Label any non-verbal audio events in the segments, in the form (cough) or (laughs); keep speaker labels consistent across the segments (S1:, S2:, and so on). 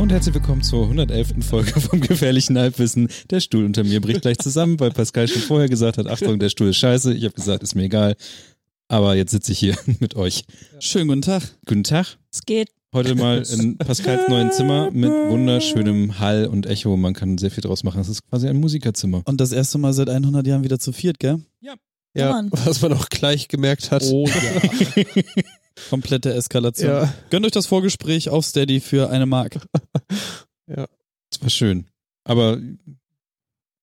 S1: und herzlich willkommen zur 111. Folge vom gefährlichen Halbwissen. Der Stuhl unter mir bricht gleich zusammen, weil Pascal schon vorher gesagt hat, Achtung, der Stuhl ist scheiße. Ich habe gesagt, ist mir egal. Aber jetzt sitze ich hier (laughs) mit euch.
S2: Schönen guten Tag.
S1: Guten Tag.
S3: Es geht.
S1: Heute mal in Pascals neuen Zimmer mit wunderschönem Hall und Echo. Man kann sehr viel draus machen. Es ist quasi ein Musikerzimmer.
S2: Und das erste Mal seit 100 Jahren wieder zu viert, gell?
S3: Ja,
S4: Ja,
S3: Mann.
S4: (laughs) was man auch gleich gemerkt hat.
S1: Oh,
S2: ja. (laughs) Komplette Eskalation.
S4: ja,
S2: Gönnt euch das Vorgespräch auf Steady für
S1: (laughs)
S2: eine Mark.
S1: Es war schön. Aber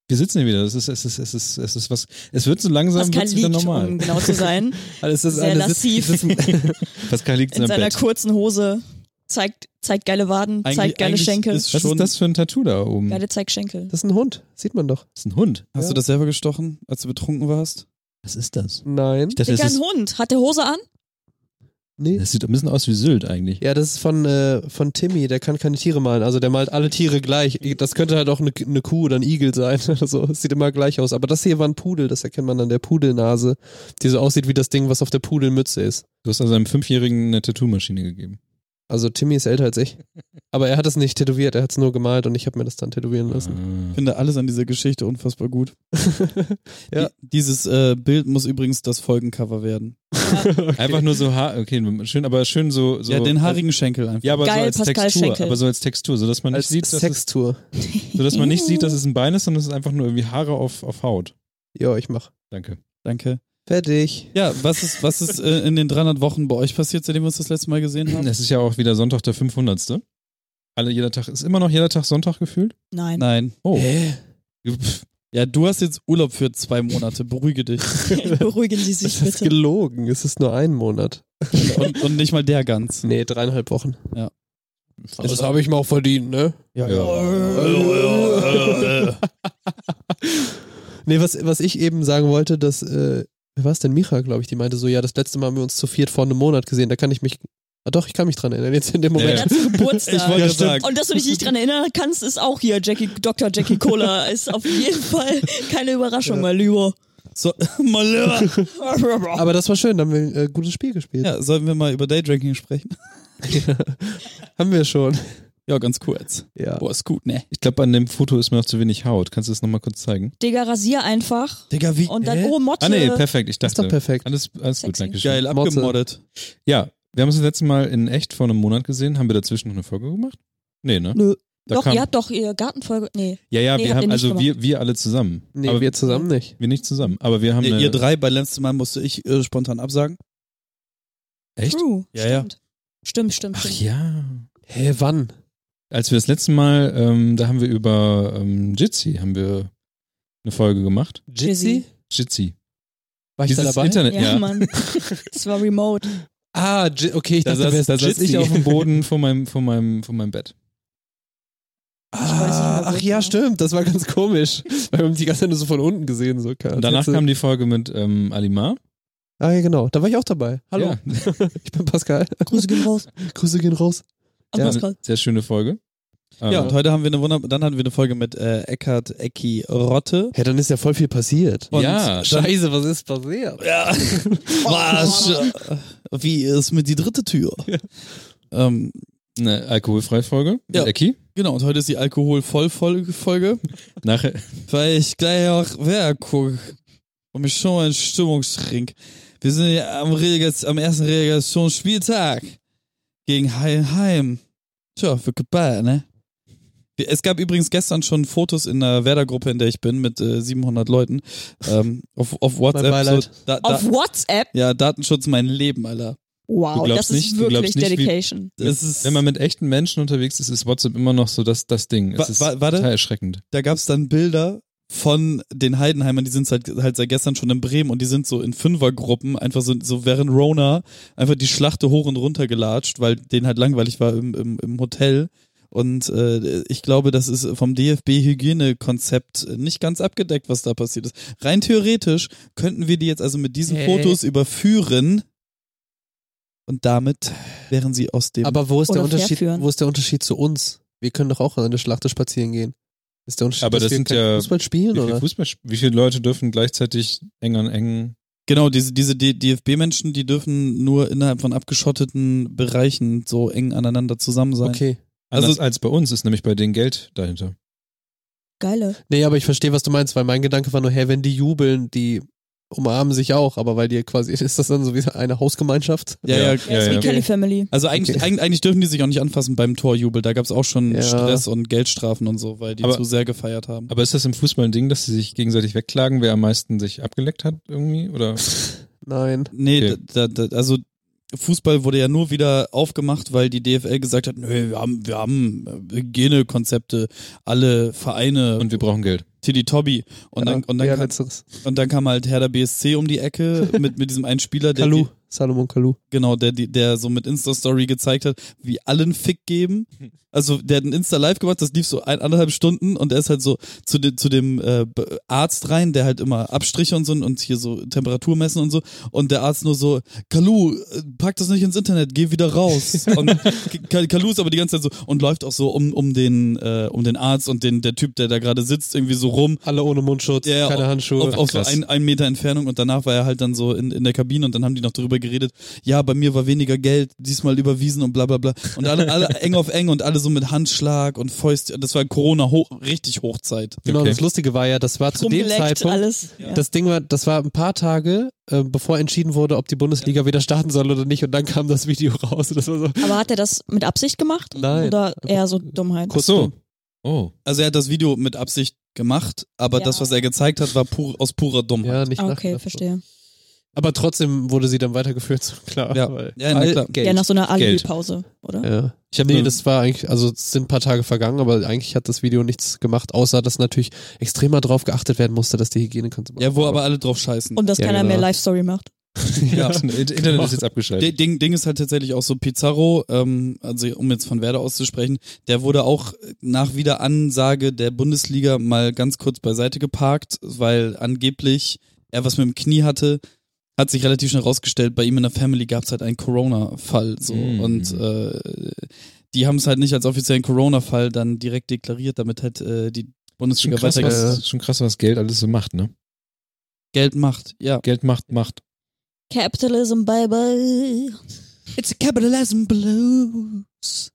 S1: wir sitzen hier wieder. Es ist, es ist, es ist, es ist was. Es wird so langsam
S3: Pascal
S1: wird's wieder
S3: liegt, um
S1: normal.
S3: genau
S1: (laughs)
S3: zu sein,
S4: alles ist
S3: Sehr
S4: alles
S3: lassiv.
S4: Ist, ist,
S3: (laughs)
S1: Pascal liegt in
S3: in
S1: seinem
S3: seiner
S1: Bett.
S3: kurzen Hose, zeigt, zeigt geile Waden,
S2: Eigentlich-
S3: zeigt geile
S2: eigentlich
S3: Schenkel,
S2: ist
S1: Was
S2: schon-
S1: ist das für ein Tattoo da oben? Das
S3: geile Zeigschenkel.
S4: das ist ein Hund, sieht man doch.
S1: ist ein Hund.
S2: Hast
S4: Ja.
S2: du das selber gestochen, als du betrunken warst?
S1: Was ist das?
S4: Nein.
S1: Ich dachte,
S3: Digga,
S1: das,
S3: ein
S1: ist,
S3: Hund, hat der Hose an?
S4: Nee.
S1: das sieht ein bisschen aus wie Sylt eigentlich.
S4: Ja, das ist von, äh, von Timmy, der kann keine Tiere malen. Also der malt alle Tiere gleich. Das könnte halt auch eine, eine Kuh oder ein Igel sein. (laughs) Also es sieht immer gleich aus. Aber das hier war ein Pudel, das erkennt man an der Pudelnase, die so aussieht wie das Ding, was auf der Pudelmütze ist.
S1: Du hast also einem Fünfjährigen eine Tattoo-Maschine gegeben.
S4: Also Timmy ist älter
S1: (laughs)
S4: als ich. Aber er hat es nicht tätowiert, er hat es nur gemalt und ich habe mir das dann tätowieren
S1: (laughs)
S4: lassen.
S2: Ich
S1: Ah.
S2: finde alles an dieser Geschichte unfassbar gut.
S4: Ja.
S2: Die, dieses äh, Bild muss übrigens das Folgencover werden.
S1: Einfach nur so Haar, okay, schön, aber schön so. so
S2: ja, den haarigen Schenkel einfach.
S1: Ja, aber
S3: Geil,
S1: so als
S3: Pascal
S1: Textur,
S3: Schenkel.
S1: aber so als Textur, sodass man
S4: Als
S1: nicht sieht, dass es,
S4: Sextour.
S1: sodass man nicht sieht, dass es ein Bein ist, sondern es ist einfach nur irgendwie Haare auf, auf Haut.
S4: Ja, ich mach.
S1: Danke.
S2: Danke.
S4: Fertig.
S2: Ja, was ist, was ist äh, in den 300 Wochen bei euch passiert, seitdem wir uns das letzte Mal gesehen haben?
S1: Es ist ja auch wieder Sonntag der 500. Alle jeder Tag ist immer noch jeder Tag Sonntag gefühlt.
S3: Nein.
S2: Nein.
S1: Oh,
S4: Hä?
S1: Pff,
S2: Ja, du hast jetzt Urlaub für zwei Monate. Beruhige dich.
S3: (laughs) Beruhigen Sie sich
S4: Das ist
S3: bitte.
S4: gelogen. Es ist nur ein Monat.
S2: Und, und nicht mal der
S4: (laughs)
S2: ganz.
S4: Nee, dreieinhalb Wochen.
S2: Ja.
S4: Das habe ich mal auch verdient, ne?
S2: Ja,
S4: (laughs) nee, was, was ich eben sagen wollte, dass, äh, wer war es denn? Micha, glaube ich, die meinte so, ja, das letzte Mal haben wir uns zu viert vor einem Monat gesehen, da kann ich mich, ah doch, ich kann mich dran erinnern, jetzt in dem
S1: Ja,
S4: Moment.
S1: ja. (laughs)
S3: Dazu Geburtstag.
S2: Ich wollte
S4: Ja,
S2: ja,
S4: stimmt.
S2: sagen.
S3: Und dass du dich nicht dran erinnern kannst, ist auch hier Jackie, Dr. Jackie
S1: (laughs)
S3: Cola. Ist auf jeden Fall keine Überraschung, mein Lieber.
S2: So, Malheur.
S4: Aber das war schön, da haben wir ein äh, gutes Spiel gespielt.
S2: ja, sollen wir mal über Daydrinking sprechen?
S4: Haben wir schon.
S2: Ja, ganz kurz.
S4: Ja.
S2: Boah, ist gut, ne?
S1: Ich glaube, an dem Foto ist mir noch zu wenig Haut. Kannst du das nochmal kurz zeigen?
S3: Digga, rasier einfach.
S2: Digga, wie
S3: Und dann, oh, Motte.
S1: Ah nee, perfekt. Ich
S4: Ist doch
S1: dachte,
S4: perfekt.
S1: alles, alles gut,
S3: Sexy.
S1: danke schön.
S2: geil
S4: Motze.
S2: abgemoddet.
S1: Ja, wir haben uns das letzte Mal in echt vor einem Monat gesehen. Haben wir dazwischen noch eine Folge gemacht? Nee, ne?
S3: Nö.
S1: Da
S3: doch,
S1: kam,
S3: ihr habt doch ihr Gartenfolge. Nee.
S1: ja, ja,
S3: nee,
S1: wir
S3: habt
S1: haben,
S3: ihr nicht
S1: also
S3: gemacht.
S1: wir, wir alle zusammen.
S4: Nee,
S1: aber
S4: wir zusammen nicht.
S1: wir nicht zusammen. Aber wir haben
S2: Ihr,
S1: eine,
S2: ihr drei, beim letzten Mal musste ich äh, spontan absagen.
S1: Echt?
S3: True.
S2: Ja, ja.
S3: Stimmt. Stimmt, stimmt,
S1: Ach
S3: stimmt.
S1: ja.
S4: Hä, wann?
S1: Als wir das letzte Mal, ähm, da haben wir über ähm, Jitsi haben wir eine Folge gemacht.
S3: Jizzy?
S1: Jitsi.
S4: War ich da
S1: Dieses
S4: dabei?
S1: Internet,
S3: Ja,
S1: ja.
S3: Mann. Das war remote.
S4: Ah, J okay, ich
S1: Da
S4: dachte,
S1: saß,
S4: wär's
S1: da saß
S4: Jitsi.
S1: ich auf (laughs) dem Boden vor meinem, vor meinem, vor meinem Bett.
S3: weiß nicht
S4: Ah,
S3: mehr, wo
S4: ach
S3: ich
S4: ja,
S3: war.
S4: stimmt, das war ganz komisch. Weil wir haben die ganze Zeit nur so von unten gesehen. So,
S1: Und danach kam die Folge mit ähm, Alimar.
S4: Ah ja, genau, da war ich auch dabei. Hallo,
S1: Ja,
S4: ich bin Pascal.
S3: Grüße gehen raus.
S4: (laughs) Grüße gehen raus.
S3: An
S1: ja,
S3: Pascal.
S1: eine sehr schöne Folge.
S2: Ja,
S1: Ähm,
S2: und heute haben wir eine wunderbare, dann hatten wir eine Folge mit äh, Eckhard Ecki Rotte.
S4: Ja, dann ist ja voll viel passiert.
S2: Und
S1: Ja,
S2: dann-
S4: Scheiße, was ist passiert?
S2: Ja. Was? Wie ist mit die dritte Tür? Ähm,
S1: eine alkoholfreie Folge mit
S2: Ja.
S1: Ecki.
S2: genau, und heute ist die Alkoholvollfolge,
S1: Nachher,
S2: weil ich gleich auch wer guck und mich schon mal in Stimmung trink. Wir sind ja am, Releg am ersten Relegationsspieltag gegen Heidenheim. Tja, wird geballt, ne? Wir- Es gab übrigens gestern schon Fotos in der Werder-Gruppe, in der ich bin, mit äh, 700 Leuten, ähm, auf, auf WhatsApp. So,
S4: Beileid.
S2: da, da,
S3: Auf WhatsApp?
S2: ja, Datenschutz mein Leben, Alter.
S3: Wow,
S1: glaubst
S3: das ist
S1: nicht- du
S3: wirklich
S1: glaubst nicht, wie-
S3: Dedication.
S2: Es ist,
S1: wenn man mit echten Menschen unterwegs ist, ist WhatsApp immer noch so das, das Ding.
S2: Wa-
S1: Es ist
S2: wa- warte.
S1: total erschreckend.
S2: da gab es dann Bilder von den Heidenheimern, die sind halt, halt seit gestern schon in Bremen und die sind so in Fünfergruppen, einfach so, so während Rona einfach die Schlachte hoch und runter gelatscht, weil denen halt langweilig war im, im, im Hotel. Und äh, ich glaube, das ist vom DFB-Hygienekonzept nicht ganz abgedeckt, was da passiert ist. Rein theoretisch könnten wir die jetzt also mit diesen
S4: Hey.
S2: Fotos überführen und damit wären sie aus dem
S4: Aber wo ist, der
S3: Oder
S4: Unterschied,
S3: verführen.
S4: wo ist der Unterschied zu uns? Wir können doch auch an der Schlacht spazieren gehen. Ist der Unterschied,
S1: Aber
S4: dass
S1: das
S4: wir
S1: sind
S4: kein
S1: ja-
S4: Fußball spielen,
S1: Wie
S4: oder?
S1: viele, Fußball, wie viele Leute dürfen gleichzeitig eng an eng?
S2: Genau, diese, diese D- DFB-Menschen, die dürfen nur innerhalb von abgeschotteten Bereichen so eng aneinander zusammen sein.
S4: Okay.
S1: Anders
S2: Also-
S1: als bei uns ist nämlich bei denen Geld dahinter.
S3: Geile.
S4: Nee, aber ich verstehe, was du meinst, weil mein Gedanke war nur, hey, wenn die jubeln, die umarmen sich auch, aber weil die quasi, (laughs) ist das dann so wie eine Hausgemeinschaft?
S2: Ja, ja,
S3: Ja, ist wie
S1: ja.
S3: Kelly Family.
S2: Also eigentlich, eigentlich, eigentlich dürfen die sich auch nicht anfassen beim Torjubel. Da gab es auch schon
S4: Ja.
S2: Stress und Geldstrafen und so, weil die
S1: Aber-
S2: zu sehr gefeiert haben.
S1: Aber ist das im Fußball ein Ding, dass sie sich gegenseitig wegklagen, wer am meisten sich abgeleckt hat irgendwie? Oder?
S4: Nein.
S2: Nee,
S1: Okay.
S2: da, da, da, also Fußball wurde ja nur wieder aufgemacht, weil die DFL gesagt hat, nö, wir haben, wir haben äh, Hygienekonzepte, alle Vereine
S1: Und
S2: und
S1: wir brauchen Geld.
S2: Tilly Tobby. Und, dann,
S4: ja,
S2: und, dann
S4: ja,
S2: kam,
S4: letzteres.
S2: und dann kam halt Herder BSC um
S4: (laughs)
S2: die Ecke mit, mit diesem einen Spieler, der,
S4: Kalu,
S2: die-
S4: Salomon Kalu.
S2: genau, der, die- der so mit Insta-Story gezeigt hat, wie allen Fick geben. Also der hat ein Insta-Live gemacht, das lief so eineinhalb Stunden und er ist halt so zu, de, zu dem äh, B- Arzt rein, der halt immer Abstriche und so und hier so Temperatur messen und so und der Arzt nur so, Kalu, äh, pack das nicht ins Internet, geh wieder raus. Und Ka- Kalu ist aber die ganze Zeit so und läuft auch so um, um, den, äh, um den Arzt und den, der Typ, der da gerade sitzt, irgendwie so rum
S4: Alle ohne Mundschutz,
S2: Ja, ja,
S4: keine
S2: auf-
S4: Handschuhe.
S2: auf, auf so
S1: krass.
S2: ein, ein Meter Entfernung und danach war er halt dann so in, in der Kabine und dann haben die noch drüber geredet, ja, bei mir war weniger Geld, diesmal überwiesen und bla bla bla. Und alle,
S4: (laughs)
S2: alle eng auf eng und alle so mit Handschlag und Fäust, das war Corona hoch, richtig Hochzeit.
S4: Genau,
S1: Okay.
S4: das Lustige war ja, das war zu dem
S3: Rumgeleckt,
S4: Zeitpunkt,
S3: alles. Ja.
S4: das Ding war, das war ein paar Tage, äh, bevor entschieden wurde, ob die Bundesliga wieder starten soll oder nicht und dann kam das Video raus. Das war so,
S3: Aber hat er das mit Absicht gemacht?
S4: Nein.
S3: Oder eher so Dummheit?
S1: Ach
S4: Kurz
S1: so. Oh.
S2: Also er hat das Video mit Absicht gemacht, aber
S3: Ja.
S2: das, was er gezeigt hat, war pur, aus purer Dummheit.
S4: ja, nicht
S3: Ah, okay,
S4: nachgedacht.
S3: verstehe.
S4: Aber trotzdem wurde sie dann weitergeführt, so klar.
S2: Ja.
S4: weil-
S2: Ja, ne- na klar.
S3: Ja, nach so einer
S1: Geld.
S3: Alibi-Pause, oder?
S4: Ja.
S2: Ich habe
S4: Nee,
S2: nur-
S4: das war eigentlich, also es sind ein paar Tage vergangen, aber eigentlich hat das Video nichts gemacht, außer dass natürlich extremer drauf geachtet werden musste, dass die Hygienekonzepte.
S2: ja, wo aber alle drauf scheißen.
S3: Und dass
S4: Ja,
S3: keiner
S4: genau.
S3: mehr Live-Story macht.
S2: Ja.
S4: (laughs)
S1: Internet ist jetzt abgeschaltet.
S2: D- Ding, Ding ist halt tatsächlich auch so Pizarro, ähm, also um jetzt von Werder auszusprechen, der wurde auch nach Wiederansage der Bundesliga mal ganz kurz beiseite geparkt, weil angeblich er was mit dem Knie hatte, hat sich relativ schnell rausgestellt, bei ihm in der Family gab es halt einen Corona-Fall so
S1: Mhm.
S2: und äh, die haben es halt nicht als offiziellen Corona-Fall dann direkt deklariert, damit halt äh, die
S1: Schon
S2: Bundesliga
S1: krass,
S2: weiter
S4: was-
S1: was, schon krass, was Geld alles so macht, ne?
S2: Geld macht, ja.
S1: Geld macht, macht.
S3: Capitalism, bye bye.
S2: It's a capitalism blues.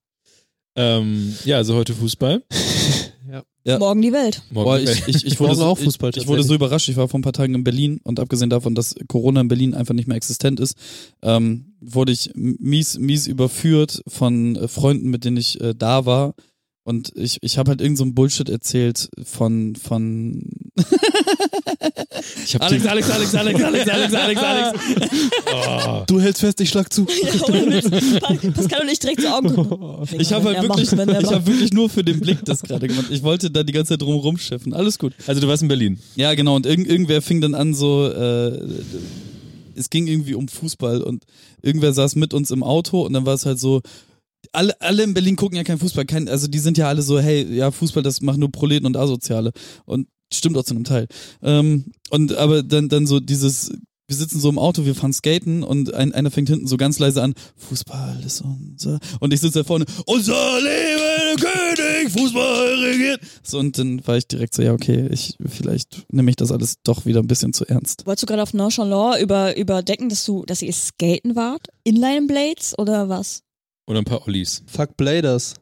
S1: Ähm, ja, also heute Fußball.
S2: Ja.
S3: Morgen
S1: (laughs)
S3: die Welt.
S1: Morgen
S2: Boah, ich, ich, ich, wurde
S4: Morgen
S2: so,
S4: auch Fußball,
S2: ich, ich wurde so überrascht. Ich war vor ein paar Tagen in Berlin und abgesehen davon, dass Corona in Berlin einfach nicht mehr existent ist, ähm, wurde ich mies, mies überführt von äh, Freunden, mit denen ich äh, da war. Und ich, ich habe halt irgend so einen Bullshit erzählt von, von
S1: ich hab
S2: Alex,
S1: den,
S2: Alex, Alex, Alex, Alex, Alex, Alex, Alex.
S1: oh,
S4: Du hältst fest, ich schlag zu.
S3: Ja, ohne Witz. Pa- (laughs) Pascal und ich direkt zu Augen gucken. Wenn
S2: Ich habe
S3: er
S2: halt wirklich,
S3: macht, wenn er
S2: ich
S3: macht.
S2: habe wirklich nur für den Blick das gerade gemacht. Ich wollte da die ganze Zeit drum rumschiffen. Alles gut.
S1: also du warst in Berlin.
S2: Ja, genau. Und irgend, irgendwer fing dann an, so, äh, es ging irgendwie um Fußball und irgendwer saß mit uns im Auto und dann war es halt so, alle, alle in Berlin gucken ja keinen Fußball. Kein, also die sind ja alle so, hey, ja, Fußball, das machen nur Proleten und Asoziale. Und stimmt auch zu einem Teil. Ähm, und aber dann, dann so dieses, wir sitzen so im Auto, wir fahren skaten und ein, einer fängt hinten so ganz leise an, Fußball ist unser. Und ich sitze da vorne, unser Leben, König, Fußball regiert. So, und dann war ich direkt so, ja, okay, ich, vielleicht nehme ich das alles doch wieder ein bisschen zu ernst.
S3: Wolltest du gerade auf Nonchalant über, überdecken, dass du, dass ihr skaten wart? Inline Blades oder was?
S1: Oder ein paar Ollis.
S4: Fuck Bladers.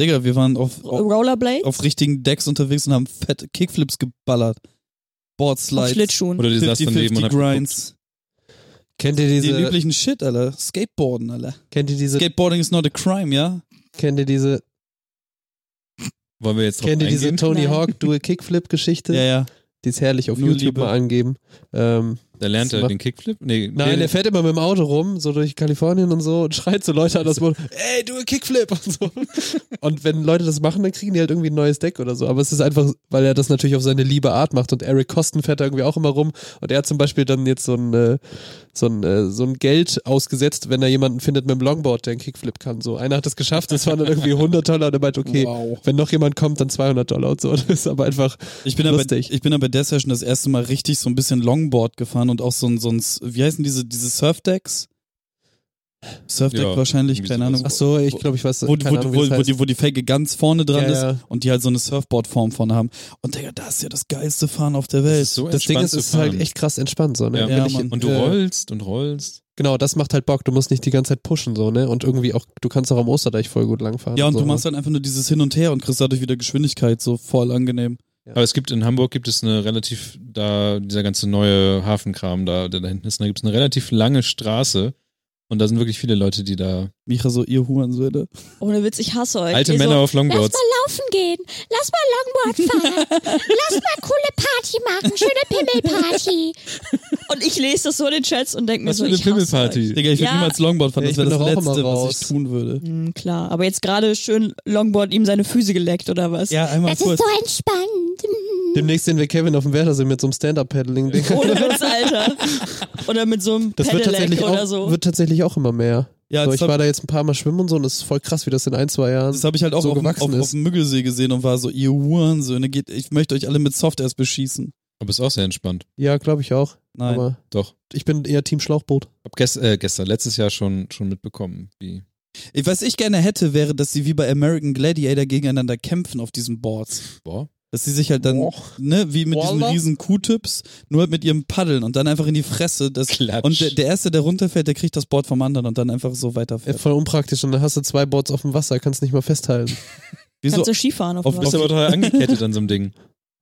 S2: Digga, wir waren auf,
S4: Oh,
S3: R- Rollerblades?
S2: Oh. auf richtigen Decks unterwegs und haben fette Kickflips geballert.
S3: Auf
S2: Boardslides.
S3: Schlittschuhen.
S1: Oder du saßt daneben und
S2: 50-50
S1: habt geguckt.
S2: Grinds.
S4: Kennt ihr
S2: Den
S4: diese,
S2: üblichen Shit, Alter. Skateboarden, Alter.
S4: kennt ihr diese,
S2: Skateboarding is not a crime, ja?
S4: kennt ihr diese,
S1: Wollen wir jetzt drauf
S4: kennt ihr diese
S1: eingehen?
S4: Tony
S3: Nein.
S4: Hawk Dual Kickflip Geschichte?
S2: Ja, ja.
S4: Die ist herrlich, auf
S2: Nur
S4: YouTube
S2: Liebe.
S4: mal angeben. Ähm,
S1: Da lernt er
S4: Was?
S1: den Kickflip? Nee,
S4: nein,
S1: nee,
S4: der fährt immer mit dem Auto rum, so durch Kalifornien und so und schreit so Leute an das Mund, ey, Dual Kickflip und
S2: (laughs)
S4: so. und wenn Leute das machen, dann kriegen die halt irgendwie ein neues Deck oder so. Aber es ist einfach, weil er das natürlich auf seine liebe Art macht und Eric Kosten fährt da irgendwie auch immer rum und er hat zum Beispiel dann jetzt so ein, äh, so ein, äh, so ein Geld ausgesetzt, wenn er jemanden findet mit dem Longboard, der einen Kickflip kann. So, einer hat es geschafft, das waren dann irgendwie 100 Dollar und er meint, okay,
S2: Wow.
S4: wenn noch jemand kommt, dann 200 Dollar und so. (laughs) Das ist aber einfach,
S2: Ich bin, aber,
S4: Lustig.
S2: ich bin aber der Session das erste Mal richtig so ein bisschen Longboard gefahren und auch so ein, so ein wie heißen diese, diese Surfdecks? Surfdeck
S1: Ja,
S2: wahrscheinlich,
S1: irgendwie
S2: keine
S1: sowas.
S2: Ahnung.
S4: ach so, ich glaube, ich weiß,
S2: wo,
S4: keine
S2: wo,
S4: Ahnung, wie
S2: wo,
S4: das
S2: wo,
S4: heißt.
S2: die, wo die Felge ganz vorne dran
S4: Ja,
S2: ist
S4: ja.
S2: und die halt so eine Surfboard-Form vorne haben. Und Digga, das ist ja das geilste Fahren auf der Welt.
S1: ist so
S4: das Ding
S1: entspannt
S4: ist,
S1: zu
S4: es ist halt
S1: fahren.
S4: echt krass entspannt so, ne?
S1: Ja.
S4: Wenn
S2: Ja,
S4: ich,
S2: Mann.
S1: Und du
S4: äh,
S1: rollst und rollst.
S4: Genau, das macht halt Bock. Du musst nicht die ganze Zeit pushen, so, ne? Und irgendwie auch, du kannst auch am Osterdeich voll gut langfahren.
S2: Ja, und
S4: so, ne?
S2: du machst dann einfach nur dieses Hin und Her und kriegst dadurch wieder Geschwindigkeit, so voll angenehm.
S1: Aber es gibt in Hamburg gibt es eine relativ, da dieser ganze neue Hafenkram da, der da hinten ist, da gibt es eine relativ lange Straße und da sind wirklich viele Leute, die da.
S2: Micha so, ihr ne? Hurensöhne.
S3: Ohne Witz, ich hasse euch.
S1: alte
S3: Ihr
S1: Männer
S3: so,
S1: auf Longboards.
S5: (laughs) laufen gehen. Lass mal Longboard fahren. Lass mal coole Party machen. Schöne Pimmelparty.
S3: Und ich lese das so in den Chats und denke mir
S1: Was
S3: so,
S1: für eine
S3: ich hasse euch.
S1: Pimmelparty.
S2: Digga, ich würde
S3: Ja.
S2: niemals Longboard fahren,
S4: Ja,
S2: das
S4: ich
S2: wäre
S4: bin
S2: das
S4: doch auch immer
S2: Letzte, was
S4: raus.
S2: ich tun würde.
S3: Hm, klar, aber jetzt gerade schön Longboard ihm seine Füße geleckt oder was?
S2: Ja, einmal
S5: Das ist
S2: kurz.
S5: so entspannt.
S4: Demnächst sehen wir Kevin auf dem Werdersee mit so einem Stand-Up-Paddling-Ding.
S3: (laughs) Ohne Witz, Alter. Oder mit so einem
S4: Das wird
S3: Pedelec
S4: tatsächlich,
S3: oder
S4: auch,
S3: so.
S4: wird tatsächlich auch immer mehr.
S2: Ja,
S4: so,
S2: das
S4: ich
S2: hab-
S4: war da jetzt ein paar Mal schwimmen und so und es ist voll krass, wie das in ein, zwei Jahren
S2: Das habe ich halt auch
S4: so
S2: auf, dem- auf,
S4: gewachsen
S2: auf
S4: ist.
S2: dem Müggelsee gesehen und war so, ihr Hurensöhne, geht, ich möchte euch alle mit Soft erst beschießen.
S1: Aber ist auch sehr entspannt.
S4: ja, glaube ich auch.
S2: Nein.
S4: Aber
S1: Doch.
S4: ich bin eher Team Schlauchboot.
S1: Hab gest, äh, gestern, letztes Jahr schon, schon mitbekommen, wie.
S2: Ey, Was ich gerne hätte, wäre, dass sie wie bei American Gladiator gegeneinander kämpfen auf diesen Boards.
S1: Boah. (laughs)
S2: Dass sie sich halt dann,
S4: Och.
S2: ne, wie mit diesen
S4: Wallah.
S2: riesen Q-Tips, nur halt mit ihrem Paddeln und dann einfach in die Fresse. Das,
S1: Klatsch.
S2: und der, der Erste, der runterfällt, der kriegt das Board vom anderen und dann einfach so
S4: Äh,
S2: weiterfährt.
S4: Voll unpraktisch und dann hast du zwei Boards auf dem Wasser, kannst nicht mal festhalten.
S2: Wieso?
S3: Kannst du Skifahren auf,
S2: auf-
S1: Du bist aber total angekettet an so einem Ding.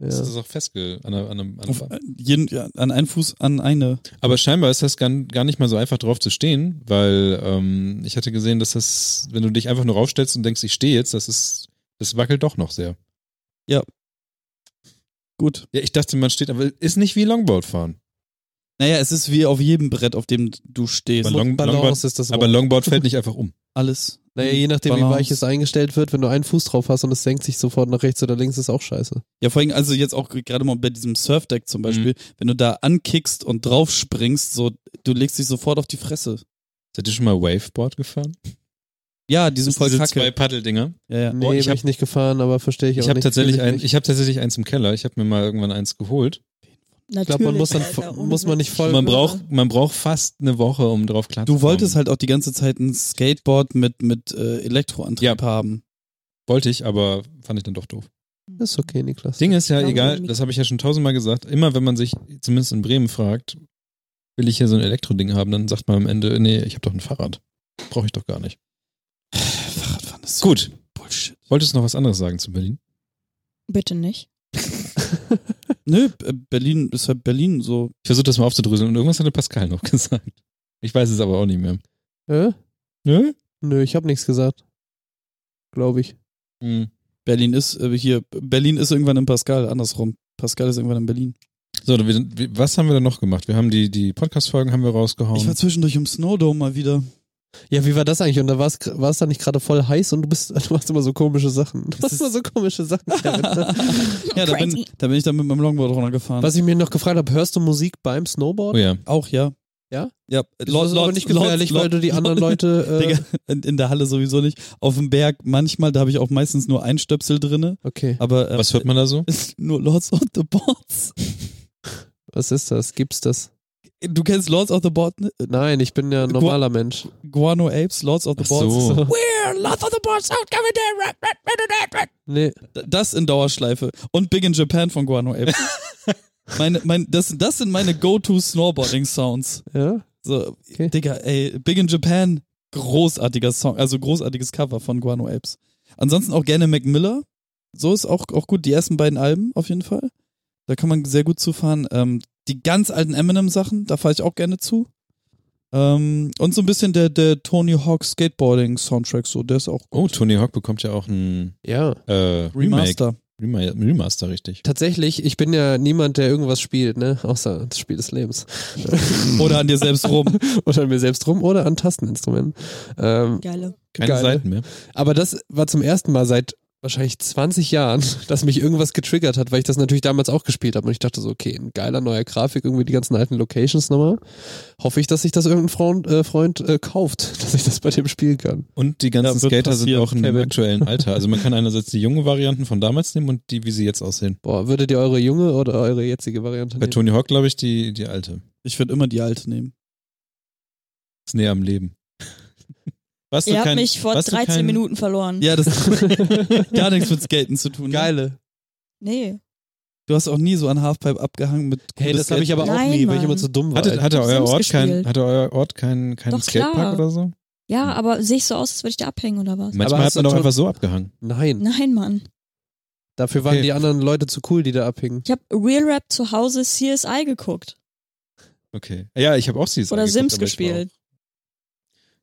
S1: Das
S4: Ja.
S1: ist auch festge. An, einer- an, einem- an,
S2: Auf,
S1: einem-
S2: jeden, ja, an einen Fuß, an eine.
S1: aber scheinbar ist das gar, gar nicht mal so einfach drauf zu stehen, weil ähm, ich hatte gesehen, dass das, wenn du dich einfach nur raufstellst und denkst, ich stehe jetzt, das ist, das wackelt doch noch sehr.
S2: Gut.
S1: Ja, ich dachte, man steht, aber ist nicht wie Longboard fahren.
S2: Naja, es ist wie auf jedem Brett, auf dem du stehst.
S1: Aber Long- Longboard-
S4: ist das
S1: Aber Longboard fällt nicht einfach um.
S2: Alles.
S4: Naja, je nachdem, wie
S2: Balance.
S4: weich es eingestellt wird, wenn du einen Fuß drauf hast und es senkt sich sofort nach rechts oder links, ist auch scheiße.
S2: Ja, vor allem, also jetzt auch gerade mal bei diesem Surfdeck zum Beispiel,
S1: Mhm.
S2: wenn du da ankickst und drauf springst, so, du legst dich sofort auf die Fresse.
S1: Seid ihr schon mal Waveboard gefahren?
S2: Ja, die sind voll
S1: diese zwei
S2: kacke.
S1: Paddeldinger.
S2: Ja, ja.
S4: Nee,
S1: Oh, ich
S4: ich
S1: hab-
S4: habe ich nicht gefahren, aber verstehe ich,
S1: Ich
S4: auch
S1: habe
S4: nicht.
S1: tatsächlich,
S4: Fühl
S1: ein,
S4: nicht.
S1: ich hab tatsächlich eins im Keller. Ich habe mir mal irgendwann eins geholt.
S4: Ich glaube, man muss dann
S3: Alter, ohne
S4: muss man nicht
S3: Witz.
S4: voll.
S1: Und man braucht, man braucht fast eine Woche, um drauf klarzukommen.
S2: Du wolltest halt auch die ganze Zeit ein Skateboard mit, mit äh, Elektroantrieb haben.
S1: Wollte ich, aber fand ich dann doch doof.
S4: Ist okay, Niklas.
S1: Das
S4: (laughs)
S1: Ding ist ja
S3: Warum
S1: egal,
S3: irgendwie-
S1: das habe ich ja schon tausendmal gesagt. Immer wenn man sich, zumindest in Bremen, fragt, will ich hier so ein Elektroding haben, dann sagt man am Ende, nee, ich habe doch ein Fahrrad. Brauche ich doch gar nicht.
S2: Fahrradfahren ist so
S1: Gut,
S2: Bullshit.
S1: wolltest du noch was anderes sagen zu Berlin?
S3: Bitte nicht.
S2: Nö, B- Berlin ist halt Berlin so.
S1: Ich versuche das mal aufzudröseln und irgendwas hatte Pascal noch (laughs) gesagt. Ich weiß es aber auch nicht mehr.
S4: Äh?
S1: Nö?
S4: Nö, ich habe nichts gesagt. Glaube ich.
S1: Hm.
S2: Berlin ist äh, hier, Berlin ist irgendwann in Pascal, andersrum. Pascal ist irgendwann in Berlin.
S1: So, wir, wir- was haben wir denn noch gemacht? Wir haben die, die Podcast-Folgen haben wir rausgehauen.
S2: Ich war zwischendurch im Snowdome
S4: (laughs)
S2: mal wieder.
S4: Ja, wie war das eigentlich? Und da war es da nicht gerade voll heiß und du bist, (laughs) du machst immer so komische Sachen. Du machst immer so
S1: (laughs)
S4: komische Sachen. Kevin.
S2: Ja, da bin,
S5: Crazy.
S2: da bin ich dann mit meinem Longboard runtergefahren.
S4: Was ich mir noch gefragt habe, hörst du Musik beim Snowboard?
S1: oh ja.
S2: Auch, ja.
S4: Ja?
S2: Ja.
S4: das ist aber nicht gefährlich, weil du die
S1: (laughs)
S4: anderen Leute. Äh,
S2: Digga, in, in der Halle sowieso nicht. Auf dem Berg manchmal, da habe ich auch meistens nur ein Stöpsel drinne,
S4: okay,
S2: aber äh,
S1: Was hört man da so?
S2: (laughs) nur Lords of the Boards.
S4: was ist das? Gibt's das?
S2: Du kennst Lords of the Boards, ne?
S4: Nein, ich bin ja ein
S2: Gu-
S4: normaler Mensch.
S2: Guano Apes, Lords of the
S1: Ach
S2: Boards.
S1: so.
S5: We're lots of the boards out coming there. Rat, rat, rat, rat, rat.
S4: Nee,
S2: Das in Dauerschleife. Und Big in Japan von
S1: (laughs)
S2: Guano Apes. meine, mein, das, das sind meine Go-To-Snowboarding-Sounds.
S4: ja?
S2: So,
S4: Okay.
S2: Digga, ey, Big in Japan, großartiger Song, also großartiges Cover von Guano Apes. Ansonsten auch gerne Mac Miller. So ist auch, auch gut, die ersten beiden Alben auf jeden Fall. Da kann man sehr gut zufahren. Ähm, die ganz alten Eminem-Sachen, da fahre ich auch gerne zu. Ähm, und so ein bisschen der, der Tony Hawk Skateboarding-Soundtrack, so, der ist auch
S1: Oh, Tony Hawk bekommt ja auch ein
S4: Ja.
S1: äh, Remake.
S2: Remaster.
S1: Rema- Remaster, richtig.
S4: Tatsächlich, ich bin ja niemand, der irgendwas spielt, ne? Außer das Spiel des Lebens. (laughs)
S2: Oder an dir selbst rum.
S4: oder an mir selbst rum oder an Tasteninstrumenten. Ähm,
S3: Geile.
S1: Keine
S4: Geil.
S1: Seiten mehr.
S4: aber das war zum ersten Mal seit wahrscheinlich 20 Jahren, (laughs) dass mich irgendwas getriggert hat, weil ich das natürlich damals auch gespielt habe. Und ich dachte so, okay, ein geiler neuer Grafik, irgendwie die ganzen alten Locations nochmal. Hoffe ich, dass sich das irgendein Freund, äh, Freund äh, kauft, (laughs) dass ich das bei dem spielen kann.
S1: Und die ganzen
S2: Ja, wird
S1: Skater sind
S2: passieren,
S1: auch in dem
S4: Kevin.
S1: aktuellen Alter. Also man kann einerseits die jungen Varianten von damals nehmen und die, wie sie jetzt aussehen.
S4: Boah, würdet ihr eure junge oder eure jetzige Variante
S1: Bei
S4: nehmen?
S1: Tony Hawk, glaube ich, die, die alte.
S2: Ich würde immer die alte nehmen.
S1: Ist näher am Leben. Warst
S3: Ihr habt mich vor
S1: warst du
S3: 13
S1: kein-
S3: Minuten
S4: (laughs)
S3: verloren.
S2: Ja, das hat gar nichts mit Skaten zu tun. ne?
S4: Geile.
S3: Nee.
S2: Du hast auch nie so an Halfpipe abgehangen mit.
S4: Hey, das habe ich aber auch
S3: Nein,
S4: nie, weil ich
S3: Mann.
S4: immer zu dumm war.
S1: Hatte, hatte, euer
S3: Sims
S1: Ort kein,
S3: gespielt.
S1: hatte euer Ort keinen kein
S3: Doch,
S1: Skatepark
S3: klar.
S1: oder so?
S3: Ja, aber sehe ich so aus, als würde ich da abhängen oder was?
S1: Manchmal
S4: hast
S1: hat man
S4: du
S1: doch
S4: schon-
S1: einfach so abgehangen.
S4: Nein,
S3: Nein, Mann.
S4: dafür waren
S1: Okay.
S4: die anderen Leute zu cool, die da abhingen.
S3: Ich habe Real Rap zu Hause CSI geguckt.
S1: Okay. Ja, ich habe auch Sims
S3: oder
S1: angeguckt,
S3: Sims
S1: aber ich war auch-
S3: gespielt.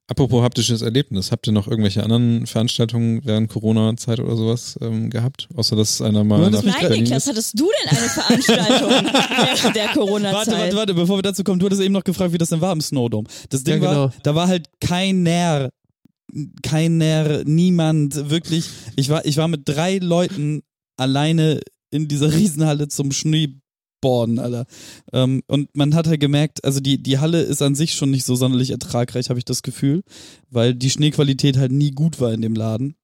S1: Apropos haptisches Erlebnis, habt ihr noch irgendwelche anderen Veranstaltungen während Corona-Zeit oder sowas ähm, gehabt? Außer dass einer mal
S2: Du
S1: nach
S2: hattest mich
S3: Nein,
S1: Berlin
S3: Niklas,
S1: ist?
S3: hattest du denn eine Veranstaltung während der
S2: Warte, warte,
S3: Corona-Zeit?
S2: warte, bevor wir dazu kommen, du hattest eben noch gefragt, wie das denn war im Snowdome. Das
S4: Ja,
S2: Ding war,
S4: genau.
S2: da war halt keiner, keiner, niemand, wirklich. Ich war, ich war mit drei Leuten alleine in dieser (laughs) Riesenhalle zum Schneeborden, Alter. Ähm, und man hat halt gemerkt, also die, die Halle ist an sich schon nicht so sonderlich ertragreich, habe ich das Gefühl, weil die Schneequalität halt nie gut war in dem Laden.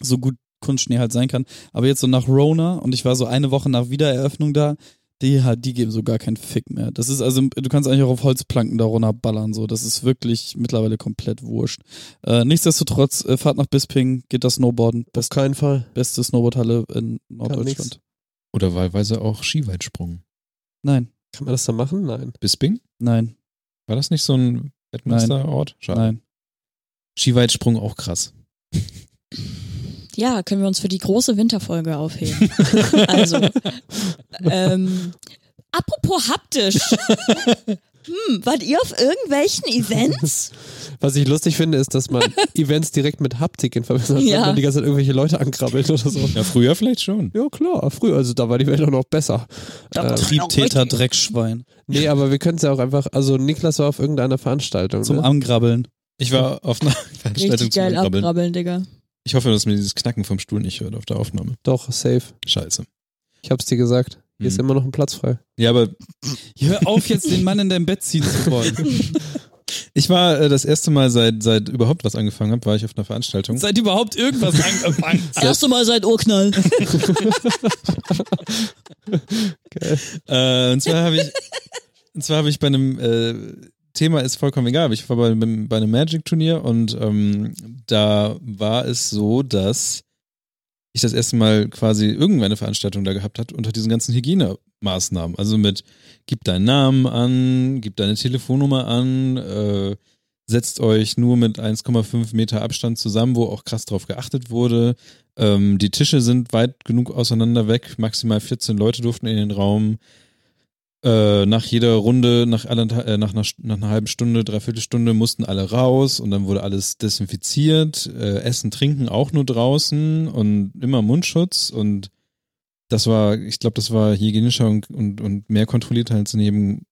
S2: So gut Kunstschnee halt sein kann. Aber jetzt so nach Rona und ich war so eine Woche nach Wiedereröffnung da, die, halt- die geben so gar keinen Fick mehr. Das ist also, du kannst eigentlich auch auf Holzplanken da runterballern, so. Das ist wirklich mittlerweile komplett wurscht. Äh, nichtsdestotrotz, äh, Fahrt nach Bisping, geht das Snowboarden,
S4: Auf keinen Fall.
S2: beste Snowboardhalle in
S4: Kann
S2: Norddeutschland.
S4: nix.
S1: Oder wahlweise auch Skiweitsprung.
S2: Nein,
S4: Kann man das da machen? Nein.
S1: Bisping?
S2: nein,
S1: War das nicht so ein Weltmeisterort? Schade.
S2: nein.
S1: Skiweitsprung auch krass.
S3: Ja, können wir uns für die große Winterfolge aufheben. also, ähm, apropos haptisch. Hm, wart ihr auf irgendwelchen Events?
S4: Was ich lustig finde, ist, dass (laughs) man Events direkt mit Haptik in Verbindung hat,
S3: Ja.
S4: wenn man die ganze Zeit irgendwelche Leute ankrabbelt oder so.
S1: Ja, früher vielleicht schon.
S4: Ja klar, früher, also da war die Welt auch noch besser.
S3: Da-
S4: Ähm,
S2: Triebtäter, Dreckschwein.
S4: nee, aber wir können es ja auch einfach, also Niklas war auf irgendeiner Veranstaltung.
S2: Zum
S4: ne?
S2: Angrabbeln.
S1: Ich war auf einer Veranstaltung
S3: Richtig
S1: zum
S3: geil
S1: Abgrabbeln.
S3: abgrabbeln, Digga.
S1: Ich hoffe, dass man dieses Knacken vom Stuhl nicht hört auf der Aufnahme.
S4: Doch, safe.
S1: Scheiße.
S4: Ich hab's dir gesagt. Hier ist
S1: Mhm.
S4: immer noch ein Platz frei.
S1: Ja, aber
S2: Hör auf, jetzt den Mann in dein Bett ziehen zu (laughs) wollen.
S1: ich war äh, das erste Mal seit, seit überhaupt was angefangen habe, war ich auf einer Veranstaltung.
S2: Seid überhaupt irgendwas angefangen?
S3: Erste Mal seit Urknall.
S1: Äh, und zwar habe ich, und zwar habe ich bei einem äh, Thema ist vollkommen egal, aber ich war bei, einem- bei einem Magic-Turnier und ähm, da war es so, dass ich das erste Mal quasi irgendeine Veranstaltung da gehabt hat unter diesen ganzen Hygienemaßnahmen. Also mit gib deinen Namen an, gib deine Telefonnummer an, äh, setzt euch nur mit 1,5 Meter Abstand zusammen, wo auch krass drauf geachtet wurde. Ähm, die Tische sind weit genug auseinander weg, maximal 14 Leute durften in den Raum. Äh, nach jeder Runde, nach, anderthalb, äh, nach, einer, St- nach einer halben Stunde, dreiviertel Stunde mussten alle raus und dann wurde alles desinfiziert. Äh, Essen, Trinken auch nur draußen und immer Mundschutz und das war, ich glaube, das war hygienischer und, und, und mehr kontrolliert als in jedem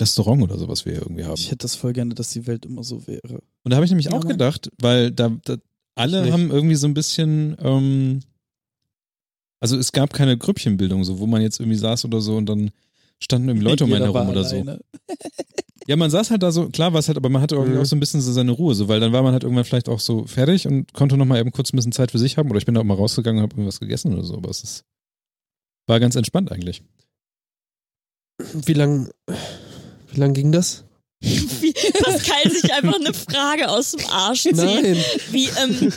S1: Restaurant oder so, was wir hier irgendwie haben.
S2: Ich hätte das voll gerne, dass die Welt immer so wäre.
S1: Und da habe ich nämlich
S3: Ja,
S1: auch
S3: Mann.
S1: gedacht, weil da, da alle
S4: nicht.
S1: haben irgendwie so ein bisschen, ähm, also es gab keine Grüppchenbildung, so wo man jetzt irgendwie saß oder so und dann standen irgendwie Leute um einen
S2: Jeder war
S1: herum oder so.
S2: alleine.
S1: Ja, man saß halt da so, klar war es halt, aber man hatte irgendwie
S4: Mhm.
S1: auch so ein bisschen so seine Ruhe, so, weil dann war man halt irgendwann vielleicht auch so fertig und konnte nochmal eben kurz ein bisschen Zeit für sich haben oder ich bin da auch mal rausgegangen und habe irgendwas gegessen oder so, aber es ist, war ganz entspannt eigentlich.
S4: Wie lang, wie lang ging das?
S3: Wie (laughs) Pascal sich einfach eine Frage aus dem Arsch zieht.
S4: Nein,
S3: Wie, ähm,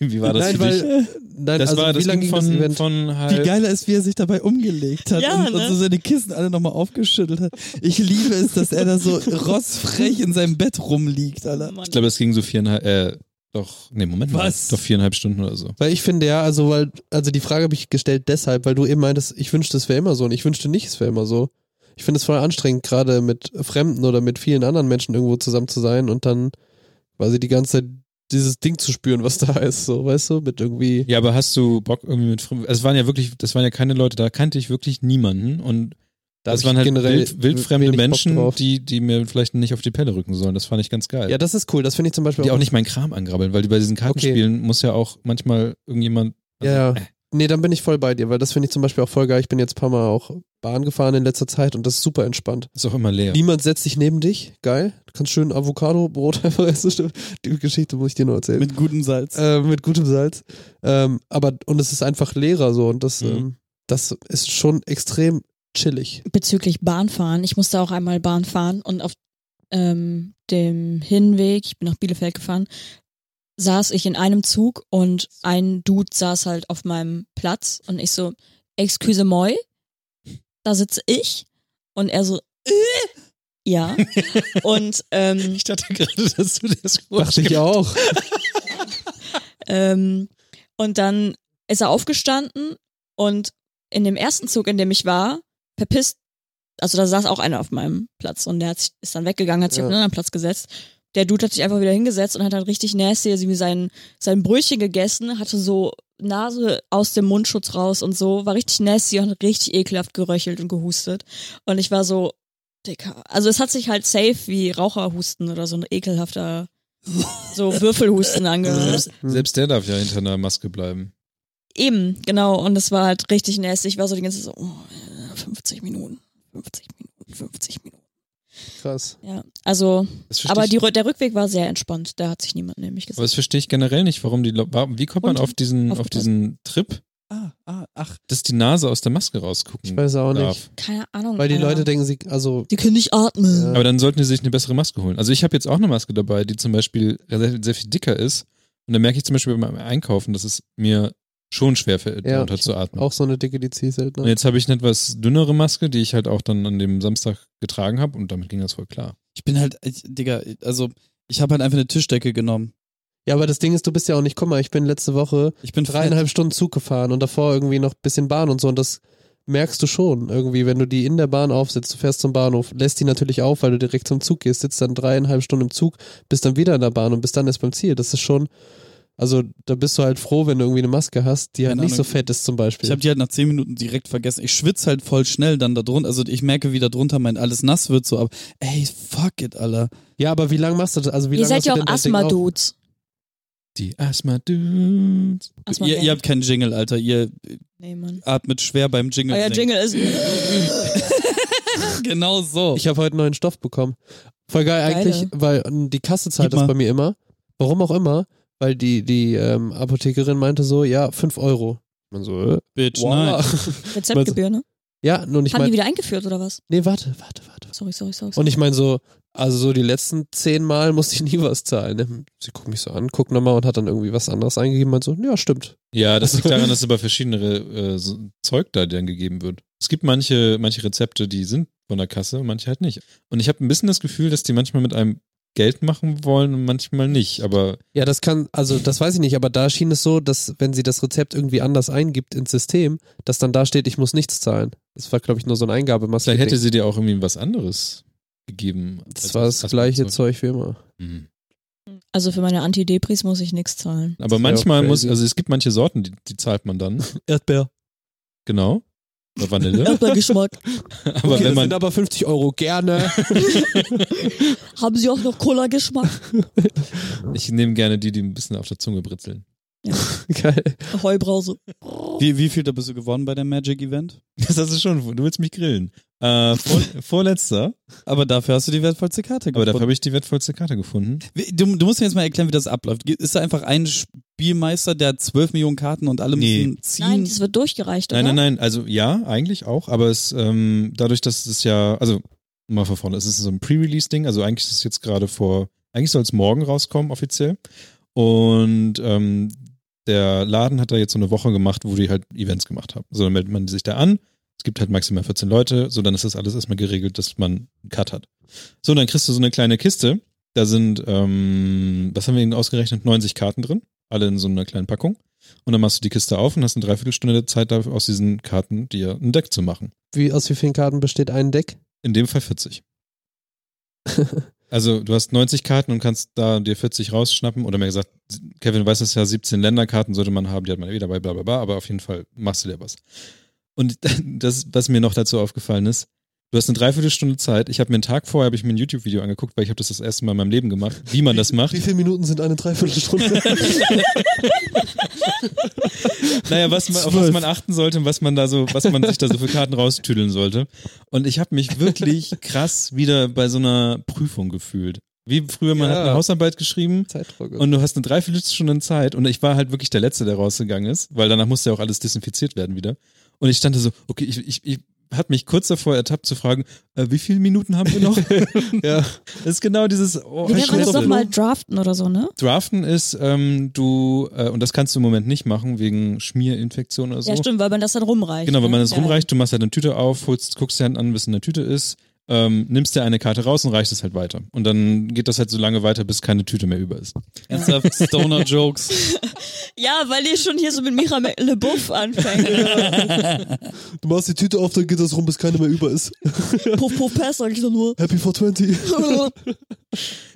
S1: Wie, wie war das
S4: nein,
S1: für dich?
S4: weil, nein,
S1: das
S4: also
S1: war
S4: wie
S1: das
S4: lang
S1: ging
S4: ging das
S1: von,
S4: Event?
S1: von
S2: Wie
S1: halb
S2: geil er ist, wie er sich dabei umgelegt hat
S3: Ja,
S2: und, und
S3: ne?
S2: so seine Kissen alle nochmal aufgeschüttelt hat. Ich liebe es, dass
S3: (laughs)
S2: er da so rossfrech in seinem Bett rumliegt, Alter.
S1: Ich glaube, es ging so viereinhalb, äh, doch, nee, Moment mal.
S2: Was?
S1: Doch viereinhalb Stunden oder so.
S4: Weil ich finde ja, also weil, also die Frage habe ich gestellt deshalb, weil du eben meintest, ich wünschte, es wäre immer so und ich wünschte nicht, es wäre immer so. Ich finde es voll anstrengend, gerade mit Fremden oder mit vielen anderen Menschen irgendwo zusammen zu sein und dann quasi die ganze Zeit dieses Ding zu spüren, was da ist, so, weißt du, mit irgendwie.
S1: Ja, aber hast du Bock irgendwie mit Fremden? Also es waren ja wirklich, das waren ja keine Leute, da kannte ich wirklich niemanden und
S4: Da
S1: das
S4: hab
S1: waren
S4: ich
S1: halt
S4: generell
S1: wild, wildfremde
S4: wenig Bock
S1: Menschen,
S4: drauf.
S1: die, die mir vielleicht nicht auf die Pelle rücken sollen. Das fand ich ganz geil.
S4: Ja, das ist cool, das finde ich zum Beispiel
S1: die auch nicht meinen Kram angrabbeln, weil die bei diesen Kartenspielen muss ja auch manchmal irgendjemand. also, äh,
S4: Ja, ja. Nee, dann bin ich voll bei dir, weil das finde ich zum Beispiel auch voll geil. Ich bin jetzt ein paar Mal auch Bahn gefahren in letzter Zeit und das ist super entspannt.
S1: Ist auch immer leer.
S4: Niemand setzt sich neben dich. Geil. Du kannst schön Avocado-Brot (laughs) einfach essen. Die Geschichte muss ich dir nur
S1: Ähm,
S4: erzählen.
S2: Mit gutem Salz.
S4: äh, mit gutem Salz. Ähm, aber, und es ist einfach leerer so und das,
S1: Mhm.
S4: ähm, das ist schon extrem chillig.
S3: bezüglich Bahnfahren. Ich musste auch einmal Bahn fahren und auf ähm, dem Hinweg, ich bin nach Bielefeld gefahren, saß ich in einem Zug und ein Dude saß halt auf meinem Platz und ich so, excuse moi, da sitze ich. Und er so, äh, ja. Und ähm,
S1: Ich dachte gerade, dass du das
S4: Dachte ich auch.
S3: Ähm, und dann ist er aufgestanden und in dem ersten Zug, in dem ich war, verpisst, also da saß auch einer auf meinem Platz und der hat sich, ist dann weggegangen, hat sich
S4: Ja.
S3: auf einen anderen Platz gesetzt. Der Dude hat sich einfach wieder hingesetzt und hat dann richtig nasty irgendwie sein, sein Brötchen gegessen, hatte so Nase aus dem Mundschutz raus und so, war richtig nasty und hat richtig ekelhaft geröchelt und gehustet. Und ich war so, Dicker. Also es hat sich halt safe wie Raucherhusten oder so ein ekelhafter, so Würfelhusten angehört.
S1: Selbst, selbst der darf ja hinter einer Maske bleiben.
S3: Eben, genau. Und es war halt richtig nasty. Ich war so die ganze Zeit so, oh, 50 Minuten, 50 Minuten, 50 Minuten.
S4: Krass.
S3: Ja, also,
S1: Das verstehe
S3: aber
S1: ich,
S3: die, Rü- der Rückweg war sehr entspannt. Da hat sich niemand nämlich
S1: aber
S3: gesagt.
S1: das verstehe ich generell nicht, warum die. Lo- warum- Wie kommt man
S3: Und
S1: auf diesen,
S3: auf-
S1: auf diesen Trip,
S2: Ah, ah, ach.
S1: dass die Nase aus der Maske rausgucken
S4: Ich weiß auch
S1: darf?
S4: nicht.
S3: Keine Ahnung.
S4: Weil die
S3: Alter.
S4: Leute denken, sie, also,
S3: die können nicht atmen.
S4: Ja.
S1: Aber dann sollten die sich eine bessere Maske holen. Also ich habe jetzt auch eine Maske dabei, die zum Beispiel sehr, sehr viel dicker ist. Und da merke ich zum Beispiel beim Einkaufen, dass es mir schon schwerfällt,
S4: Ja.
S1: darunter zu atmen.
S4: auch so eine dicke, die halt, ziehe ich selten.
S1: Und jetzt habe ich eine etwas dünnere Maske, die ich halt auch dann an dem Samstag getragen habe und damit ging das voll klar.
S2: Ich bin halt, ich, Digga, also ich habe halt einfach eine Tischdecke genommen.
S4: Ja, aber das Ding ist, du bist ja auch nicht, guck mal, ich bin letzte Woche
S2: Ich bin
S4: dreieinhalb Stunden Zug gefahren und davor irgendwie noch ein bisschen Bahn und so und das merkst du schon irgendwie, wenn du die in der Bahn aufsitzt, du fährst zum Bahnhof, lässt die natürlich auf, weil du direkt zum Zug gehst, sitzt dann dreieinhalb Stunden im Zug, bist dann wieder in der Bahn und bist dann erst beim Ziel. Das ist schon, also da bist du halt froh, wenn du irgendwie eine Maske hast, die halt
S2: Keine
S4: nicht so
S2: Ahnung.
S4: fett ist zum
S2: Ich
S4: Beispiel.
S2: habe die halt nach zehn Minuten direkt vergessen. Ich schwitze halt voll schnell dann da drunter. Also ich merke, wie da drunter mein alles nass wird, so, aber ey, fuck it, Alter.
S4: ja, aber wie lange machst du das? Also wie
S3: Ihr
S4: lange
S3: seid
S4: hast
S3: ja
S4: du
S3: auch
S4: denn das Ding auf?
S3: Asthma-Dudes.
S1: Die Asthma Dudes.
S3: Asthma
S2: Ihr, ihr habt keinen Jingle, Alter. Ihr
S3: nee, Mann.
S2: atmet schwer beim Jingle.
S3: Euer
S2: singen.
S3: Jingle ist.
S4: (laughs)
S2: Genau so.
S4: Ich habe heute neuen Stoff bekommen. Voll geil
S3: Geile.
S4: eigentlich, weil ähm, die Kasse zahlt
S2: Gib
S4: das
S2: mal.
S4: bei mir immer. Warum auch immer, weil die, die ähm, Apothekerin meinte so, ja, 5 Euro. Man so, äh,
S2: Bitch, nein.
S4: wow.
S3: Rezeptgebühr, ne?
S4: (laughs) Ja, und ich
S3: Haben die
S4: meine,
S3: wieder eingeführt oder was?
S4: nee, warte, warte, warte.
S3: Sorry, sorry, sorry.
S4: Und
S3: sorry.
S4: ich meine so, also so die letzten zehn Mal musste ich nie was zahlen. ne? Sie guckt mich so an, guckt nochmal und hat dann irgendwie was anderes eingegeben und so, ja, stimmt.
S1: Ja, das liegt daran, dass über verschiedene äh, so Zeug da dann gegeben wird. Es gibt manche, manche Rezepte, die sind von der Kasse und manche halt nicht. Und ich habe ein bisschen das Gefühl, dass die manchmal mit einem Geld machen wollen und manchmal nicht. Aber
S4: Ja, das kann, also das weiß ich nicht, aber da schien es so, dass wenn sie das Rezept irgendwie anders eingibt ins System, dass dann da steht, ich muss nichts zahlen. Das war, glaube ich, nur so ein Eingabemaske.
S1: vielleicht hätte sie dir auch irgendwie was anderes gegeben.
S4: Das
S1: als
S4: war das
S1: Asthma-Zeug.
S4: gleiche Zeug wie immer.
S1: Mhm.
S3: also für meine Anti-Depris muss ich nichts zahlen.
S1: Aber
S4: ja
S1: manchmal muss,
S4: crazy.
S1: also es gibt manche Sorten, die, die zahlt man
S4: (laughs)
S1: dann.
S4: Erdbeer.
S1: Genau. Oder
S4: (laughs)
S1: Vanille.
S3: Erdbeergeschmack.
S1: Aber
S4: okay,
S1: wenn
S4: das sind
S1: man.
S4: aber 50 Euro
S1: (laughs)
S4: gerne.
S3: Haben sie auch noch Cola-Geschmack?
S4: (laughs)
S1: Ich nehme gerne die, die ein bisschen auf der Zunge britzeln. (laughs)
S4: Geil.
S3: Heubrause.
S2: Wie, wie viel da bist du geworden bei dem Magic Event?
S1: Das hast du schon. Du willst mich grillen. Äh, vor, (laughs) vorletzter.
S2: Aber dafür hast du die wertvollste Karte
S1: Aber dafür
S2: gefunden.
S1: habe ich die wertvollste Karte gefunden.
S2: Wie- Du, du musst mir jetzt mal erklären, wie das abläuft. Ge- Ist da einfach ein Spielmeister, der hat 12 Millionen Karten und alle
S1: Nee.
S2: müssen ziehen?
S4: Hm.
S3: Nein, das wird durchgereicht, oder?
S1: Nein, nein, nein. Also ja, eigentlich auch. Aber es ähm, dadurch, dass es ja, also mal von vorne, es ist so ein Pre-Release-Ding. Also eigentlich ist es jetzt gerade vor, eigentlich soll es morgen rauskommen offiziell. Und ähm, der Laden hat da jetzt so eine Woche gemacht, wo die halt Events gemacht haben. So, dann meldet man sich da an. Es gibt halt maximal 14 Leute. So, dann ist das alles erstmal geregelt, dass man einen Cut hat. So, dann kriegst du so eine kleine Kiste. Da sind, ähm, was haben wir eben ausgerechnet? 90 Karten drin. Alle in so einer kleinen Packung. Und dann machst du die Kiste auf und hast eine Dreiviertelstunde Zeit, dafür aus diesen Karten dir ein Deck zu machen.
S4: Wie, aus wie vielen Karten besteht ein Deck?
S1: In dem Fall 40. Also du hast 90 Karten und kannst da dir 40 rausschnappen. Oder mehr gesagt, Kevin weiß es ja, 17 Länderkarten sollte man haben, die hat man eh dabei, bla bla bla, aber auf jeden Fall machst du dir was. Und (laughs) das, was mir noch dazu aufgefallen ist, du hast eine Dreiviertelstunde Zeit. Ich habe mir einen Tag vorher, habe ich mir ein YouTube-Video angeguckt, weil ich habe das das erste Mal in meinem Leben gemacht, wie man das macht.
S4: Wie viele Minuten sind eine Dreiviertelstunde?
S1: (laughs) Naja, was man, auf was man achten sollte und was man da so, was man sich da so für Karten raustüdeln sollte. Und ich habe mich wirklich krass wieder bei so einer Prüfung gefühlt. Wie früher, man
S4: Ja.
S1: hat eine Hausarbeit geschrieben
S4: Zeitdruck.
S1: und du hast eine Dreiviertelstunde Zeit und ich war halt wirklich der Letzte, der rausgegangen ist, weil danach musste ja auch alles desinfiziert werden wieder. Und ich stand da so, okay, ich, ich, ich hat mich kurz davor ertappt zu fragen, äh, wie viele Minuten haben wir noch?
S4: Ja.
S1: das ist genau dieses oh,
S3: Wie nennt man das
S1: Schnitzel.
S3: nochmal? Draften oder so, ne?
S1: Draften ist, ähm, du, äh, und das kannst du im Moment nicht machen, wegen Schmierinfektion oder so.
S3: Ja, stimmt, weil man das dann rumreicht.
S1: Genau, wenn
S3: ne?
S1: man das
S3: ja.
S1: rumreicht, du machst halt eine Tüte auf, holst, guckst dir Hand an, bis in der Tüte ist, ähm, nimmst dir eine Karte raus und reichst es halt weiter. Und dann geht das halt so lange weiter, bis keine Tüte mehr über ist.
S2: Ernsthaft Stoner-Jokes.
S3: Ja, weil ihr schon hier so mit Mira LeBuff anfängt. ne?
S4: Du machst die Tüte auf, dann geht das rum, bis keine mehr über ist.
S3: puff, puff, pass, sag ich so nur. (laughs)
S4: Happy for 20.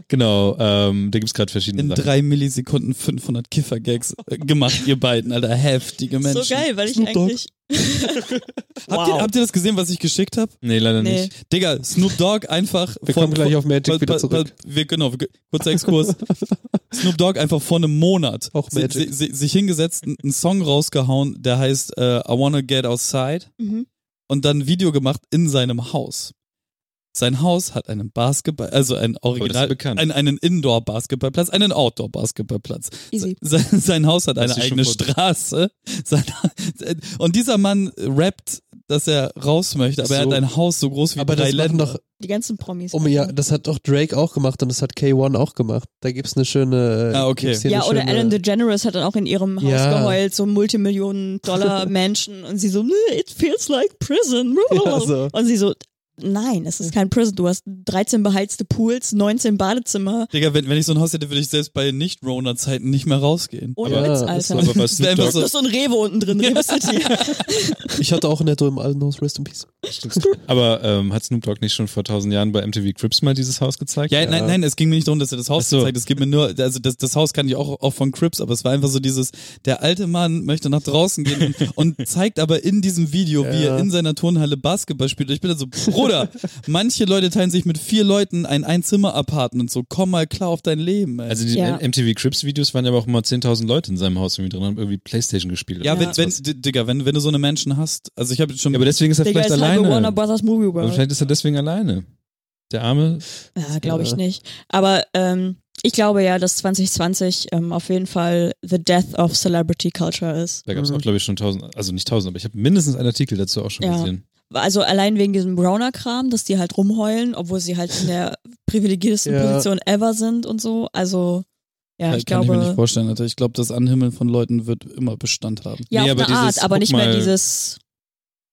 S1: Genau, ähm, da gibt's gerade verschiedene
S2: In
S1: Sachen.
S2: drei Millisekunden 500 Kiffer-Gags äh, gemacht, ihr beiden, Alter. Heftige Menschen.
S3: so geil, weil ich
S2: Snoop Dogg.
S3: eigentlich.
S2: Habt, ihr, habt ihr das gesehen, was ich geschickt habe?
S1: nee, leider
S3: Nee.
S1: nicht.
S2: Digga, Snoop Dogg einfach.
S4: Wir kommen gleich auf Magic wieder zurück.
S2: Wir, genau, wir,
S4: (laughs)
S2: kurzer Exkurs. Snoop Dogg einfach vor einem Monat
S4: Auch
S2: si-
S4: Magic.
S2: si- si- sich hingesetzt, n- einen Song rausgehauen, der heißt äh, I Wanna Get Outside
S3: Mhm.
S2: und dann ein Video gemacht in seinem Haus. Sein Haus hat einen Basketball, also ein
S4: Oh,
S1: das ist
S2: Original,
S1: bekannt.
S2: einen, einen Indoor-Basketballplatz, einen Outdoor-Basketballplatz.
S3: Easy.
S2: Se, se- sein Haus hat eine
S1: ist schon
S2: eigene
S1: verrückt.
S2: Straße. (laughs) Sein, und dieser Mann rappt, dass er raus möchte, aber er
S4: So.
S2: hat ein Haus so groß
S4: (laughs)
S2: wie
S4: Aber
S2: drei
S4: das machen
S2: Länder.
S4: doch,
S3: Die ganzen Promis. halt, ne?
S4: oh ja, das hat doch Drake auch gemacht und das hat K1 auch gemacht. Da gibt's eine schöne. äh,
S2: Ah, okay.
S4: gibt's hier
S3: Ja,
S4: eine
S3: oder
S4: schöne-
S3: Ellen DeGeneres hat dann auch in ihrem Haus
S4: äh, Ja.
S3: geheult, so Multimillionen-Dollar-Menschen und sie so, "Nö, it feels like prison. (laughs)
S4: Ja, so.
S3: Und sie so, nein, es ist kein Prison, du hast 13 beheizte Pools, 19 Badezimmer,
S2: Digga, wenn, wenn ich so ein Haus hätte, würde ich selbst bei Nicht-Rona-Zeiten nicht mehr rausgehen.
S3: ohne
S4: Aber-
S3: Witz,
S4: Ja,
S3: Alter.
S2: (laughs)
S1: Aber bei Snoop
S2: einfach
S1: Dogg,
S2: so-
S3: Das ist so ein Rewe unten drin, Rewe City.
S4: Ich hatte auch Netto im alten Haus, Rest in Peace.
S1: aber ähm, hat Snoop Dogg nicht schon vor tausend Jahren bei MTV Crips mal dieses Haus gezeigt?
S2: Ja, nein, nein, es ging mir nicht darum, dass er das Haus
S1: Ach so.
S2: gezeigt hat. Es geht mir nur, also das, das Haus kann ich auch, auch von Crips, aber es war einfach so dieses, der alte Mann möchte nach draußen gehen und, und zeigt aber in diesem Video, wie
S4: Ja.
S2: er in seiner Turnhalle Basketball spielt. Und ich bin da so, Bruder, manche Leute teilen sich mit vier Leuten ein Einzimmer-Apartment, so komm mal klar auf dein Leben, ey.
S1: Also die
S3: Ja.
S1: MTV Crips Videos waren ja aber auch immer 10.000 Leute in seinem Haus irgendwie drin, haben irgendwie Playstation gespielt. oder
S2: ja, wenn,
S1: sonst
S2: wenn,
S1: was.
S2: Digga, wenn, wenn du so eine Menschen hast, also ich habe jetzt schon
S1: ja, aber deswegen ist er
S3: Digga,
S1: vielleicht
S3: ist halbe Warner
S1: alleine.
S3: Brothers Movie
S1: Aber
S3: World.
S1: vielleicht ist er deswegen alleine. Der arme
S3: Ja, glaube ich nicht. Aber ähm, ich glaube ja, dass 2020 ähm, auf jeden Fall the death of celebrity culture ist.
S1: Da gab es
S4: Mhm.
S1: auch, glaube ich, schon tausend, also nicht tausend, aber ich habe mindestens einen Artikel dazu auch schon
S3: Ja.
S1: gesehen.
S3: Also allein wegen diesem Browner-Kram, dass die halt rumheulen, obwohl sie halt in der privilegiertesten
S4: Ja.
S3: Position ever sind und so. Also ja,
S2: kann
S3: ich
S2: ich mir nicht
S3: glaube,
S2: vorstellen, Alter. Ich glaube, das Anhimmeln von Leuten wird immer Bestand haben.
S3: ja
S1: Nee,
S3: auf
S1: aber
S3: eine Art,
S1: dieses,
S3: aber
S1: guck
S3: nicht mehr
S1: mal-
S3: dieses,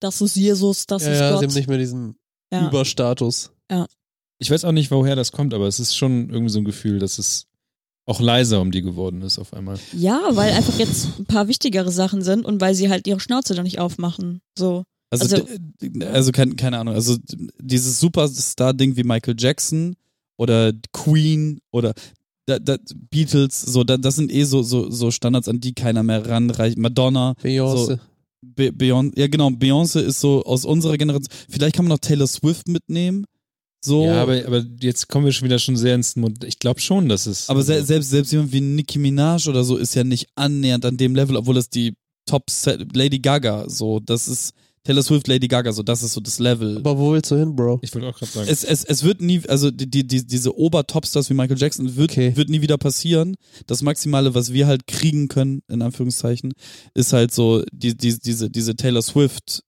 S3: das ist Jesus, das
S4: ja,
S3: ist
S4: ja, sie
S3: Gott.
S4: haben nicht mehr diesen
S3: ja.
S4: Überstatus.
S1: Ich weiß auch nicht, woher das kommt, aber es ist schon irgendwie so ein Gefühl, dass es auch leiser um die geworden ist auf einmal.
S3: ja, weil einfach jetzt ein paar wichtigere Sachen sind und weil sie halt ihre Schnauze da nicht aufmachen. So.
S2: Also,
S3: Also-
S2: d- d- also kein, keine Ahnung, also d- dieses Superstar-Ding wie Michael Jackson oder Queen oder da, da, Beatles, so, da, das sind eh so, so, so Standards, an die keiner mehr ranreicht. Madonna,
S4: Beyoncé.
S2: Be Beyon ja genau, Beyoncé ist so aus unserer Generation. Vielleicht kann man noch Taylor Swift mitnehmen. So,
S1: Ja, aber, aber jetzt kommen wir schon wieder schon sehr ins Mod Ich glaube schon, dass es.
S2: aber se selbst, selbst jemand wie Nicki Minaj oder so ist ja nicht annähernd an dem Level, obwohl das die Top Lady Gaga, so, das ist Taylor Swift, Lady Gaga, so, das ist so das Level.
S4: Aber wo willst du hin, Bro?
S1: ich wollte auch gerade sagen.
S2: Es, es, es wird nie, also die, die, die, diese Ober-Topstars wie Michael Jackson wird,
S4: Okay.
S2: wird nie wieder passieren. Das Maximale, was wir halt kriegen können, in Anführungszeichen, ist halt so die, die, diese, diese Taylor Swift,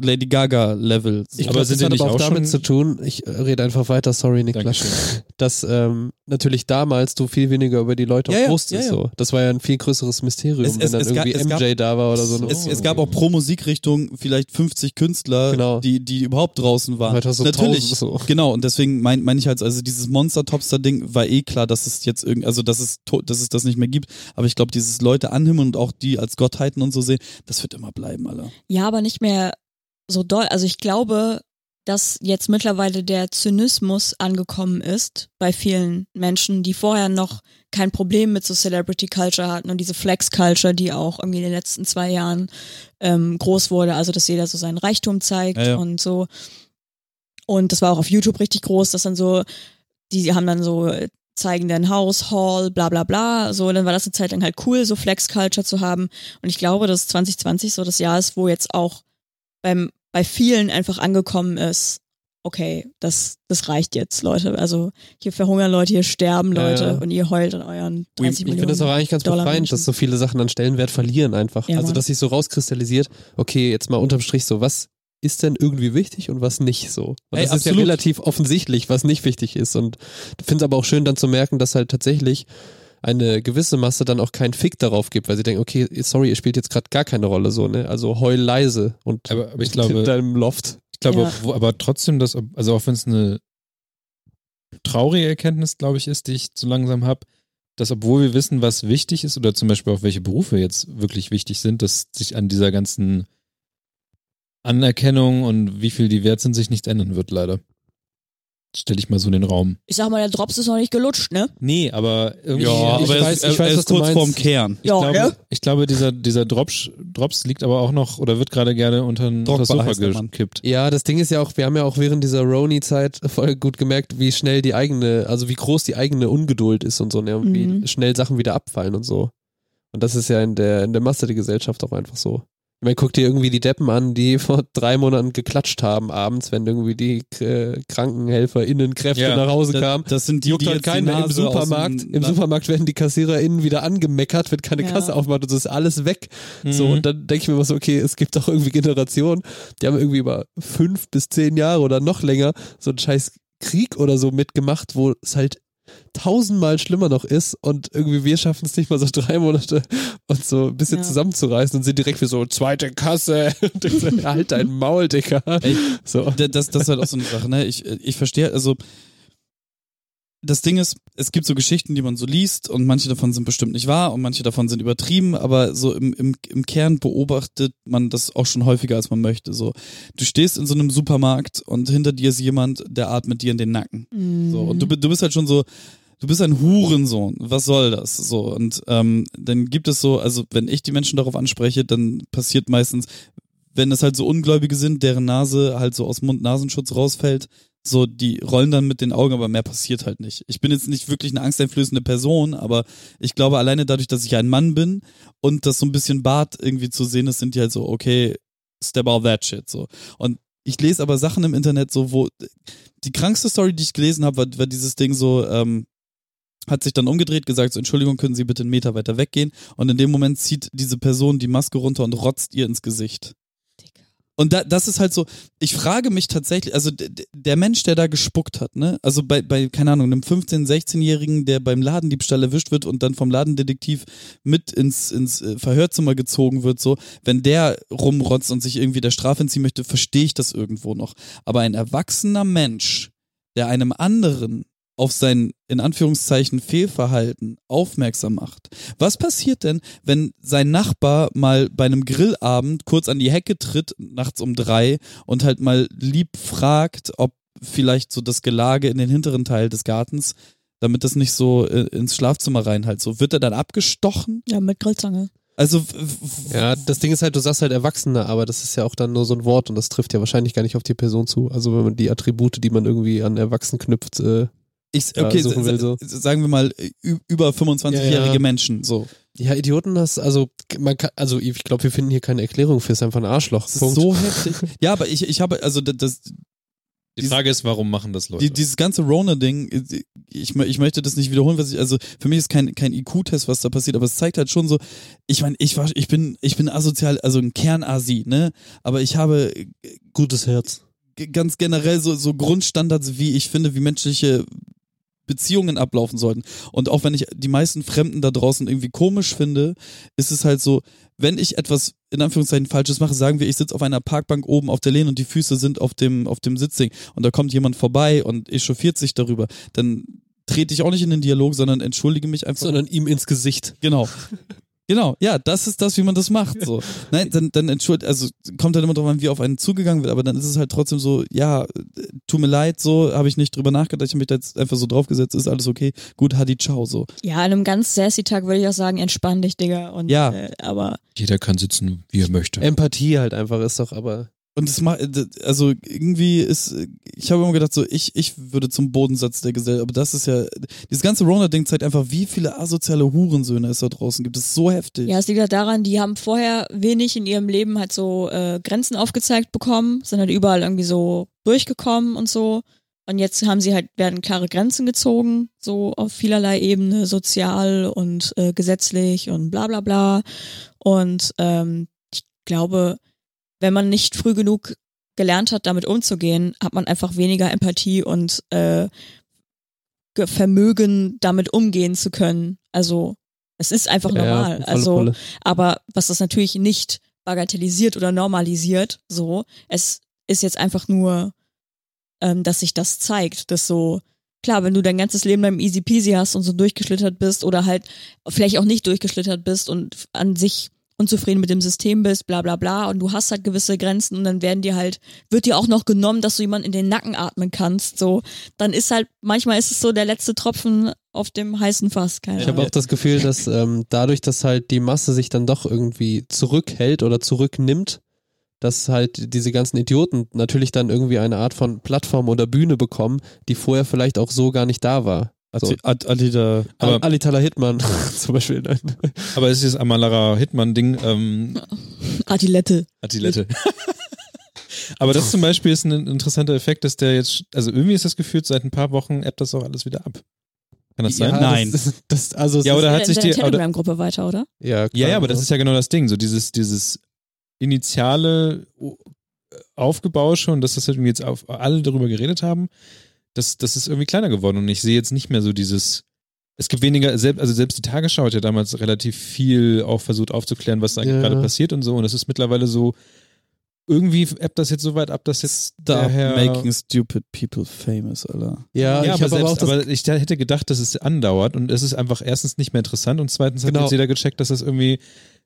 S2: Lady Gaga Level.
S4: Ich
S1: Aber
S4: glaube, das
S1: sind die
S4: hat
S1: nicht
S4: aber auch
S1: auch
S4: damit
S1: schon-
S4: zu tun, ich äh, rede einfach weiter, sorry Niklas,
S1: Dankeschön.
S4: dass ähm, natürlich damals du viel weniger über die Leute
S2: Ja, ja,
S4: auch wusstest.
S2: ja, ja.
S4: So. Das war ja ein viel größeres Mysterium,
S2: Es- es-
S4: wenn dann
S2: es gab-
S4: irgendwie
S2: es gab-
S4: MJ da war oder so. Oh.
S1: es-
S2: es, es gab auch pro Musikrichtung vielleicht 50 Künstler,
S4: Genau.
S2: die, die überhaupt draußen waren.
S4: Heute hast du
S2: Natürlich,
S4: 1000 so.
S2: genau. Und deswegen meine mein ich halt, also dieses Monster-Topster-Ding war eh klar, dass es jetzt irgendwie, also dass es, to- dass es das nicht mehr gibt. Aber ich glaube, dieses Leute anhimmeln und auch die als Gottheiten und so sehen, das wird immer bleiben, Alter.
S3: Ja, aber nicht mehr so doll. Also ich glaube, dass jetzt mittlerweile der Zynismus angekommen ist bei vielen Menschen, die vorher noch kein Problem mit so Celebrity Culture hatten und diese Flex Culture, die auch irgendwie in den letzten zwei Jahren ähm, groß wurde. Also dass jeder so seinen Reichtum zeigt
S2: Ja, ja.
S3: und so. Und das war auch auf YouTube richtig groß, dass dann so, die haben dann so äh, zeigen dein Haus, Hall, bla bla bla. So, dann war das eine Zeit lang halt cool, so Flex Culture zu haben. Und ich glaube, dass 2020 so das Jahr ist, wo jetzt auch beim, bei vielen einfach angekommen ist, okay, das, das reicht jetzt, Leute. Also hier verhungern Leute, hier sterben
S4: Ja,
S3: Leute
S4: ja.
S3: und ihr heult an euren
S4: Ich
S3: 30
S4: finde
S3: Millionen.
S4: das auch eigentlich ganz
S3: Dollar
S4: befreiend,
S3: Menschen.
S4: dass so viele Sachen an Stellenwert verlieren einfach.
S3: Ja,
S4: also,
S3: Mann.
S4: dass sich so rauskristallisiert, okay, jetzt mal unterm Strich so, was ist denn irgendwie wichtig und was nicht so. Und
S2: Ey,
S4: das ist ja
S2: absolut.
S4: relativ offensichtlich, was nicht wichtig ist. Und ich finde es aber auch schön, dann zu merken, dass halt tatsächlich eine gewisse Masse dann auch keinen Fick darauf gibt, weil sie denken, okay, sorry, ihr spielt jetzt gerade gar keine Rolle so, ne? Also heul leise und
S1: Aber,
S4: (laughs)
S1: aber ich glaube,
S4: in deinem Loft.
S1: Ich glaube,
S3: Ja.
S1: obwohl- aber trotzdem, dass, also auch wenn es eine traurige Erkenntnis, glaube ich, ist, die ich so langsam habe, dass obwohl wir wissen, was wichtig ist oder zum Beispiel auch welche Berufe jetzt wirklich wichtig sind, dass sich an dieser ganzen Anerkennung und wie viel die wert sind, sich nichts ändern wird, leider. Stelle ich mal so in den Raum.
S3: Ich sag mal, der Drops ist noch nicht gelutscht, ne?
S1: Nee, aber irgendwie.
S2: Ja,
S4: ich
S2: aber
S4: weiß-
S2: er, ist-
S4: ich weiß,
S2: er
S4: was
S2: ist
S4: du
S2: kurz
S4: meinst.
S2: vorm Kern.
S1: Ich, glaube, ich glaube, dieser, dieser Drops, Drops liegt aber auch noch oder wird gerade gerne unter den
S2: Drogba
S1: unter das Sofa
S2: heißt der Mann.
S1: gekippt.
S4: Ja, das Ding ist ja auch, wir haben ja auch während dieser Roni-Zeit voll gut gemerkt, wie schnell die eigene, also wie groß die eigene Ungeduld ist und so, ne? Und wie
S3: Mhm.
S4: schnell Sachen wieder abfallen und so. Und das ist ja in der, in der Masse der Gesellschaft auch einfach so. Ich meine, guck dir irgendwie die Deppen an, die (laughs) vor drei Monaten geklatscht haben abends, wenn irgendwie die äh, KrankenhelferInnen Kräfte
S1: Ja,
S4: nach Hause
S2: Da-
S4: kamen.
S2: Das sind die,
S4: Juckt
S2: die
S4: halt
S2: jetzt die
S4: keiner im
S2: Nase aus dem
S4: Supermarkt. Im
S2: Na-
S4: Supermarkt werden die KassiererInnen wieder angemeckert, wird keine
S3: Ja.
S4: Kasse aufgemacht und so ist alles weg. So,
S1: Mhm.
S4: und dann denke ich mir immer so, okay, es gibt doch irgendwie Generationen, die haben irgendwie über fünf bis zehn Jahre oder noch länger so einen scheiß Krieg oder so mitgemacht, wo es halt tausendmal schlimmer noch ist und irgendwie wir schaffen es nicht mal so (laughs) drei Monate und so ein bisschen
S3: Ja.
S4: zusammenzureißen und sind direkt wie so zweite Kasse (laughs) und ich so, halt dein Maul, Digga.
S2: Ey,
S4: So.
S2: Da- das, das ist halt auch so eine Sache, ne? Ich, ich verstehe, also das Ding ist, es gibt so Geschichten, die man so liest und manche davon sind bestimmt nicht wahr und manche davon sind übertrieben, aber so im, im, im Kern beobachtet man das auch schon häufiger, als man möchte. So, du stehst in so einem Supermarkt und hinter dir ist jemand, der atmet dir in den Nacken. So, und du, bi- du bist halt schon so, du bist ein Hurensohn, was soll das? So, und ähm, dann gibt es so, also wenn ich die Menschen darauf anspreche, dann passiert meistens, wenn es halt so Ungläubige sind, deren Nase halt so aus Mund-Nasenschutz rausfällt, so, die rollen dann mit den Augen, aber mehr passiert halt nicht. Ich bin jetzt nicht wirklich eine angsteinflößende Person, aber ich glaube, alleine dadurch, dass ich ein Mann bin und dass so ein bisschen Bart irgendwie zu sehen ist, sind die halt so, okay, step out that shit, so. Und ich lese aber Sachen im Internet so, wo die krankste Story, die ich gelesen habe, war, war dieses Ding so, ähm, hat sich dann umgedreht, gesagt, so, Entschuldigung, können Sie bitte einen Meter weiter weggehen? Und in dem Moment zieht diese Person die Maske runter und rotzt ihr ins Gesicht. Und da, das ist halt so, ich frage mich tatsächlich, also d- d- der Mensch, der da gespuckt hat, ne? Also bei, bei keine Ahnung, einem 15-, 16-Jährigen, der beim Ladendiebstahl erwischt wird und dann vom Ladendetektiv mit ins, ins äh, Verhörzimmer gezogen wird, so, wenn der rumrotzt und sich irgendwie der Strafe entziehen möchte, verstehe ich das irgendwo noch. Aber ein erwachsener Mensch, der einem anderen auf sein, in Anführungszeichen, Fehlverhalten aufmerksam macht. Was passiert denn, wenn sein Nachbar mal bei einem Grillabend kurz an die Hecke tritt, nachts um drei, und halt mal lieb fragt, ob vielleicht so das Gelage in den hinteren Teil des Gartens, damit das nicht so äh, ins Schlafzimmer rein halt so. Wird er dann abgestochen?
S3: Ja, mit Grillzange.
S2: Also, w- w-
S4: Ja, das Ding ist halt, du sagst halt Erwachsene, aber das ist ja auch dann nur so ein Wort und das trifft ja wahrscheinlich gar nicht auf die Person zu. Also wenn man die Attribute, die man irgendwie an Erwachsen knüpft, äh,
S2: ich,
S4: Ja,
S2: okay,
S4: suchen will
S2: sa- sa- sagen wir mal, äh, ü- über 25-jährige
S4: Ja, ja.
S2: Menschen, so.
S4: ja, Idioten, das, also man kann, also ich glaube, wir finden hier keine Erklärung für, ist einfach ein Arschloch.
S2: Das ist
S4: Punkt.
S2: so heftig. Ja, aber ich, ich habe, also das- das,
S1: Die Frage ist, warum machen das Leute?
S2: die, dieses ganze Rona-Ding, ich, mö- ich möchte das nicht wiederholen, was ich, also für mich ist kein, kein IQ-Test, was da passiert, aber es zeigt halt schon so, ich meine, ich war, ich bin, ich bin asozial, also ein Kernasi, ne? Aber ich habe
S4: gutes Herz.
S2: g- ganz generell so, so Grundstandards, wie ich finde, wie menschliche Beziehungen ablaufen sollten. Und auch wenn ich die meisten Fremden da draußen irgendwie komisch finde, ist es halt so, wenn ich etwas in Anführungszeichen Falsches mache, sagen wir, ich sitze auf einer Parkbank oben auf der Lehne und die Füße sind auf dem, auf dem Sitzding und da kommt jemand vorbei und echauffiert sich darüber, dann trete ich auch nicht in den Dialog, sondern entschuldige mich einfach.
S4: Sondern ihm ins Gesicht.
S2: Genau. Genau, ja, das ist das, wie man das macht. So. Nein, dann, dann entschuldigt, also kommt dann immer drauf an, wie auf einen zugegangen wird, aber dann ist es halt trotzdem so, ja, äh, tut mir leid, so, habe ich nicht drüber nachgedacht, ich habe mich da jetzt einfach so draufgesetzt, ist alles okay, gut, Hadi, ciao, so.
S3: Ja, an einem ganz sassy Tag würde ich auch sagen, entspann dich, Digga. Und,
S2: Ja.
S3: Äh, aber
S1: Jeder kann sitzen, wie er möchte.
S4: Empathie halt einfach ist doch, aber
S2: Und es macht, also irgendwie ist, ich habe immer gedacht, so, ich, ich würde zum Bodensatz der Gesellschaft, aber das ist ja, dieses ganze Rona-Ding zeigt einfach, wie viele asoziale Hurensöhne es da draußen gibt, das ist so heftig.
S3: Ja, es liegt halt daran, die haben vorher wenig in ihrem Leben halt so äh, Grenzen aufgezeigt bekommen, sind halt überall irgendwie so durchgekommen und so. Und jetzt haben sie halt, werden klare Grenzen gezogen, so auf vielerlei Ebene, sozial und äh, gesetzlich und bla bla bla. Und ähm, ich glaube, wenn man nicht früh genug gelernt hat, damit umzugehen, hat man einfach weniger Empathie und äh, Ge- Vermögen, damit umgehen zu können. Also es ist einfach normal.
S4: volle
S3: also
S4: Pulle.
S3: aber was das natürlich nicht bagatellisiert oder normalisiert, so, es ist jetzt einfach nur, ähm, dass sich das zeigt, dass so, klar, wenn du dein ganzes Leben lang easy peasy hast und so durchgeschlittert bist oder halt vielleicht auch nicht durchgeschlittert bist und f- an sich unzufrieden mit dem System bist, bla bla bla, und du hast halt gewisse Grenzen und dann werden dir halt, wird dir auch noch genommen, dass du jemanden in den Nacken atmen kannst, so, dann ist halt, manchmal ist es so der letzte Tropfen auf dem heißen Fass, keine
S4: Ich
S3: Ahnung.
S4: habe auch das Gefühl, dass ähm, dadurch, dass halt die Masse sich dann doch irgendwie zurückhält oder zurücknimmt, dass halt diese ganzen Idioten natürlich dann irgendwie eine Art von Plattform oder Bühne bekommen, die vorher vielleicht auch so gar nicht da war. So.
S2: Also, Ad- Adida.
S1: Aber-
S4: Ali Tala Hitman (laughs) zum Beispiel. Nein.
S1: Aber es ist dieses Amalara Hitman-Ding, ähm,
S3: Adilette.
S1: Adilette. (laughs) Aber das zum Beispiel ist ein interessanter Effekt, dass der jetzt, also irgendwie ist das gefühlt, seit ein paar Wochen ebbt das auch alles wieder ab. Kann das sein?
S4: Ja,
S2: Nein.
S4: Das, das, also es
S1: Ja,
S4: ist-
S1: oder
S3: In
S1: hat sich
S3: der
S1: die, oder,
S3: Telegram-Gruppe weiter, oder?
S4: ja,
S1: Ja,
S4: klar.
S1: ja, aber
S2: ne?
S1: das ist ja genau das Ding. So dieses, dieses initiale O- Aufgebausche und dass das halt irgendwie jetzt auf alle darüber geredet haben, das, das ist irgendwie kleiner geworden. Und ich sehe jetzt nicht mehr so dieses. Es gibt weniger, selbst, also selbst die Tagesschau hat ja damals relativ viel auch versucht aufzuklären, was da eigentlich
S4: Ja.
S1: gerade passiert und so. Und es ist mittlerweile so, irgendwie ebbt das jetzt so weit ab, dass jetzt der
S2: Stop
S1: Herr,
S2: making stupid people famous, Alter.
S1: ja,
S4: ja, ich
S1: aber,
S4: habe aber
S1: selbst,
S4: auch das
S1: aber ich da hätte gedacht, dass es andauert und es ist einfach erstens nicht mehr interessant und zweitens hat
S4: Genau.
S1: jetzt jeder gecheckt, dass das irgendwie,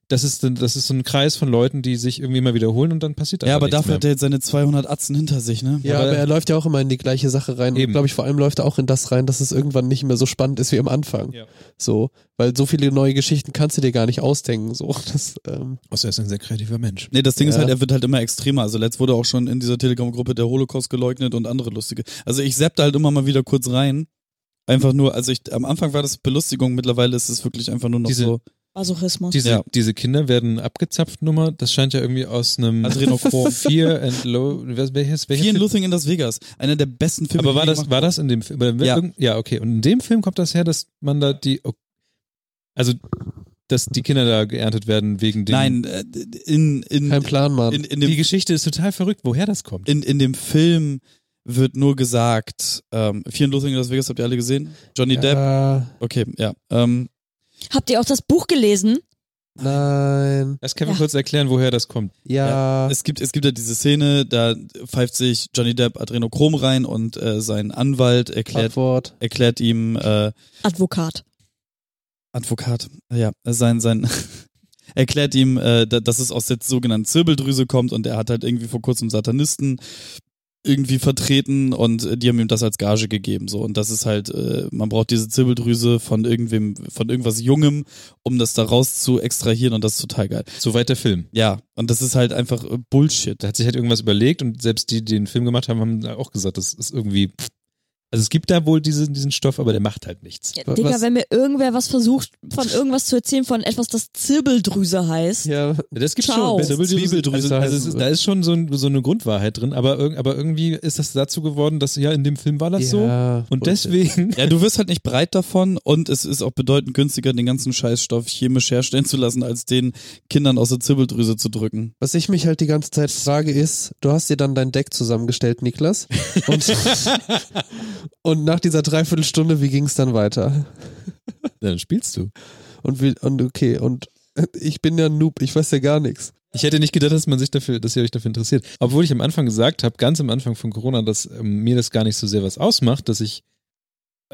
S1: das ist, das ist so ein Kreis von Leuten, die sich irgendwie immer wiederholen und dann passiert
S2: Ja, aber
S1: nichts
S2: dafür
S1: mehr.
S2: hat er jetzt seine 200 Atzen hinter sich, ne?
S4: Ja,
S1: Aber-
S4: aber, er läuft ja auch immer in die gleiche Sache rein.
S1: Eben.
S4: Und glaube ich, vor allem läuft er auch in das rein, dass es irgendwann nicht mehr so spannend ist wie am Anfang.
S1: Ja.
S4: So, weil so viele neue Geschichten kannst du dir gar nicht ausdenken. So, (laughs) das, ähm,
S1: Außer er ist ein sehr kreativer Mensch.
S2: Nee, das Ding ist
S4: Ja.
S2: halt, er wird halt immer extremer. Also letzt wurde auch schon in dieser Telegram-Gruppe der Holocaust geleugnet und andere lustige. Also ich zapp da halt immer mal wieder kurz rein. Einfach nur, also ich, am Anfang war das Belustigung, mittlerweile ist es wirklich einfach nur noch
S1: Diese-
S2: so
S3: Masochismus.
S1: Diese,
S2: Ja.
S1: diese Kinder werden abgezapft, Nummer, das scheint ja irgendwie aus einem (laughs)
S2: Adrenochrom.
S1: Fear and Low, wer- welches, welches
S2: Fear and
S1: Film?
S2: Loathing in Las Vegas. Einer der besten Filme.
S1: Aber war
S2: die
S1: das,
S2: gemacht-
S1: war das in dem Film? bei der
S2: Ja.
S1: Wirkung- ja, okay. Und in dem Film kommt das her, dass man da die, also, dass die Kinder da geerntet werden wegen dem.
S2: Nein, äh, in, in,
S4: kein Plan, Mann.
S2: in, in dem
S1: Die Geschichte ist total verrückt, woher das kommt.
S2: in, in dem Film wird nur gesagt, ähm, Fear and Loathing in Las Vegas habt ihr alle gesehen? Johnny Depp?
S4: ja,
S2: Okay, ja. Ähm,
S3: Habt ihr auch das Buch gelesen?
S4: nein,
S1: Lass Kevin
S3: Ja.
S1: kurz erklären, woher das kommt.
S4: ja.
S2: es gibt, es gibt ja diese Szene, da pfeift sich Johnny Depp Adrenochrom rein und äh, sein Anwalt erklärt,
S4: Antwort.
S2: erklärt ihm, äh,
S3: Advokat.
S2: Advokat, ja, sein, sein, (laughs) erklärt ihm, äh, da- dass es aus der sogenannten Zirbeldrüse kommt und er hat halt irgendwie vor kurzem Satanisten irgendwie vertreten und äh, die haben ihm das als Gage gegeben, so. Und das ist halt, äh, man braucht diese Zirbeldrüse von irgendwem, von irgendwas Jungem, um das da raus zu extrahieren und das ist total geil.
S1: Soweit der Film.
S2: Ja, und das ist halt einfach äh, Bullshit.
S1: Da hat sich halt irgendwas überlegt und selbst die, die den Film gemacht haben, haben da auch gesagt, das ist irgendwie. Also es gibt da wohl diesen, diesen Stoff, aber der macht halt nichts.
S3: Ja,
S4: Was-
S3: Digga,
S4: was-
S3: wenn mir irgendwer was versucht, von irgendwas zu erzählen, von etwas, das Zirbeldrüse heißt.
S4: Ja,
S1: Das gibt's
S3: Ciao.
S1: schon. Zirbeldrüse-
S4: Zwiebeldrüse
S1: Also es ist, da ist schon so, ein, so eine Grundwahrheit drin, aber, irg aber irgendwie ist das dazu geworden, dass ja in dem Film war das so.
S4: ja.
S1: Und deswegen.
S2: Ja, du wirst halt nicht breit davon und es ist auch bedeutend günstiger, den ganzen Scheißstoff chemisch herstellen zu lassen, als den Kindern aus der Zirbeldrüse zu drücken.
S4: Was ich mich halt die ganze Zeit frage ist, du hast dir dann dein Deck zusammengestellt, Niklas. Und, (laughs) und nach dieser Dreiviertelstunde, wie ging es dann weiter?
S1: Dann spielst du.
S4: Und, wie, und okay, und (laughs) ich bin ja ein Noob, ich weiß ja gar nichts.
S1: Ich hätte nicht gedacht, dass man sich dafür, dass ihr euch dafür interessiert. Obwohl ich am Anfang gesagt habe, ganz am Anfang von Corona, dass ähm, mir das gar nicht so sehr was ausmacht, dass ich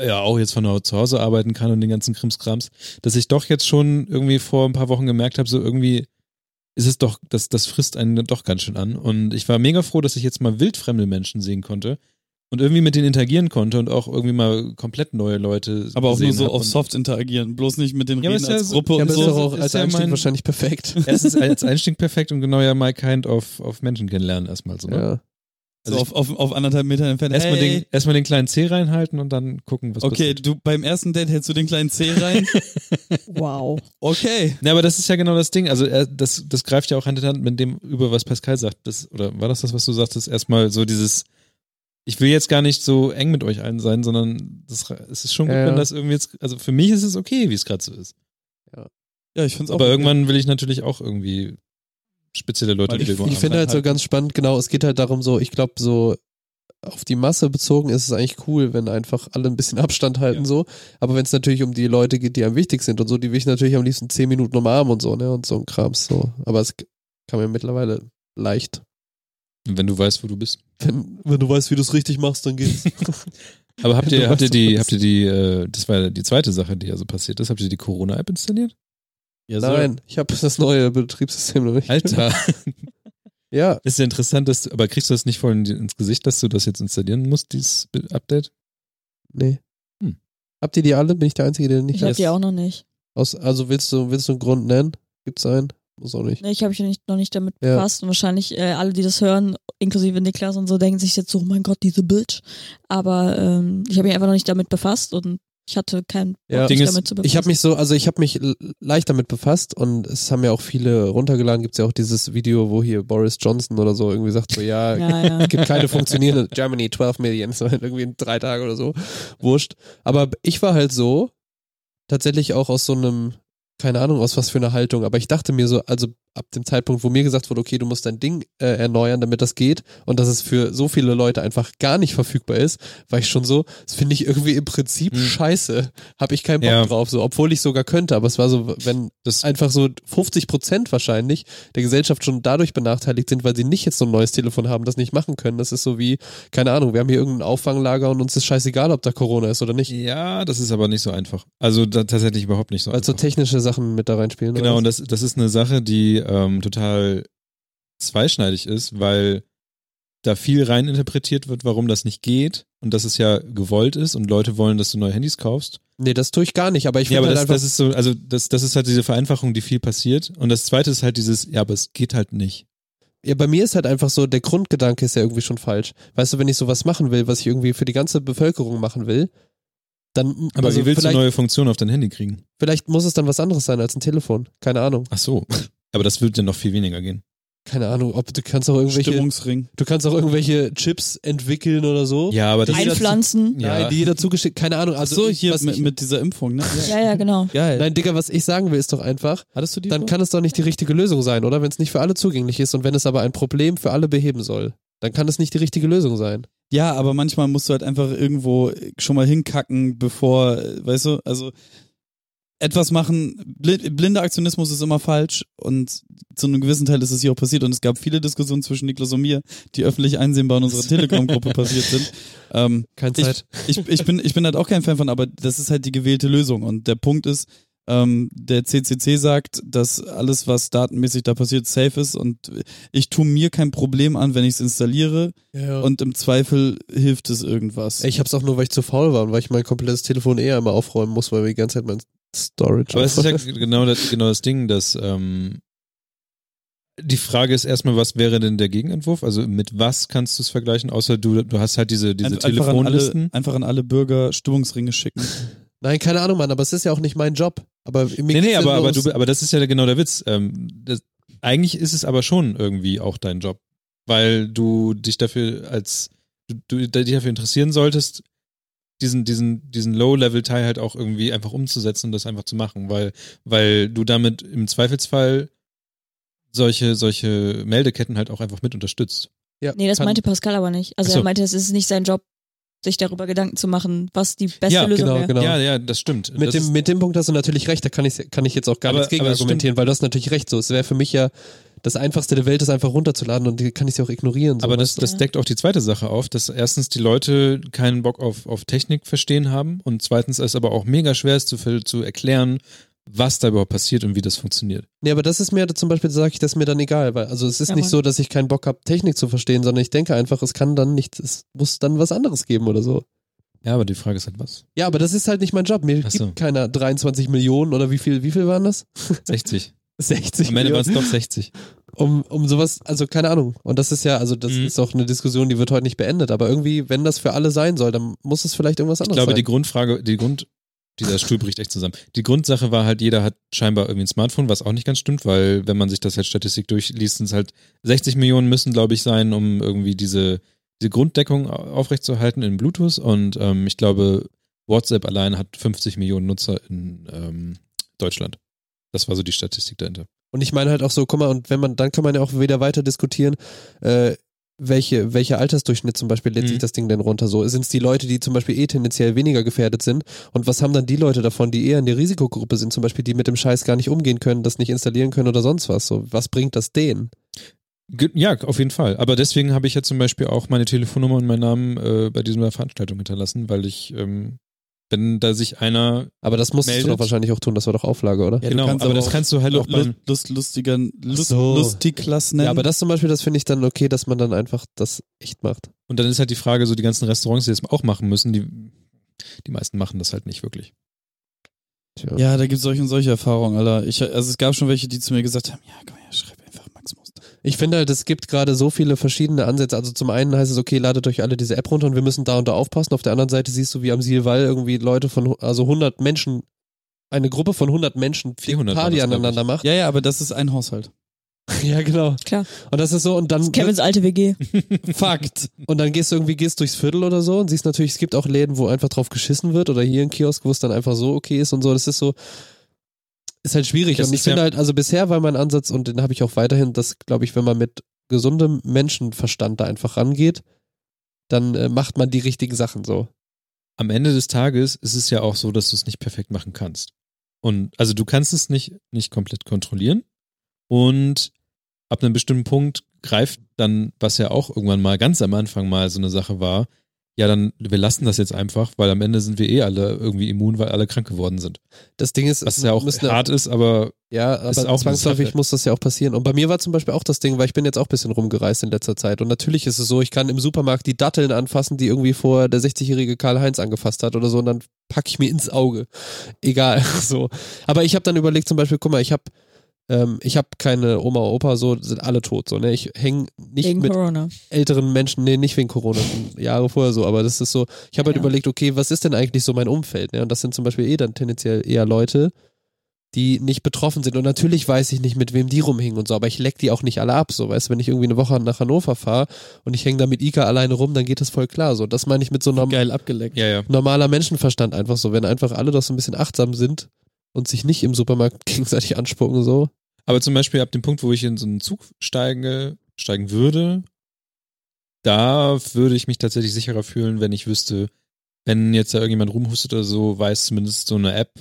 S1: äh, ja auch jetzt von zu Hause arbeiten kann und den ganzen Krimskrams, dass ich doch jetzt schon irgendwie vor ein paar Wochen gemerkt habe, so irgendwie ist es doch, das, das frisst einen dann doch ganz schön an. Und ich war mega froh, dass ich jetzt mal wildfremde Menschen sehen konnte und irgendwie mit denen interagieren konnte und auch irgendwie mal komplett neue Leute
S2: Aber auch nur
S1: gesehen
S2: so
S1: hab.
S2: auf
S1: Und-
S2: soft interagieren, bloß nicht mit den
S1: Ja, aber
S2: Reden
S1: ist ja
S2: als
S1: so-
S2: Gruppe
S4: Ja,
S2: und
S4: aber ist
S1: so
S4: doch
S2: so.
S4: auch
S1: ist
S4: als
S1: ja
S4: Einstieg
S1: mein-
S4: wahrscheinlich perfekt.
S1: (laughs)
S4: (laughs)
S1: Erstens als Einstieg perfekt und genau ja my kind auf, auf Menschen kennenlernen erstmal so. Ne?
S4: Ja.
S2: so auf, Also auf, auf anderthalb Metern entfernt.
S1: Erstmal,
S2: hey,
S1: den, erstmal den kleinen Zeh reinhalten und dann gucken, was
S2: okay,
S1: passiert.
S2: du beim ersten Date hältst du den
S4: (laughs)
S2: kleinen Zeh rein.
S3: Wow.
S2: Okay.
S1: Na, aber das ist ja genau das Ding. Also er, das, das greift ja auch Hand in Hand mit dem, über was Pascal sagt. Das, oder war das das, was du sagtest? Erstmal so dieses, ich will jetzt gar nicht so eng mit euch allen sein, sondern das, es ist schon gut,
S4: Ja, ja.
S1: wenn das irgendwie jetzt, also für mich ist es okay, wie es gerade so ist.
S2: Ja, ich find's auch.
S1: Aber irgendwann will ich natürlich auch irgendwie spezielle Leute,
S2: Weil
S1: die
S2: ich-
S1: wir
S2: ich
S4: Ich finde halt so ganz spannend, genau, es geht halt darum, so, ich glaube, so auf die Masse bezogen ist es eigentlich cool, wenn einfach alle ein bisschen Abstand halten,
S2: Ja.
S4: so. Aber wenn es natürlich um die Leute geht, die am wichtig sind und so, die will ich natürlich am liebsten zehn Minuten umarmen und so, ne? Und so ein Krams, so. Aber es kann man ja mittlerweile leicht. (laughs)
S1: wenn du weißt, wo du bist.
S4: Wenn, wenn du weißt, wie du es richtig machst,
S1: (laughs)
S4: dann geht's. (laughs)
S1: Aber habt
S4: Du
S1: ihr, habt ihr
S4: weißt, wo
S1: die,
S4: du
S1: habt ihr die, äh, das war ja die zweite Sache, die ja so passiert ist, habt ihr die Corona-App installiert?
S2: Ja, so.
S4: Nein, ich habe das neue Betriebssystem noch nicht.
S1: Also Alter,
S4: Ja,
S1: ist ja interessant, dass du, aber kriegst du das nicht voll in, ins Gesicht, dass du das jetzt installieren musst, dieses Be- Update?
S4: nee.
S1: Hm.
S4: Habt ihr die alle? Bin ich der Einzige, der nicht
S3: Ich hab
S4: hat?
S3: die auch noch nicht.
S4: Aus, also willst du, willst du einen Grund nennen? Gibt's einen? Muss auch nicht.
S3: Nee, ich habe mich noch nicht, noch nicht damit
S4: Ja.
S3: befasst. Und wahrscheinlich äh, alle, die das hören, inklusive Niklas und so, denken sich jetzt so, oh mein Gott, diese Bitch. Aber ähm, ich habe mich einfach noch nicht damit befasst und ich hatte keinen Bock,
S4: Ja.
S1: Ding
S3: mich
S1: ist,
S3: damit zu befassen.
S4: Ich habe mich so, also ich habe mich l- leicht damit befasst und es haben ja auch viele runtergeladen. Gibt's ja auch dieses Video, wo hier Boris Johnson oder so irgendwie sagt so, ja,
S3: Ja,
S4: (laughs)
S3: ja.
S4: gibt keine funktionierende Germany 12 Million, so irgendwie in drei Tagen oder so, wurscht. Aber ich war halt so, tatsächlich auch aus so einem, keine Ahnung aus was für einer Haltung, aber ich dachte mir so, also ab dem Zeitpunkt, wo mir gesagt wurde, okay, du musst dein Ding äh, erneuern, damit das geht und dass es für so viele Leute einfach gar nicht verfügbar ist, war ich schon so, das finde ich irgendwie im Prinzip
S1: Hm.
S4: scheiße, habe ich keinen Bock
S1: Ja.
S4: drauf, so, obwohl ich sogar könnte, aber es war so, wenn
S1: Das,
S4: einfach so 50 Prozent wahrscheinlich der Gesellschaft schon dadurch benachteiligt sind, weil sie nicht jetzt so ein neues Telefon haben, das nicht machen können. Das ist so wie, keine Ahnung, wir haben hier irgendein Auffanglager und uns ist scheißegal, ob da Corona ist oder nicht.
S1: ja, das ist aber nicht so einfach. Also da, tatsächlich überhaupt nicht so
S4: Weil so
S1: einfach.
S4: technische Sachen mit da reinspielen.
S1: Genau,
S4: oder?
S1: und das, das ist eine Sache, die ähm, total zweischneidig ist, weil da viel reininterpretiert wird, warum das nicht geht und dass es ja gewollt ist und Leute wollen, dass du neue Handys kaufst.
S4: nee, das tue ich gar nicht, aber ich
S1: ja,
S4: finde
S1: aber
S4: halt
S1: das,
S4: einfach,
S1: das ist so, also das, das ist halt diese Vereinfachung, die viel passiert. Und das zweite ist halt dieses, ja, aber es geht halt nicht.
S4: ja, bei mir ist halt einfach so, der Grundgedanke ist ja irgendwie schon falsch. Weißt du, wenn ich sowas machen will, was ich irgendwie für die ganze Bevölkerung machen will, dann
S1: Aber
S4: also
S1: wie willst du
S4: vielleicht,
S1: neue Funktionen auf dein Handy kriegen?
S4: vielleicht muss es dann was anderes sein als ein Telefon. Keine Ahnung.
S1: Ach
S4: (laughs)
S1: so. Aber das wird ja noch viel weniger gehen.
S4: Keine Ahnung, ob du kannst auch irgendwelche,
S2: Stimmungsring.
S4: du kannst auch irgendwelche Chips entwickeln oder so.
S1: Ja, aber das
S4: Ein- (laughs)
S3: Einpflanzen.
S1: Ja.
S4: Nein, die jeder zugeschickt, keine Ahnung. Also
S2: Achso,
S4: ich-
S2: hier
S4: was
S2: mit,
S4: ich,
S2: mit dieser Impfung, ne? Ja.
S3: Ja, ja, genau.
S2: Geil.
S4: Nein, Digga, was ich sagen will, ist doch einfach,
S2: Hattest du die?
S4: dann
S2: vor?
S4: kann es doch nicht die richtige Lösung sein, oder? Wenn es nicht für alle zugänglich ist und wenn es aber ein Problem für alle beheben soll, dann kann es nicht die richtige Lösung sein.
S2: Ja, aber manchmal musst du halt einfach irgendwo schon mal hinkacken, bevor, äh, weißt du, also etwas machen. Bl- Blinder Aktionismus ist immer falsch und zu einem gewissen Teil ist es hier auch passiert und es gab viele Diskussionen zwischen Niklas und mir, die öffentlich einsehbar in unserer Telegram-Gruppe passiert sind. Ähm,
S4: Keine
S2: Ich-
S4: Zeit.
S2: ich, ich, bin, ich bin halt auch kein Fan von, aber das ist halt die gewählte Lösung. Und der Punkt ist, ähm, der CCC sagt, dass alles, was datenmäßig da passiert, safe ist. Und ich tue mir kein Problem an, wenn ich es installiere.
S4: Und
S2: Und im Zweifel hilft es irgendwas.
S4: ich hab's auch nur, weil ich zu faul war und weil ich mein komplettes Telefon eher immer aufräumen muss, weil wir die ganze Zeit mein Storage
S1: Aber es ist ja
S4: aufräumen.
S1: genau das, genau das Ding, dass ähm, die Frage ist erstmal, was wäre denn der Gegenentwurf? Also mit was kannst du es vergleichen, außer du, du hast halt diese, diese
S2: Einf- einfach, an alle,
S1: Telefonlisten.
S2: einfach an alle Bürger Stimmungsringe schicken.
S4: Nein, keine Ahnung, Mann, aber es ist ja auch nicht mein Job. Aber mir
S1: Nee, nee,
S4: geht's ja
S1: aber,
S4: nur
S1: aber,
S4: ums-
S1: du, aber das ist ja genau der Witz. Ähm, das, eigentlich ist es aber schon irgendwie auch dein Job, weil du dich dafür als, du, du dich dafür interessieren solltest, diesen, diesen, diesen Low-Level-Teil halt auch irgendwie einfach umzusetzen und das einfach zu machen, weil, weil du damit im Zweifelsfall solche, solche Meldeketten halt auch einfach mit unterstützt.
S4: ja,
S3: Nee, das
S4: kann-
S3: meinte Pascal aber nicht. Also
S1: Ach so.
S3: er meinte, es ist nicht sein Job, sich darüber Gedanken zu machen, was die beste
S1: Ja,
S3: Lösung
S4: Genau,
S3: wäre.
S4: genau.
S1: Ja, ja, das stimmt.
S4: Mit
S1: das
S4: dem,
S1: ist,
S4: mit dem Punkt hast du natürlich recht, da kann ich, kann ich jetzt auch gar
S1: Aber-
S4: nichts gegen
S1: aber es
S4: argumentieren, weil du hast natürlich recht. So, es wäre für mich ja das einfachste der Welt, das einfach runterzuladen und die kann ich ja auch ignorieren. So.
S1: Aber das,
S4: weißt du?
S1: das
S3: Ja.
S1: deckt auch die zweite Sache auf, dass erstens die Leute keinen Bock auf, auf Technik verstehen haben und zweitens es aber auch mega schwer ist zu, ver- zu erklären, was da überhaupt passiert und wie das funktioniert.
S4: nee, aber das ist mir zum Beispiel, sage ich das ist mir dann egal, weil also es ist
S3: Ja,
S4: nicht
S3: Mann.
S4: so, dass ich keinen Bock habe, Technik zu verstehen, sondern ich denke einfach, es kann dann nicht, es muss dann was anderes geben oder so.
S1: Ja, aber die Frage ist halt was?
S4: Ja, aber das ist halt nicht mein Job. Mir
S1: Ach so.
S4: gibt keiner 23 Millionen oder wie viel, wie viel waren das? (laughs)
S1: 60.
S4: 60
S1: Am Ende waren
S4: Millionen.
S1: es doch 60.
S4: um, um sowas, also keine Ahnung. Und das ist ja, also das
S1: Mhm.
S4: ist auch eine Diskussion, die wird heute nicht beendet, aber irgendwie, wenn das für alle sein soll, dann muss es vielleicht irgendwas
S1: Ich
S4: anderes
S1: glaube, die
S4: sein.
S1: Grundfrage, die Grund, dieser Stuhl bricht echt zusammen. Die Grundsache war halt, jeder hat scheinbar irgendwie ein Smartphone, was auch nicht ganz stimmt, weil wenn man sich das als Statistik durchliest, sind es halt 60 Millionen müssen, glaube ich, sein, um irgendwie diese, diese Grunddeckung au- aufrechtzuerhalten in Bluetooth. Und ähm, ich glaube, WhatsApp allein hat 50 Millionen Nutzer in ähm, Deutschland. Das war so die Statistik dahinter.
S4: Und ich meine halt auch so, guck mal, und wenn man, dann kann man ja auch wieder weiter diskutieren, äh, welche, welcher Altersdurchschnitt zum Beispiel lädt sich
S1: Mhm.
S4: das Ding denn runter? So, sind es die Leute, die zum Beispiel eh tendenziell weniger gefährdet sind? Und was haben dann die Leute davon, die eher in der Risikogruppe sind, zum Beispiel, die mit dem Scheiß gar nicht umgehen können, das nicht installieren können oder sonst was? So, was bringt das denen?
S1: Ge- Ja, auf jeden Fall. Aber deswegen habe ich ja zum Beispiel auch meine Telefonnummer und meinen Namen äh, bei dieser Veranstaltung hinterlassen, weil ich, ähm, wenn da sich einer,
S4: Aber das musst du
S1: Meldet.
S4: doch wahrscheinlich auch tun, das war doch Auflage, oder?
S2: Ja, du
S1: genau,
S2: kannst
S1: aber
S2: aber
S1: das
S2: auch-
S1: kannst du halt auch
S2: Lust,
S1: beim,
S2: Lust, lustigern, Lust,
S4: so.
S2: Lustigklass nennen.
S4: Ja, aber das zum Beispiel, das finde ich dann okay, dass man dann einfach das echt macht.
S1: und dann ist halt die Frage, so die ganzen Restaurants, die das auch machen müssen, die, die meisten machen das halt nicht
S2: (laughs)
S1: wirklich.
S4: Tja.
S2: ja, da gibt's solche und solche Erfahrungen, Alter. Ich, also es gab schon welche, die zu mir gesagt haben, ja, komm her, schreib einfach Max Muster.
S4: Ich finde halt, es gibt gerade so viele verschiedene Ansätze. Also zum einen heißt es, okay, ladet euch alle diese App runter und wir müssen da und da aufpassen. Auf der anderen Seite siehst du, wie am Silwall irgendwie Leute von, also 100 Menschen, eine Gruppe von 100 Menschen
S1: 400 waren
S4: Party
S1: das, glaub
S4: aneinander macht.
S2: Ja, ja, aber das ist ein Haushalt.
S4: (laughs) Ja, genau.
S3: Klar.
S4: Und das ist so, und dann,
S3: Kevins alte WG.
S2: Fakt.
S4: und dann gehst du irgendwie, gehst durchs Viertel oder so und siehst natürlich, es gibt auch Läden, wo einfach drauf geschissen wird oder hier ein Kiosk, wo es dann einfach so okay ist und so. Das ist so, ist halt schwierig.
S1: Das
S4: und ich
S1: ist ja-
S4: finde halt, also bisher war mein Ansatz und den habe ich auch weiterhin, dass, glaube ich, wenn man mit gesundem Menschenverstand da einfach rangeht, dann äh, macht man die richtigen Sachen so.
S1: Am Ende des Tages ist es ja auch so, dass du es nicht perfekt machen kannst. Und also du kannst es nicht, nicht komplett kontrollieren. Und ab einem bestimmten Punkt greift dann, was ja auch irgendwann mal ganz am Anfang mal so eine Sache war, ja, dann, wir lassen das jetzt einfach, weil am Ende sind wir eh alle irgendwie immun, weil alle krank geworden sind.
S4: Das Ding ist,
S1: Was
S4: es
S1: ja auch
S4: müssen-
S1: hart ist, aber
S4: Ja, aber
S1: Ist auch eine
S4: zwangsläufig
S1: Sache.
S4: muss das ja auch passieren. Und bei mir war zum Beispiel auch das Ding, weil ich bin jetzt auch ein bisschen rumgereist in letzter Zeit. Und natürlich ist es so, ich kann im Supermarkt die Datteln anfassen, die irgendwie vorher der 60-jährige Karl-Heinz angefasst hat oder so. Und dann packe ich mir ins Auge. Egal, (laughs) so. Aber ich habe dann überlegt zum Beispiel, guck mal, ich habe ähm, ich habe keine Oma, Opa, so sind alle tot. So, ne? Ich hänge nicht
S3: Wegen
S4: mit
S3: Corona.
S4: älteren Menschen, nee, nicht wegen Corona, schon Jahre vorher so, aber das ist so, ich habe halt
S3: Ja.
S4: überlegt, okay, was ist denn eigentlich so mein Umfeld? Ne? Und das sind zum Beispiel eh dann tendenziell eher Leute, die nicht betroffen sind. Und natürlich weiß ich nicht, mit wem die rumhängen und so, aber ich leck die auch nicht alle ab. So, weißt du, wenn ich irgendwie eine Woche nach Hannover fahre und ich hänge da mit Ika alleine rum, dann geht das voll klar. So, das meine ich mit so norm
S2: Geil abgeleckt.
S1: ja, ja.
S4: normaler Menschenverstand einfach so, wenn einfach alle doch so ein bisschen achtsam sind und sich nicht im Supermarkt (laughs) gegenseitig anspucken, so.
S1: Aber zum Beispiel ab dem Punkt, wo ich in so einen Zug steige, steigen würde, da würde ich mich tatsächlich sicherer fühlen, wenn ich wüsste, wenn jetzt da irgendjemand rumhustet oder so, weiß zumindest so eine App,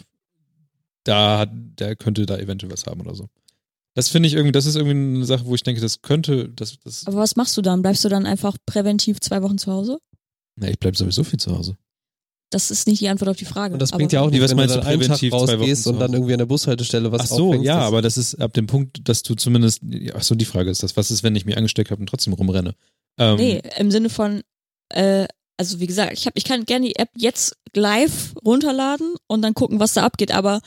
S1: da hat, der könnte da eventuell was haben oder so. Das finde ich irgendwie, das ist irgendwie eine Sache, wo ich denke, das könnte, das, das,
S3: Aber was machst du dann? Bleibst du dann einfach präventiv zwei Wochen zu Hause?
S1: na, ich bleibe sowieso viel zu Hause.
S3: Das ist nicht die Antwort auf die Frage.
S4: Und das
S3: Aber
S4: bringt ja auch
S1: Wie,
S4: nicht,
S1: was
S4: wenn du
S1: meinst
S4: dann
S1: du
S4: einen Tag
S1: präventiv, zwei Wochen
S4: rausgehst
S1: zu
S4: und dann
S1: Hause?
S4: irgendwie an der Bushaltestelle was
S1: Ach so,
S4: auffängst,
S1: ja,
S4: das-
S1: aber das ist ab dem Punkt, dass du zumindest, ach so, die Frage ist das, was ist, wenn ich mir angesteckt habe und trotzdem rumrenne? Ähm,
S3: Nee, im Sinne von, äh, also wie gesagt, ich, hab, ich kann gerne die App jetzt live runterladen und dann gucken, was da abgeht, aber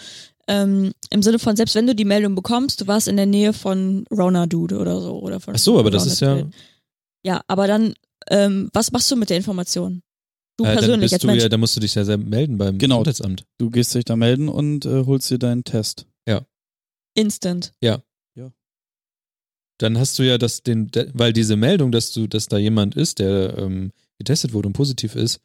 S3: ähm, im Sinne von, selbst wenn du die Meldung bekommst, du warst in der Nähe von Rona Dude oder so. Oder von
S1: Ach so, aber das ist ja,
S3: Roundabout. Ja, aber dann, ähm, was machst du mit der Information? Du
S1: äh, dann
S3: persönlich
S1: bist
S3: als
S1: du
S3: Mensch.
S1: ja, da musst du dich ja selber melden beim
S2: Genau.
S1: Gesundheitsamt.
S2: Du gehst dich da melden und äh, holst dir deinen Test.
S3: Instant.
S1: dann hast du ja das, den, de- weil diese Meldung, dass du, dass da jemand ist, der ähm, getestet wurde und positiv ist,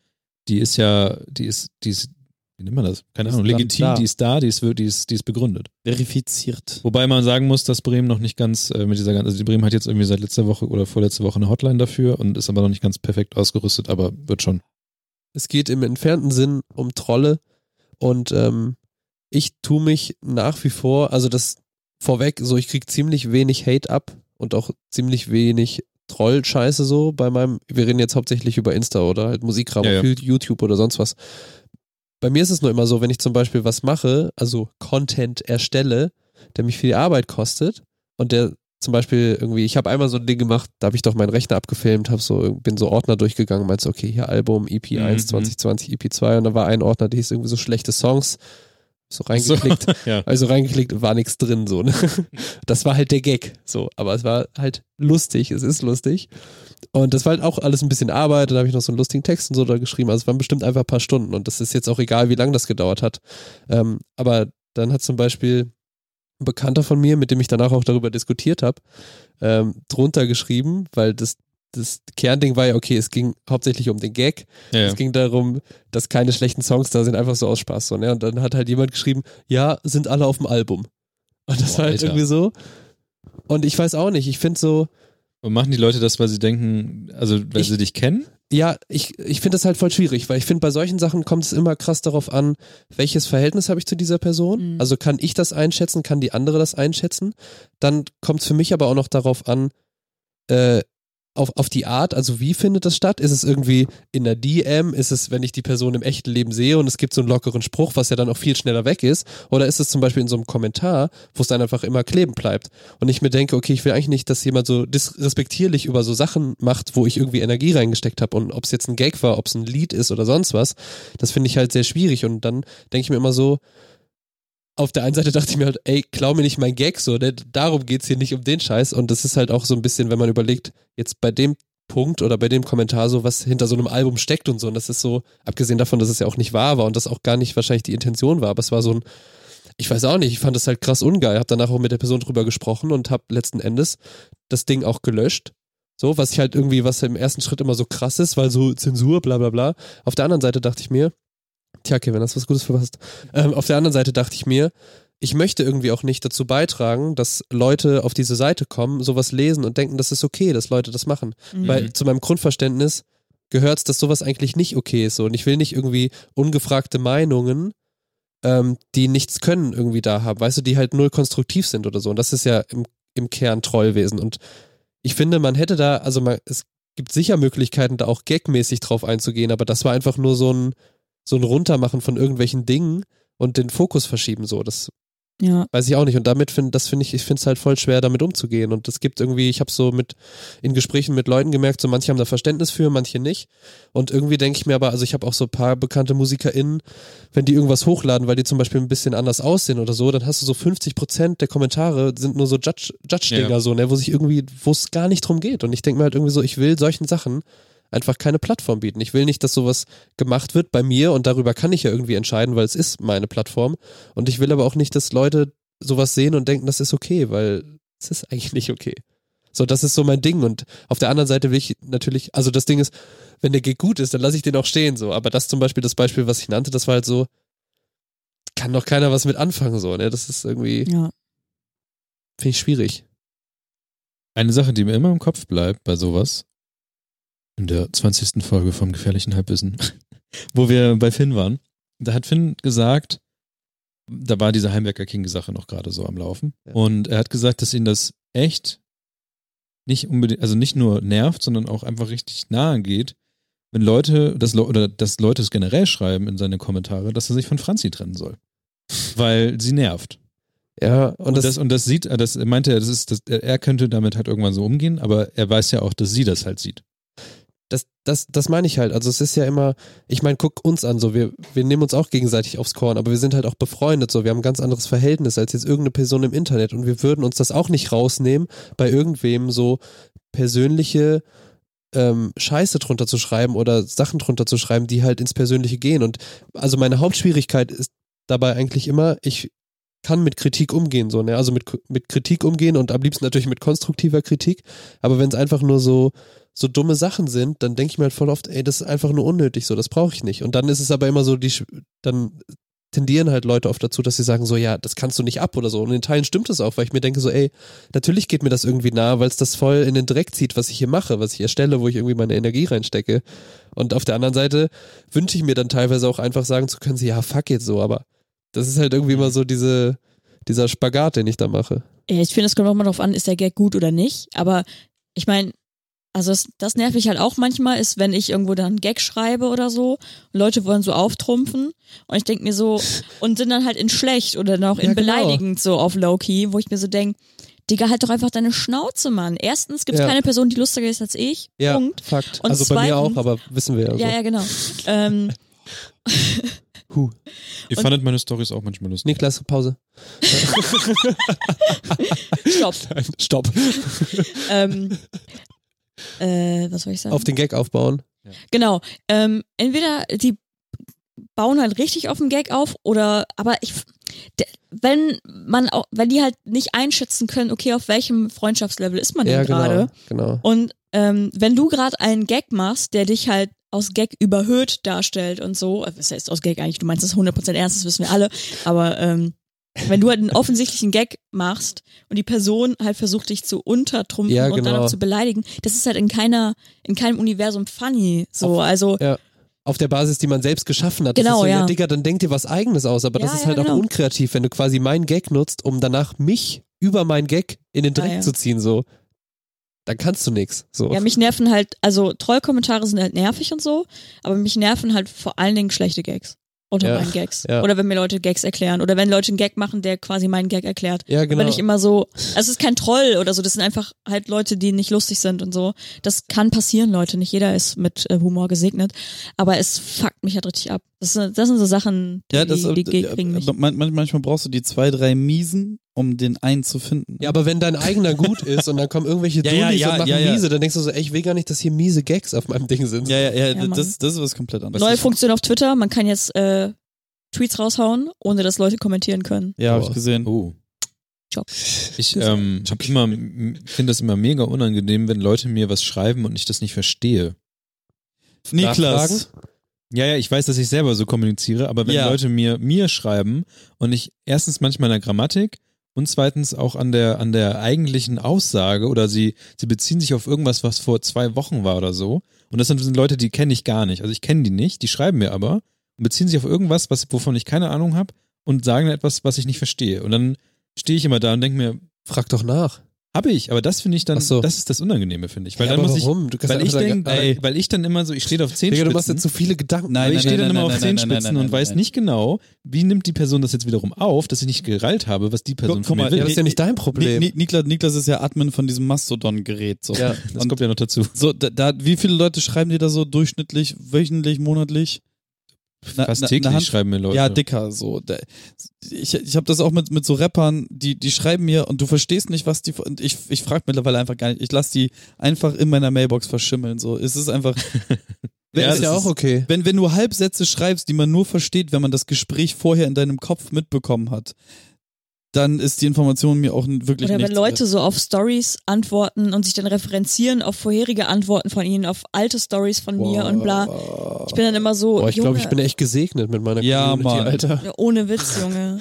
S1: die ist ja, die ist, die ist, wie nennt man das? Keine
S2: Ist
S1: Ahnung,
S2: dann
S1: legitim,
S2: da.
S1: die ist da, die ist, wir- die ist, die ist begründet.
S2: Verifiziert.
S1: Wobei man sagen muss, dass Bremen noch nicht ganz äh, mit dieser ganzen, also die Bremen hat jetzt irgendwie seit letzter Woche oder vorletzter Woche eine Hotline dafür und ist aber noch nicht ganz perfekt ausgerüstet, aber wird schon.
S4: Es geht im entfernten Sinn um Trolle und ähm, ich tue mich nach wie vor, also das vorweg, so ich krieg ziemlich wenig Hate ab und auch ziemlich wenig Troll-Scheiße so bei meinem, wir reden jetzt hauptsächlich über Insta oder halt Musikkram,
S1: Ja, ja.
S4: auf YouTube oder sonst was. Bei mir ist es nur immer so, wenn ich zum Beispiel was mache, also Content erstelle, der mich viel Arbeit kostet und der zum Beispiel irgendwie, ich habe einmal so ein Ding gemacht, da habe ich doch meinen Rechner abgefilmt, hab so, bin so Ordner durchgegangen, meinte so, okay, hier Album, E EP 1,
S1: Mhm.
S4: 2020, EP 2 E und da war ein Ordner, der hieß irgendwie so schlechte Songs, so reingeklickt,
S1: ja.
S4: also reingeklickt, war nichts drin, so, ne? Das war halt der Gag, so. Aber es war halt lustig, es ist lustig. Und das war halt auch alles ein bisschen Arbeit, dann habe ich noch so einen lustigen Text und so da geschrieben. Also es waren bestimmt einfach ein paar Stunden und das ist jetzt auch egal, wie lange das gedauert hat. Ähm, aber dann hat zum Beispiel ein Bekannter von mir, mit dem ich danach auch darüber diskutiert habe, ähm, drunter geschrieben, weil das, das Kernding war ja, okay, es ging hauptsächlich um den Gag.
S1: ja, ja.
S4: Es ging darum, dass keine schlechten Songs da sind, einfach so aus Spaß. So, ne? Und dann hat halt jemand geschrieben, ja, sind alle auf dem Album. Und das
S1: Boah,
S4: war halt
S1: Alter.
S4: irgendwie so. Und ich weiß auch nicht, ich finde so,
S1: Und machen die Leute das, weil sie denken, also weil
S4: Ich-
S1: sie dich kennen?
S4: ja, ich, ich finde das halt voll schwierig, weil ich finde, bei solchen Sachen kommt es immer krass darauf an, welches Verhältnis habe ich zu dieser Person.
S3: Mhm.
S4: Also kann ich das einschätzen, kann die andere das einschätzen. Dann kommt es für mich aber auch noch darauf an, äh, auf, auf die Art, also wie findet das statt? Ist es irgendwie in der DM? Ist es, wenn ich die Person im echten Leben sehe und es gibt so einen lockeren Spruch, was ja dann auch viel schneller weg ist? Oder ist es zum Beispiel in so einem Kommentar, wo es dann einfach immer kleben bleibt? Und ich mir denke, okay, ich will eigentlich nicht, dass jemand so disrespektierlich über so Sachen macht, wo ich irgendwie Energie reingesteckt habe. Und ob es jetzt ein Gag war, ob es ein Lied ist oder sonst was, das finde ich halt sehr schwierig. Und dann denke ich mir immer so, auf der einen Seite dachte ich mir halt, ey, klau mir nicht mein Gag so, ne? darum geht's hier nicht um den Scheiß. Und das ist halt auch so ein bisschen, wenn man überlegt, jetzt bei dem Punkt oder bei dem Kommentar so, was hinter so einem Album steckt und so. Und das ist so, abgesehen davon, dass es ja auch nicht wahr war und das auch gar nicht wahrscheinlich die Intention war, aber es war so ein, ich weiß auch nicht, ich fand das halt krass ungeil. Hab danach auch mit der Person drüber gesprochen und hab letzten Endes das Ding auch gelöscht. So, was ich halt irgendwie, was im ersten Schritt immer so krass ist, weil so Zensur, bla bla bla. Auf der anderen Seite dachte ich mir, tja, Kevin, hast was Gutes verpasst. Ähm, auf der anderen Seite dachte ich mir, ich möchte irgendwie auch nicht dazu beitragen, dass Leute auf diese Seite kommen, sowas lesen und denken, das ist okay, dass Leute das machen.
S3: Mhm.
S4: Weil zu meinem Grundverständnis gehört es, dass sowas eigentlich nicht okay ist. So. Und ich will nicht irgendwie ungefragte Meinungen, ähm, die nichts können, irgendwie da haben. Weißt du, die halt null konstruktiv sind oder so. Und das ist ja im, im Kern Trollwesen. Und ich finde, man hätte da, also man, es gibt sicher Möglichkeiten, da auch gagmäßig drauf einzugehen, aber das war einfach nur so ein, so ein Runtermachen von irgendwelchen Dingen und den Fokus verschieben so. Das
S3: Ja.
S4: weiß ich auch nicht. Und damit finde das finde ich, ich finde es halt voll schwer, damit umzugehen. Und es gibt irgendwie, ich habe so mit in Gesprächen mit Leuten gemerkt, so manche haben da Verständnis für, manche nicht. Und irgendwie denke ich mir aber, also ich habe auch so ein paar bekannte MusikerInnen, wenn die irgendwas hochladen, weil die zum Beispiel ein bisschen anders aussehen oder so, dann hast du so 50 Prozent der Kommentare sind nur so Judge- Judge-Dinger,
S1: Ja.
S4: so, ne, wo sich irgendwie, wo es gar nicht drum geht. Und ich denke mir halt irgendwie so, ich will solchen Sachen einfach keine Plattform bieten. Ich will nicht, dass sowas gemacht wird bei mir und darüber kann ich ja irgendwie entscheiden, weil es ist meine Plattform. Und ich will aber auch nicht, dass Leute sowas sehen und denken, das ist okay, weil es ist eigentlich nicht okay. So, das ist so mein Ding. Und auf der anderen Seite will ich natürlich, also das Ding ist, wenn der Gig gut ist, dann lasse ich den auch stehen. So, aber das zum Beispiel, das Beispiel, was ich nannte, das war halt so, kann doch keiner was mit anfangen. So, ne, das ist irgendwie,
S3: Ja.
S4: finde ich schwierig.
S1: Eine Sache, die mir immer im Kopf bleibt bei sowas, in der 20. Folge vom Gefährlichen Halbwissen, (laughs) wo wir bei Finn waren, da hat Finn gesagt, da war diese Heimwerker King-Sache noch gerade so am Laufen.
S4: Ja.
S1: Und er hat gesagt, dass ihn das echt nicht unbedingt, also nicht nur nervt, sondern auch einfach richtig nahe geht, wenn Leute, das, oder dass Leute es generell schreiben in seine Kommentare, dass er sich von Franzi trennen soll. Weil sie nervt.
S4: Ja, und,
S1: Und
S4: das,
S1: das, und das sieht, äh, das meinte er, das ist, das, er könnte damit halt irgendwann so umgehen, aber er weiß ja auch, dass sie das halt sieht.
S4: das, das, das meine ich halt. Also es ist ja immer, ich meine, guck uns an, so wir, wir nehmen uns auch gegenseitig aufs Korn, aber wir sind halt auch befreundet, so wir haben ein ganz anderes Verhältnis als jetzt irgendeine Person im Internet und wir würden uns das auch nicht rausnehmen, bei irgendwem so persönliche ähm, Scheiße drunter zu schreiben oder Sachen drunter zu schreiben, die halt ins Persönliche gehen. Und also meine Hauptschwierigkeit ist dabei eigentlich immer, ich kann mit Kritik umgehen, so, ne? Also mit, mit Kritik umgehen und am liebsten natürlich mit konstruktiver Kritik. Aber wenn es einfach nur so, so dumme Sachen sind, dann denke ich mir halt voll oft, ey, das ist einfach nur unnötig, so, das brauche ich nicht. Und dann ist es aber immer so, die, sch- dann tendieren halt Leute oft dazu, dass sie sagen so, ja, das kannst du nicht ab oder so. Und in Teilen stimmt es auch, weil ich mir denke so, ey, natürlich geht mir das irgendwie nahe, weil es das voll in den Dreck zieht, was ich hier mache, was ich erstelle, wo ich irgendwie meine Energie reinstecke. Und auf der anderen Seite wünsche ich mir dann teilweise auch einfach sagen zu können, so, ja, fuck jetzt so, aber das ist halt irgendwie immer so diese, dieser Spagat, den ich da mache.
S3: Ja, Ich finde, es kommt auch mal drauf an, ist der Gag gut oder nicht. Aber ich meine, also das, das nervt mich halt auch manchmal, ist, wenn ich irgendwo dann einen Gag schreibe oder so und Leute wollen so auftrumpfen und ich denke mir so, und sind dann halt in schlecht oder dann auch in
S4: Ja, genau.
S3: beleidigend so auf Low-Key, wo ich mir so denke, Digga, halt doch einfach deine Schnauze, Mann. Erstens gibt es
S4: Ja.
S3: keine Person, die lustiger ist als ich.
S4: Ja, Also.
S3: Punkt.
S4: Fakt.
S3: Und
S4: also bei mir auch,
S3: zweitens-
S4: aber wissen wir ja. So.
S3: Ja, ja, genau. ähm,
S4: Huh.
S1: Ihr
S3: Und-
S1: fandet meine Stories auch manchmal lustig.
S4: Niklas, Pause. (laughs)
S3: stopp.
S4: Stopp.
S3: ähm, äh, was soll ich sagen?
S4: Auf den Gag aufbauen.
S3: Genau. Ähm, entweder die bauen halt richtig auf den Gag auf oder aber ich de- wenn man auch wenn die halt nicht einschätzen können, okay, auf welchem Freundschaftslevel ist man
S4: Ja,
S3: denn gerade?
S4: genau. genau.
S3: Und ähm, wenn du gerade einen Gag machst, der dich halt aus Gag überhöht darstellt und so, äh, was heißt aus Gag eigentlich, du meinst das 100% ernst, das wissen wir alle, aber ähm, Wenn du halt einen offensichtlichen Gag machst und die Person halt versucht, dich zu untertrumpfen
S4: Ja,
S3: und dann
S4: genau.
S3: auch zu beleidigen, das ist halt in keiner, in keinem Universum funny. So, also
S4: Auf der Basis, die man selbst geschaffen hat.
S3: Genau,
S4: das ist so,
S3: ja.
S4: Digga, dann denk dir was Eigenes aus. Aber
S3: Ja,
S4: das ist
S3: ja,
S4: halt
S3: genau.
S4: auch unkreativ, wenn du quasi meinen Gag nutzt, um danach mich über meinen Gag in den Dreck
S3: Ah, ja.
S4: zu ziehen. So, dann kannst du nix. So.
S3: ja, mich nerven halt, also Trollkommentare sind halt nervig und so, aber mich nerven halt vor allen Dingen schlechte Gags. Unter
S4: Ja,
S3: meinen Gags.
S4: ja.
S3: Oder wenn mir Leute Gags erklären. Oder wenn Leute einen Gag machen, der quasi meinen Gag erklärt.
S4: ja genau.
S3: Wenn ich immer so, also es ist kein Troll oder so, das sind einfach halt Leute, die nicht lustig sind und so. Das kann passieren, Leute. Nicht jeder ist mit äh, Humor gesegnet. Aber es fuckt mich halt richtig ab. Das, sind- das sind so Sachen, die,
S2: Ja, das,
S3: die, die
S2: äh,
S3: kriegen mich.
S2: man- man- manchmal brauchst du die zwei, drei Miesen, um den einen zu finden.
S4: Ja, aber wenn dein eigener
S3: (laughs)
S4: gut ist und dann kommen irgendwelche
S2: Ja,
S4: ja,
S2: ja,
S4: Dullis
S2: ja,
S4: und machen
S2: ja, ja.
S4: miese, dann denkst du so, ey, ich will gar nicht, dass hier miese Gags auf meinem Ding sind.
S2: ja, ja, ja,
S3: Ja,
S2: das, das ist was komplett anderes.
S3: Neue Funktion auf Twitter, man kann jetzt äh, Tweets raushauen, ohne dass Leute kommentieren können.
S2: ja, habe ich
S4: Boah.
S2: gesehen.
S1: Oh.
S3: Job.
S1: Ich ähm, immer- finde das immer mega unangenehm, wenn Leute mir was schreiben und ich das nicht verstehe.
S2: Niklas,
S1: Ja, ja, ich weiß, dass ich selber so kommuniziere, aber wenn
S2: Ja.
S1: Leute mir, mir schreiben und ich erstens manchmal an der Grammatik und zweitens auch an der, an der eigentlichen Aussage oder sie, sie beziehen sich auf irgendwas, was vor zwei Wochen war oder so. Und das sind- sind Leute, die kenne ich gar nicht. Also ich kenne die nicht, die schreiben mir aber und beziehen sich auf irgendwas, was, wovon ich keine Ahnung habe und sagen etwas, was ich nicht verstehe. Und dann stehe ich immer da und denke mir,
S4: Frag doch nach.
S1: habe ich, aber das finde ich dann,
S4: Ach so.
S1: das ist das Unangenehme, finde ich. Weil
S4: Ja,
S1: dann
S4: aber
S1: muss ich,
S4: warum? Du kannst
S1: weil ich,
S4: einfach
S1: denk,
S4: sagen, ey,
S1: weil, weil ich dann immer so, ich stehe auf
S4: Digga,
S1: Zehenspitzen.
S4: du machst dir zu viele Gedanken.
S2: Nein,
S1: Weil
S2: nein,
S1: ich stehe
S2: nein,
S1: dann
S2: nein,
S1: immer
S2: nein,
S1: auf
S2: nein, nein, nein,
S1: Zehenspitzen
S2: nein,
S1: und weiß
S2: nein.
S1: nicht genau, wie nimmt die Person das jetzt wiederum auf, dass sie nicht gerallt habe, was die Person
S2: Guck-
S1: von
S2: guck
S1: mir
S2: mal,
S4: Ja,
S1: will.
S4: das ist ja nicht dein Problem.
S2: Ni- Ni- Niklas, Niklas ist ja Admin von diesem Mastodon-Gerät. So.
S4: Ja,
S1: Das
S2: und
S1: kommt ja noch dazu.
S2: so, da, da, wie viele Leute schreiben dir da so durchschnittlich, wöchentlich, monatlich? Na-
S1: Fast
S2: na-
S1: täglich
S2: eine Hand-
S1: schreiben mir Leute.
S2: Ja, dicker, so. Da- Ich, ich habe das auch mit, mit so Rappern, die, die schreiben mir und du verstehst nicht, was die. Und ich, ich frage mittlerweile einfach gar nicht. Ich lasse die einfach in meiner Mailbox verschimmeln. So. Es ist einfach.
S4: ja,
S2: es
S4: ist ja auch okay.
S2: Wenn, wenn du Halbsätze schreibst, die man nur versteht, wenn man das Gespräch vorher in deinem Kopf mitbekommen hat, dann ist die Information mir auch n- wirklich
S3: Oder wenn
S2: nichts
S3: Leute so auf Stories antworten und sich dann referenzieren auf vorherige Antworten von ihnen, auf alte Stories von mir und bla. Ich bin dann immer so,
S4: Boah, ich glaube,
S3: Junge,
S4: ich bin echt gesegnet mit meiner
S2: Ja,
S4: Community,
S2: Mann.
S4: Alter.
S3: ohne Witz, Junge.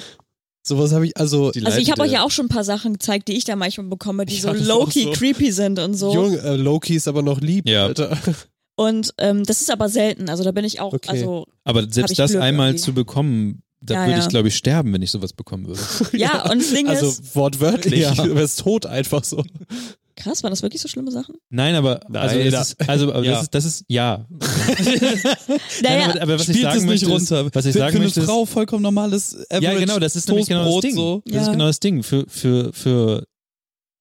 S4: Sowas habe ich, also,
S1: Die
S3: Also ich habe euch
S1: Leitende.
S3: ja auch schon ein paar Sachen gezeigt, die ich da manchmal bekomme, die
S4: Ja,
S3: so
S4: das ist auch
S3: low-key
S4: so.
S3: creepy sind und so.
S4: Jung, äh, Loki ist aber noch lieb,
S1: Ja.
S4: Alter.
S3: Und ähm, das ist aber selten. Also da bin ich auch,
S4: Okay. (laughs)
S3: also
S1: Aber
S3: Hab ich
S1: selbst das
S3: Glück
S1: einmal
S3: irgendwie.
S1: zu bekommen, da
S3: Ja,
S1: würde
S3: ja.
S1: ich, glaube ich, sterben, wenn ich sowas bekommen würde.
S3: ja, und das Ding ist,
S4: Also wortwörtlich,
S1: Ja.
S4: (laughs) du wärst tot einfach so.
S3: krass, waren das wirklich so schlimme Sachen?
S1: Nein, aber also,
S4: Nein.
S1: es ist, also aber
S2: Ja.
S1: das ist das ist ja. Nein,
S3: Naja,
S1: aber, aber was ich
S2: Spielt
S1: sagen
S2: es
S1: möchte,
S2: nicht runter.
S1: Ist, was ich
S2: für,
S1: sagen
S2: für
S1: möchte,
S2: eine
S1: ist,
S2: Frau vollkommen normales Average
S1: Ja, genau, das ist nämlich genau das
S2: Toastbrot,
S1: Ding.
S2: So.
S1: Das
S3: Ja.
S1: ist genau das Ding. Für, für, für,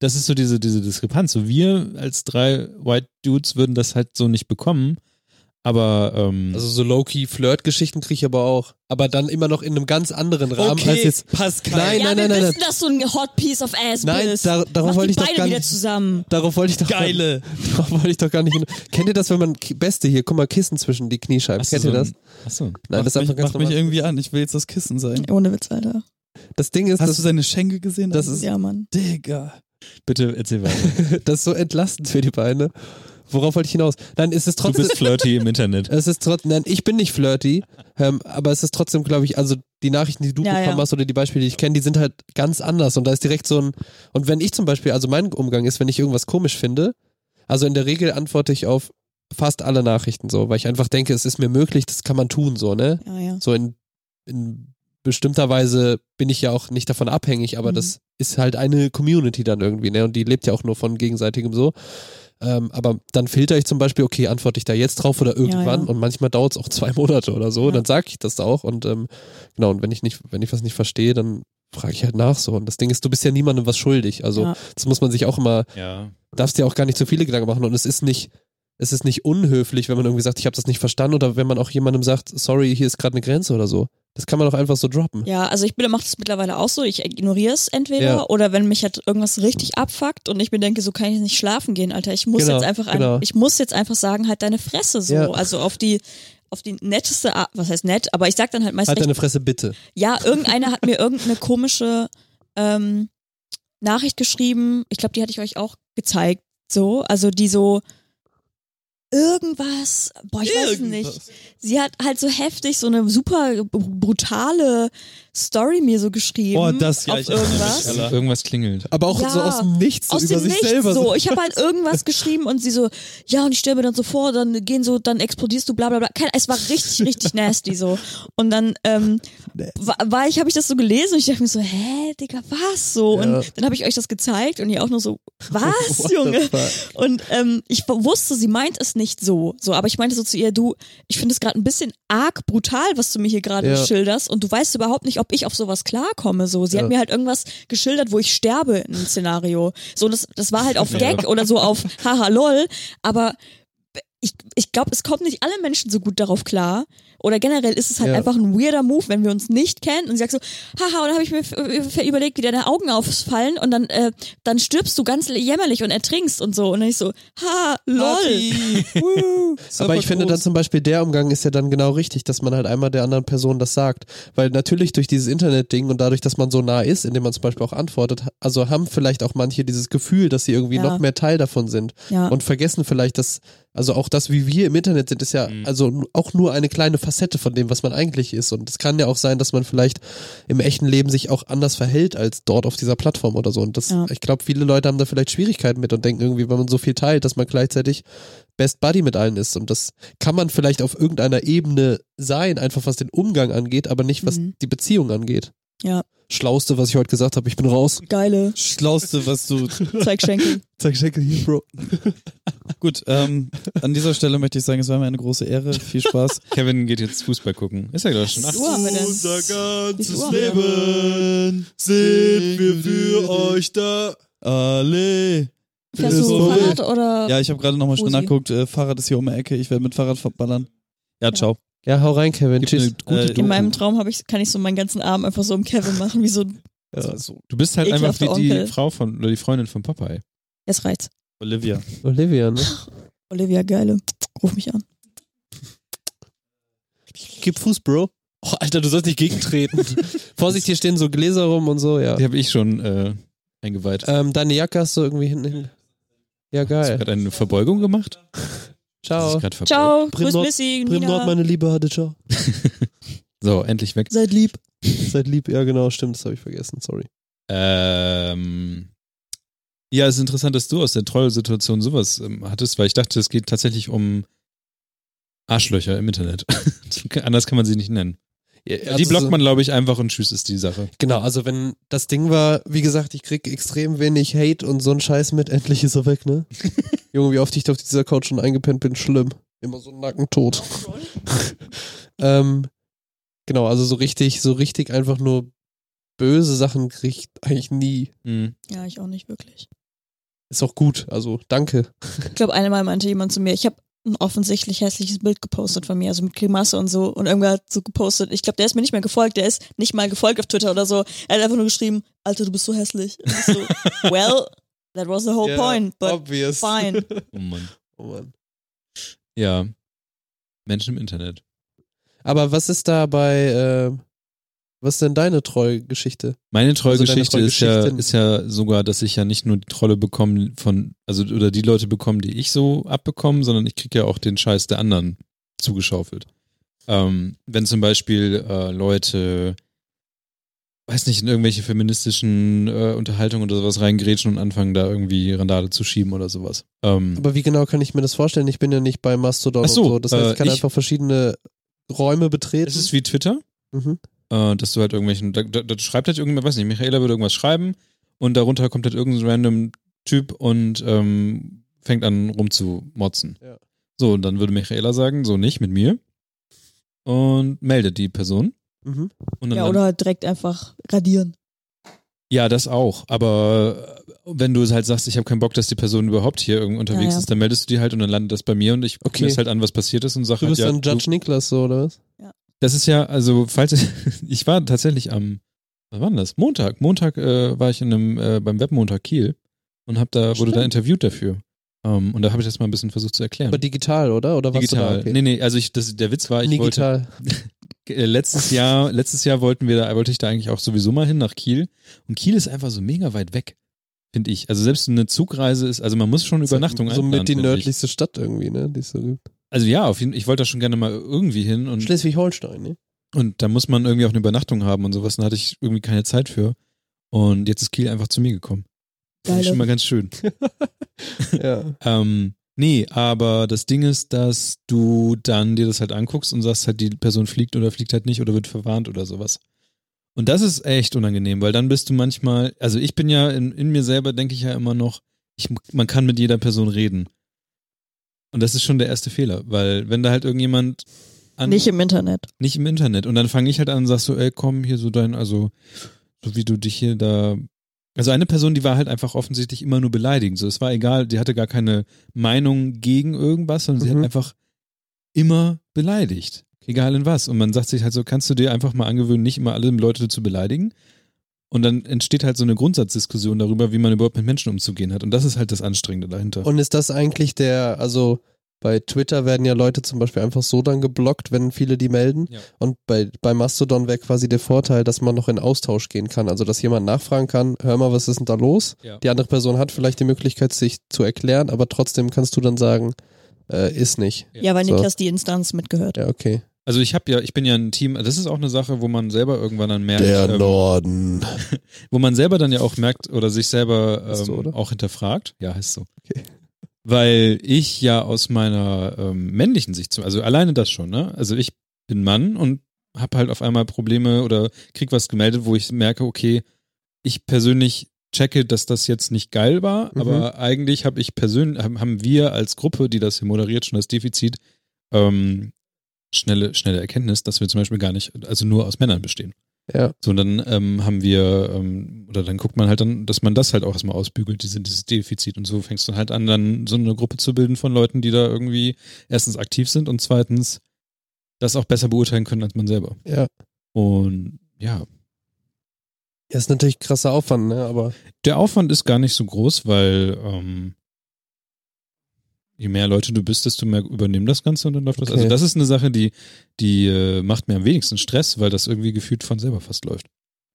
S1: das ist so diese, diese Diskrepanz. So wir als drei White Dudes würden das halt so nicht bekommen. Aber, ähm,
S4: Also so Loki Flirt-Geschichten kriege ich aber auch. Aber dann immer noch in einem ganz anderen Rahmen als
S2: Okay,
S4: jetzt.
S2: Pascal.
S4: Nein,
S3: ja,
S4: nein,
S3: wir
S4: nein, nein.
S3: wissen, dass du ein Hot Piece of Ass
S4: Nein,
S3: bist.
S4: da- darauf
S3: Mach
S4: wollte ich
S3: die
S4: doch
S3: beide
S4: gar
S3: wieder
S4: nicht-
S3: zusammen.
S4: Darauf wollte ich doch
S2: Geile.
S4: (laughs) Darauf wollte ich doch gar nicht hin. Kennt ihr das, wenn man K- Beste hier, guck mal, Kissen zwischen die Kniescheiben.
S1: hast du
S4: Kennt
S1: so
S4: ihr das?
S1: ein- Achso.
S4: Nein, das ist
S2: mach
S4: einfach
S2: mich,
S4: ganz
S2: mach mich
S4: normal.
S2: irgendwie an. Ich will jetzt das Kissen sein.
S3: Ohne Witz, Alter.
S4: Das Ding ist,
S2: Hast
S4: das,
S2: du seine Schenkel gesehen?
S4: Das ist-
S3: Ja, Mann.
S2: Digga.
S1: Bitte erzähl weiter.
S4: das ist so entlastend für die Beine. Worauf wollte ich hinaus? Nein, es ist
S1: Du
S4: trotzdem.
S1: bist flirty im
S4: (laughs)
S1: Internet.
S4: Es ist trotzdem, nein, ich bin nicht flirty, ähm, aber es ist trotzdem, glaube ich, also die Nachrichten, die du
S3: Ja,
S4: bekommen
S3: ja.
S4: hast oder die Beispiele, die ich kenne, die sind halt ganz anders und da ist direkt so ein, und wenn ich zum Beispiel, also mein Umgang ist, wenn ich irgendwas komisch finde, also in der Regel antworte ich auf fast alle Nachrichten so, weil ich einfach denke, es ist mir möglich, das kann man tun, so, ne?
S3: Ja, ja.
S4: So in, in bestimmter Weise bin ich ja auch nicht davon abhängig, aber
S3: Mhm.
S4: das ist halt eine Community dann irgendwie, ne? Und die lebt ja auch nur von gegenseitigem so. Ähm, aber dann filter ich zum Beispiel, okay, antworte ich da jetzt drauf oder irgendwann
S3: ja.
S4: und manchmal dauert es auch zwei (laughs) Monate oder so,
S3: Ja.
S4: dann sage ich das auch und ähm, genau, und wenn ich nicht, wenn ich was nicht verstehe, dann frage ich halt nach so. Und das Ding ist, du bist ja niemandem was schuldig. Also
S3: Ja.
S4: das muss man sich auch immer,
S1: Ja.
S4: darfst dir auch gar nicht so viele Gedanken machen und es ist nicht, es ist nicht unhöflich, wenn man irgendwie sagt, ich habe das nicht verstanden oder wenn man auch jemandem sagt, sorry, hier ist gerade eine Grenze oder so. Das kann man auch einfach so droppen.
S3: Ja, also ich bin- mach das mittlerweile auch so. Ich ignoriere es entweder
S4: Ja.
S3: oder wenn mich halt irgendwas richtig abfuckt und ich mir denke, so kann ich nicht schlafen gehen, Alter. Ich muss
S4: Genau,
S3: jetzt einfach, ein-
S4: genau.
S3: ich muss jetzt einfach sagen, halt deine Fresse so.
S4: Ja.
S3: Also auf die, auf die netteste Art, was heißt nett, aber ich sag dann halt meist
S4: Halt
S3: recht,
S4: deine Fresse bitte.
S3: ja, irgendeiner hat mir irgendeine komische ähm, Nachricht geschrieben. Ich glaube, die hatte ich euch auch gezeigt. So, also die so irgendwas, boah, ich weiß nicht.
S2: Irgendwas.
S3: Sie hat halt so heftig so eine super br- brutale Story mir so geschrieben.
S2: Boah, das- ja,
S3: auf
S2: ich erinnere mich,
S3: irgendwas.
S2: Alter.
S1: Irgendwas klingelt.
S4: Aber auch
S3: Ja.
S4: so aus dem Nichts, so
S3: aus
S4: über
S3: dem
S4: sich
S3: Nichts
S4: selber.
S3: so. Ich habe halt irgendwas geschrieben und sie so, ja, und ich stelle mir dann so vor, dann gehen so, dann explodierst du, bla bla bla. Kein, es war richtig,
S2: (laughs)
S3: richtig nasty so. Und dann ähm, war, war ich, habe ich das so gelesen und ich dachte mir so, hä, Digga, was so?
S4: Ja.
S3: Und dann habe ich euch das gezeigt und ihr auch nur so, was,
S4: (laughs) What the
S3: Junge?
S4: fuck?
S3: Und ähm, ich wusste, sie meint es nicht so. So, aber ich meinte so zu ihr, du, ich finde es gerade ein bisschen arg brutal, was du mir hier gerade
S4: Ja.
S3: schilderst. Und du weißt überhaupt nicht, ob ich auf sowas klarkomme. So, sie
S4: Ja.
S3: hat mir halt irgendwas geschildert, wo ich sterbe in einem Szenario. So, das, das war halt auf Gag oder so auf Haha lol. Aber ich, ich glaube, es kommen nicht alle Menschen so gut darauf klar. Oder generell ist es halt
S4: Ja.
S3: einfach ein weirder Move, wenn wir uns nicht kennen und sie sagt so, haha, und dann habe ich mir f- f- überlegt, wie deine Augen ausfallen und dann, äh, dann stirbst du ganz jämmerlich und ertrinkst und so. Und dann ich so, ha, lol.
S2: Woo.
S4: Aber ich
S2: Super
S4: finde dann
S2: groß.
S4: zum Beispiel der Umgang ist ja dann genau richtig, dass man halt einmal der anderen Person das sagt. Weil natürlich durch dieses Internet-Ding und dadurch, dass man so nah ist, indem man zum Beispiel auch antwortet, also haben vielleicht auch manche dieses Gefühl, dass sie irgendwie
S3: Ja.
S4: noch mehr Teil davon sind.
S3: Ja.
S4: Und vergessen vielleicht, dass, also auch das, wie wir im Internet sind, ist ja also n- auch nur eine kleine Facette von dem, was man eigentlich ist. Und es kann ja auch sein, dass man vielleicht im echten Leben sich auch anders verhält als dort auf dieser Plattform oder so. Und das,
S3: Ja.
S4: ich glaube, viele Leute haben da vielleicht Schwierigkeiten mit und denken irgendwie, wenn man so viel teilt, dass man gleichzeitig Best Buddy mit allen ist. Und das kann man vielleicht auf irgendeiner Ebene sein, einfach was den Umgang angeht, aber nicht was
S3: Mhm.
S4: die Beziehung angeht.
S3: Ja.
S4: Schlauste, was ich heute gesagt habe, ich bin raus.
S3: Geile
S2: (laughs) Schlauste, was
S4: (laughs)
S2: du
S3: Zweigschenkel.
S4: Zeig Schenkel hier, Bro.
S2: (laughs) Gut, ähm, an dieser Stelle möchte ich sagen, es war mir eine große Ehre. Viel (laughs) Spaß.
S1: Kevin geht jetzt Fußball gucken. Ist ja gleich schon
S3: Uhr haben wir denn? Wie viel Uhr
S2: ganzes
S3: haben wir?
S2: Leben sind wir für euch da. Alle.
S3: Fährst
S2: Ist
S3: du
S2: okay.
S3: Fahrrad oder?
S2: Ja, ich habe gerade nochmal schnell
S3: Rosi.
S2: nachgeguckt. Äh, Fahrrad ist hier um die Ecke. Ich werde mit Fahrrad verballern. Ja, ciao.
S4: Ja, hau rein, Kevin. Tschüss.
S2: Äh,
S3: In meinem Traum hab ich, kann ich so meinen ganzen Arm einfach so um Kevin machen, wie so ein.
S2: Ja. So,
S1: Du bist halt einfach
S3: Ekelhafter
S1: wie die
S3: Onkel.
S1: Frau von oder die Freundin von Popeye.
S3: Jetzt reizt.
S2: Olivia.
S4: Olivia, ne?
S3: Olivia, geile. Ruf mich an.
S4: Gib Fuß, Bro. Oh, Alter, du sollst nicht gegentreten. Vorsicht, hier stehen so Gläser rum und so, ja.
S1: Die habe ich schon äh, eingeweiht.
S4: Ähm, deine Jacke hast du irgendwie hinten hin. Ja,
S1: Hast du
S4: geil.
S1: gerade eine Verbeugung gemacht? Hast du
S4: Ciao.
S1: dich grad verbeugt?
S3: Ciao,
S4: Prim
S3: grüß
S4: Nord-
S3: Missy.
S4: Bremen Nord,
S3: Nina.
S4: meine Liebe, hatte ciao.
S1: So, endlich weg.
S3: Seid lieb.
S4: Seid lieb. Ja, genau, stimmt, das habe ich vergessen, sorry.
S1: Ähm, ja, es ist interessant, dass du aus der Troll-Situation sowas ähm, hattest, weil ich dachte, es geht tatsächlich um Arschlöcher im Internet. (laughs) Anders kann man sie nicht nennen. die blockt man, glaube ich, einfach und tschüss ist die Sache.
S4: Genau, also wenn das Ding war, wie gesagt, ich krieg extrem wenig Hate und so ein Scheiß mit, endlich ist er weg,
S3: (laughs)
S4: ne? Junge, wie oft ich da auf dieser Couch schon eingepennt bin, schlimm. Immer so nackentot. (laughs) ähm, genau, also so richtig, so richtig einfach nur böse Sachen krieg ich eigentlich nie.
S1: Mhm.
S3: Ja, ich auch nicht wirklich.
S4: Ist auch gut, also danke.
S3: Ich glaube, einmal meinte jemand zu mir, ich habe ein offensichtlich hässliches Bild gepostet von mir, also mit Grimasse und so. Und irgendwer hat so gepostet. Ich glaube, der ist mir nicht mehr gefolgt. Der ist nicht mal gefolgt auf Twitter oder so. Er hat einfach nur geschrieben, Alter, du bist so hässlich.
S1: (laughs)
S3: Und ich so, well, that was the whole
S4: Yeah,
S3: point, but
S1: (laughs)
S4: obvious.
S3: fine.
S1: Oh Mann.
S4: Oh Mann.
S1: Ja. Menschen im Internet.
S4: Aber was ist da bei, äh, was ist denn deine Trollgeschichte?
S1: Meine
S4: Also deine
S1: Trollgeschichte ist, ja,
S4: Trollgeschichten.
S1: ist ja sogar, dass ich ja nicht nur die Trolle bekomme von, also oder die Leute bekomme, die ich so abbekomme, sondern ich kriege ja auch den Scheiß der anderen zugeschaufelt. Ähm, wenn zum Beispiel äh, Leute, weiß nicht, in irgendwelche feministischen äh, Unterhaltungen oder sowas reingrätschen und anfangen, da irgendwie Randale zu schieben oder sowas. Ähm,
S4: Aber wie genau kann ich mir das vorstellen? Ich bin ja nicht bei Mastodon
S1: Ach so,
S4: und so. Das heißt, ich
S1: äh,
S4: kann
S1: ich-
S4: einfach verschiedene Räume betreten.
S1: es ist wie Twitter,
S4: mhm.
S1: äh, dass du halt irgendwelchen, da, da, da schreibt halt irgendjemand, weiß nicht, Michaela würde irgendwas schreiben und darunter kommt halt irgendein random Typ und ähm, fängt an rumzumotzen.
S4: Ja.
S1: So, und dann würde Michaela sagen, so nicht mit mir und meldet die Person.
S4: Mhm.
S1: Und dann
S3: Ja, oder direkt einfach radieren.
S1: ja, das auch. Aber wenn du es halt sagst, ich habe keinen Bock, dass die Person überhaupt hier irgendwo unterwegs
S3: Ja, ja.
S1: ist, dann meldest du die halt und dann landet das bei mir und ich gucke
S4: Okay.
S1: mir das halt an, was passiert ist und sage
S4: Du
S1: halt,
S4: bist
S1: ja,
S4: dann
S1: du-
S4: Judge Niklas, so, oder was?
S1: Das ist ja, also, falls ich (laughs) war tatsächlich am, was war denn das? Montag. Montag äh, war ich in einem, äh, beim Webmontag Kiel und hab da, wurde da interviewt dafür. Ähm, und da habe ich das mal ein bisschen versucht zu erklären.
S4: Aber digital, oder? Oder warst
S1: Digital.
S4: Du da?
S1: Nee, nee, also ich, das, der Witz war, ich wollte,
S4: digital.
S1: äh, letztes Jahr, letztes Jahr wollten wir da, wollte ich da eigentlich auch sowieso mal hin nach Kiel. Und Kiel ist einfach so mega weit weg. Finde ich. Also selbst eine Zugreise ist, also man muss schon Übernachtung
S4: so
S1: einplanen,
S4: mit die
S1: finde ich.
S4: nördlichste Stadt irgendwie, ne? Die es so gibt.
S1: Also ja, auf jeden, ich wollte da schon gerne mal irgendwie hin und
S4: Schleswig-Holstein, ne?
S1: Und da muss man irgendwie auch eine Übernachtung haben und sowas. Und da hatte ich irgendwie keine Zeit für. Und jetzt ist Kiel einfach zu mir gekommen. Finde ich
S3: Geile.
S1: schon mal ganz schön.
S4: Ja.
S1: Ähm, nee, aber das Ding ist, dass du dann dir das halt anguckst und sagst halt, die Person fliegt oder fliegt halt nicht oder wird verwarnt oder sowas. Und das ist echt unangenehm, weil dann bist du manchmal, also ich bin ja in, in mir selber, denke ich ja immer noch, ich, man kann mit jeder Person reden. Und das ist schon der erste Fehler, weil wenn da halt irgendjemand an,
S3: Nicht im Internet.
S1: nicht im Internet. Und dann fange ich halt an und sag so, ey, komm, hier so dein, also, so wie du dich hier da. Also eine Person, die war halt einfach offensichtlich immer nur beleidigend. So, es war egal, die hatte gar keine Meinung gegen irgendwas, sondern sie
S4: Mhm.
S1: hat einfach immer beleidigt. Egal in was. Und man sagt sich halt so, kannst du dir einfach mal angewöhnen, nicht immer alle Leute zu beleidigen? Und dann entsteht halt so eine Grundsatzdiskussion darüber, wie man überhaupt mit Menschen umzugehen hat. Und das ist halt das Anstrengende dahinter.
S4: Und ist das eigentlich der, also bei Twitter werden ja Leute zum Beispiel einfach so dann geblockt, wenn viele die melden.
S1: Ja.
S4: Und bei, bei Mastodon wäre quasi der Vorteil, dass man noch in Austausch gehen kann. Also dass jemand nachfragen kann, hör mal, was ist denn da los?
S1: Ja.
S4: Die andere Person hat vielleicht die Möglichkeit, sich zu erklären, aber trotzdem kannst du dann sagen, äh, ist nicht.
S1: Ja.
S3: Ja, weil
S4: So.
S3: Niklas die Instanz mitgehört.
S4: Ja, okay.
S1: Also ich habe ja, ich bin ja ein Team, das ist auch eine Sache, wo man selber irgendwann dann merkt, ähm,
S4: Norden.
S1: wo man selber dann ja auch merkt oder sich selber ähm,
S4: Heißt so, oder?
S1: auch hinterfragt. Ja, heißt so.
S4: Okay.
S1: Weil ich ja aus meiner ähm, männlichen Sicht, zum- also alleine das schon, ne? Also ich bin Mann und habe halt auf einmal Probleme oder krieg was gemeldet, wo ich merke, okay, ich persönlich checke, dass das jetzt nicht geil war,
S4: Mhm.
S1: aber eigentlich habe ich persönlich, haben wir als Gruppe, die das hier moderiert, schon das Defizit, ähm, schnelle, schnelle Erkenntnis, dass wir zum Beispiel gar nicht, also nur aus Männern bestehen.
S4: Ja.
S1: So, und dann ähm, haben wir, ähm, oder dann guckt man halt dann, dass man das halt auch erstmal ausbügelt, diese, dieses Defizit. Und so fängst du halt an, dann so eine Gruppe zu bilden von Leuten, die da irgendwie erstens aktiv sind und zweitens das auch besser beurteilen können als man selber.
S4: Ja.
S1: Und ja,
S4: Ja, ist natürlich krasser Aufwand, ne? Aber
S1: der Aufwand ist gar nicht so groß, weil ähm, je mehr Leute du bist, desto mehr übernehmen das Ganze und dann läuft das.
S4: Okay.
S1: Also das ist eine Sache, die, die äh, macht mir am wenigsten Stress, weil das irgendwie gefühlt von selber fast läuft.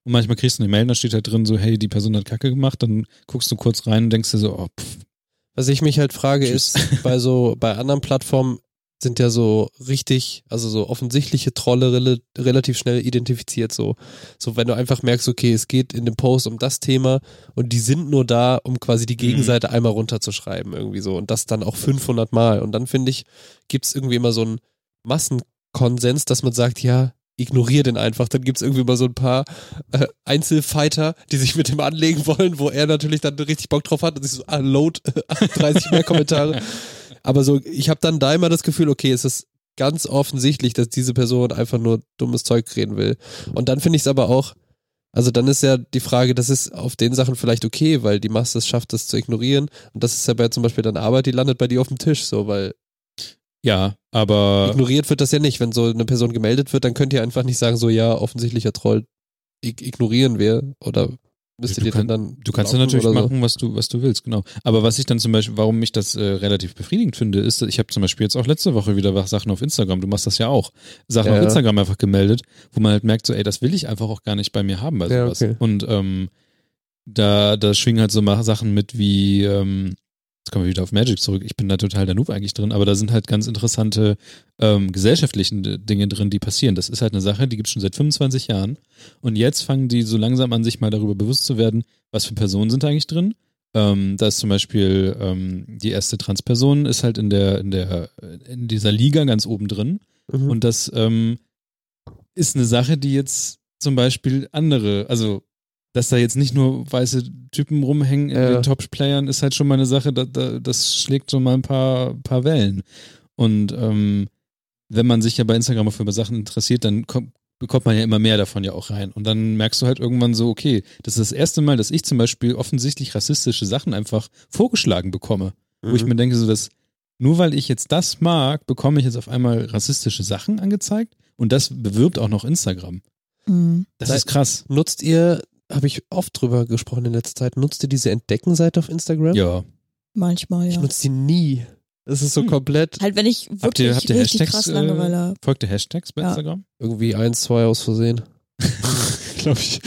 S1: Und manchmal kriegst du eine Mail, da steht halt drin so, hey, die Person hat Kacke gemacht, dann guckst du kurz rein und denkst dir so, oh, pff,
S4: Was ich mich halt frage
S1: Tschüss.
S4: ist, bei so, bei anderen Plattformen sind ja so richtig, also so offensichtliche Trolle rel relativ schnell identifiziert so. So, wenn du einfach merkst, okay, es geht in dem Post um das Thema und die sind nur da, um quasi die Gegenseite einmal runterzuschreiben irgendwie so und das dann auch 500 Mal. Und dann finde ich, gibt's irgendwie immer so einen Massenkonsens, dass man sagt, ja, ignorier den einfach. Dann gibt's irgendwie immer so ein paar äh, Einzelfighter, die sich mit dem anlegen wollen, wo er natürlich dann richtig Bock drauf hat und sich so, ah, load, 30 mehr Kommentare. Aber so, ich habe dann da immer das Gefühl, okay, es ist ganz offensichtlich, dass diese Person einfach nur dummes Zeug reden will. Und dann finde ich es aber auch, also dann ist ja die Frage, das ist auf den Sachen vielleicht okay, weil die Masse es schafft, das zu ignorieren. Und das ist ja bei zum Beispiel dann Arbeit, die landet bei dir auf dem Tisch, so, weil
S1: ja, aber
S4: ignoriert wird das ja nicht. Wenn so eine Person gemeldet wird, dann könnt ihr einfach nicht sagen, so, ja, offensichtlicher Troll, ig ignorieren wir oder müsstet
S1: Du
S4: ihr dann dann.
S1: Du kannst ja
S4: blocken
S1: natürlich
S4: oder so.
S1: machen, was du, was du willst, genau. Aber was ich dann zum Beispiel, warum mich das äh, relativ befriedigend finde, ist, ich habe zum Beispiel jetzt auch letzte Woche wieder was Sachen auf Instagram, du machst das ja auch, Sachen
S4: Ja.
S1: auf Instagram einfach gemeldet, wo man halt merkt, so, ey, das will ich einfach auch gar nicht bei mir haben bei
S4: Ja,
S1: sowas.
S4: okay.
S1: Und ähm, da, da schwingen halt so ma- Sachen mit wie, ähm, jetzt kommen wir wieder auf Magic zurück, ich bin da total der Noob eigentlich drin, aber da sind halt ganz interessante ähm, gesellschaftlichen D- Dinge drin, die passieren. Das ist halt eine Sache, die gibt's schon seit 25 Jahren. Und jetzt fangen die so langsam an, sich mal darüber bewusst zu werden, was für Personen sind da eigentlich drin. Ähm, da ist zum Beispiel ähm, die erste Transperson ist halt in der, in der, in dieser Liga ganz oben drin.
S4: Mhm.
S1: Und das ähm, ist eine Sache, die jetzt zum Beispiel andere, also dass da jetzt nicht nur weiße Typen rumhängen in
S4: Ja.
S1: den Top-Playern, ist halt schon mal eine Sache, da, da, das schlägt schon mal ein paar, paar Wellen. Und ähm, wenn man sich ja bei Instagram auch für über Sachen interessiert, dann kommt, bekommt man ja immer mehr davon ja auch rein. Und dann merkst du halt irgendwann so, okay, das ist das erste Mal, dass ich zum Beispiel offensichtlich rassistische Sachen einfach vorgeschlagen bekomme. Wo
S4: Mhm.
S1: ich mir denke, so dass nur weil ich jetzt das mag, bekomme ich jetzt auf einmal rassistische Sachen angezeigt. Und das bewirbt auch noch Instagram.
S3: Mhm.
S1: Das
S4: Sei-
S1: ist krass.
S4: Nutzt ihr, habe ich oft drüber gesprochen in letzter Zeit, nutzt ihr diese Entdeckenseite auf Instagram?
S1: Ja.
S3: Manchmal,
S4: Ich
S3: ja.
S4: nutze die nie. Es ist so
S1: Hm.
S4: komplett
S3: Halt, wenn ich wirklich
S1: Habt ihr- habt ihr
S3: richtig
S1: Hashtags,
S3: krass
S1: äh,
S3: Langeweile habe.
S1: Folgt ihr Hashtags bei
S3: Ja.
S1: Instagram? (laughs)
S4: irgendwie eins, zwei aus Versehen. Glaube ich.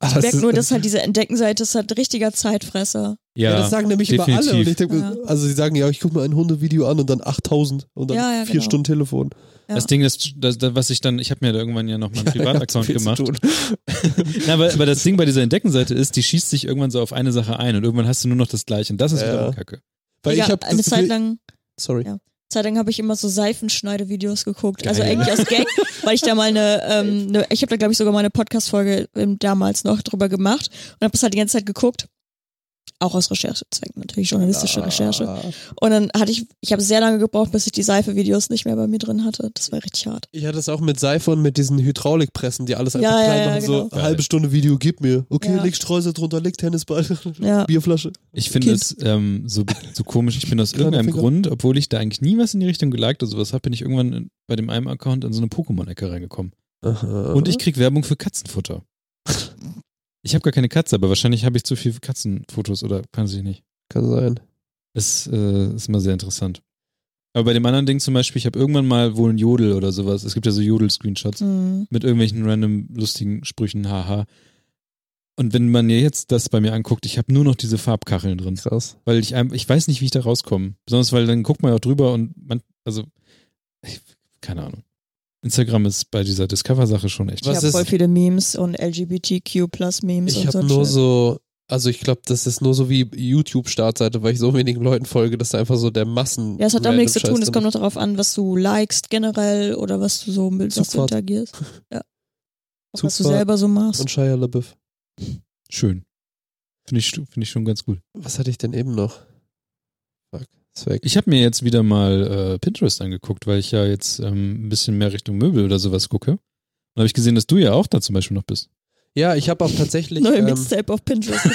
S1: Ah, das
S3: Ich merke
S1: ist-
S3: nur, dass halt diese Entdeckenseite ist halt richtiger Zeitfresser.
S1: Ja,
S4: das sagen nämlich immer alle. Und
S1: definitiv.
S4: ich denk, mir, Also sie sagen, ja, ich gucke mir ein Hundevideo an und dann 8000 und dann
S3: Ja, ja,
S4: vier
S3: genau.
S4: Stunden Telefon.
S3: Ja.
S1: Das Ding ist, das, das, was ich dann, ich habe mir da irgendwann ja noch
S4: (laughs)
S1: meinen Privataccount
S4: Viel zu
S1: gemacht.
S4: tun.
S1: Na, aber, aber das Ding bei dieser Entdeckenseite ist, die schießt sich irgendwann so auf eine Sache ein und irgendwann hast du nur noch das Gleiche und das ist
S4: Ja.
S1: wiederum Kacke.
S4: Weil
S3: Digga,
S4: ich hab
S3: eine
S4: das
S3: Zeit
S4: Gefühl-
S3: lang,
S4: Sorry.
S3: Ja. Zeit lang habe ich immer so Seifenschneidevideos geguckt.
S1: Geil.
S3: Also eigentlich
S4: (laughs)
S3: aus Gag, weil ich da mal eine, ähm, ne, ich habe da glaube ich sogar mal eine Podcast-Folge ähm, damals noch drüber gemacht und habe das halt die ganze Zeit geguckt. Auch aus Recherchezwecken, natürlich journalistische Recherche.
S4: Ah.
S3: Und dann hatte ich, ich habe sehr lange gebraucht, bis ich die Seife-Videos nicht mehr bei mir drin hatte. Das war richtig hart.
S4: Ich hatte das auch mit Seife und mit diesen Hydraulikpressen, die alles einfach
S3: Ja, ja,
S4: klein
S3: ja,
S4: machen. So,
S3: genau.
S1: Geil.
S4: halbe Stunde Video, gib mir. Okay,
S3: Ja.
S4: leg Streusel drunter, leg Tennisball, (laughs)
S3: Ja.
S4: Bierflasche.
S1: Ich finde
S3: Kind.
S1: es ähm, so, so komisch. Ich bin aus
S4: Kleine
S1: irgendeinem
S4: Finger.
S1: Grund, obwohl ich da eigentlich nie was in die Richtung geliked oder sowas habe, bin ich irgendwann in, bei dem einen Account in so eine Pokémon-Ecke reingekommen. Und
S4: Mhm.
S1: ich krieg Werbung für Katzenfutter. Ich habe gar keine Katze, aber wahrscheinlich habe ich zu viel Katzenfotos oder kann ich nicht.
S4: Kann sein.
S1: Das äh, ist immer sehr interessant. Aber bei dem anderen Ding zum Beispiel, ich habe irgendwann mal wohl einen Jodel oder sowas. Es gibt ja so Jodel-Screenshots.
S3: Hm.
S1: mit irgendwelchen random lustigen Sprüchen, haha. Und wenn man mir jetzt das bei mir anguckt, ich habe nur noch diese Farbkacheln drin,
S4: Krass.
S1: weil ich einem, ich weiß nicht, wie ich da rauskomme. Besonders weil dann guckt man ja auch drüber und man, also ich, keine Ahnung. Instagram ist bei dieser Discover-Sache schon echt.
S3: Ich
S4: Was
S3: habe
S4: ist-
S3: voll viele Memes und LGBTQ-Plus-Memes
S4: Ich
S3: und
S4: habe
S3: so.
S4: nur
S3: Shit.
S4: so, also ich glaube, das ist nur so wie YouTube-Startseite, weil ich so wenigen Leuten folge, dass da einfach so der Massen.
S3: Ja, es hat damit nichts zu
S4: Random
S3: tun. Es
S4: Scheiß
S3: kommt
S4: drin
S3: noch darauf an, was du likest generell oder was du so mit was du
S4: Zugfahrt. (laughs)
S3: interagierst. Ja. Auch was du
S4: Zugfahrt
S3: selber so machst. (laughs)
S4: Und Shia LaBeouf.
S1: Schön. Finde ich, finde ich schon ganz gut.
S4: Was hatte ich denn eben noch? Fuck, ist weg.
S1: Ich habe mir jetzt wieder mal äh, Pinterest angeguckt, weil ich ja jetzt ähm, ein bisschen mehr Richtung Möbel oder sowas gucke. Und habe ich gesehen, dass du ja auch da zum Beispiel noch bist.
S4: Ja, ich habe auch
S3: (laughs)
S4: tatsächlich.
S3: Neue
S4: ähm,
S3: Mixtape
S4: (laughs)
S3: auf Pinterest.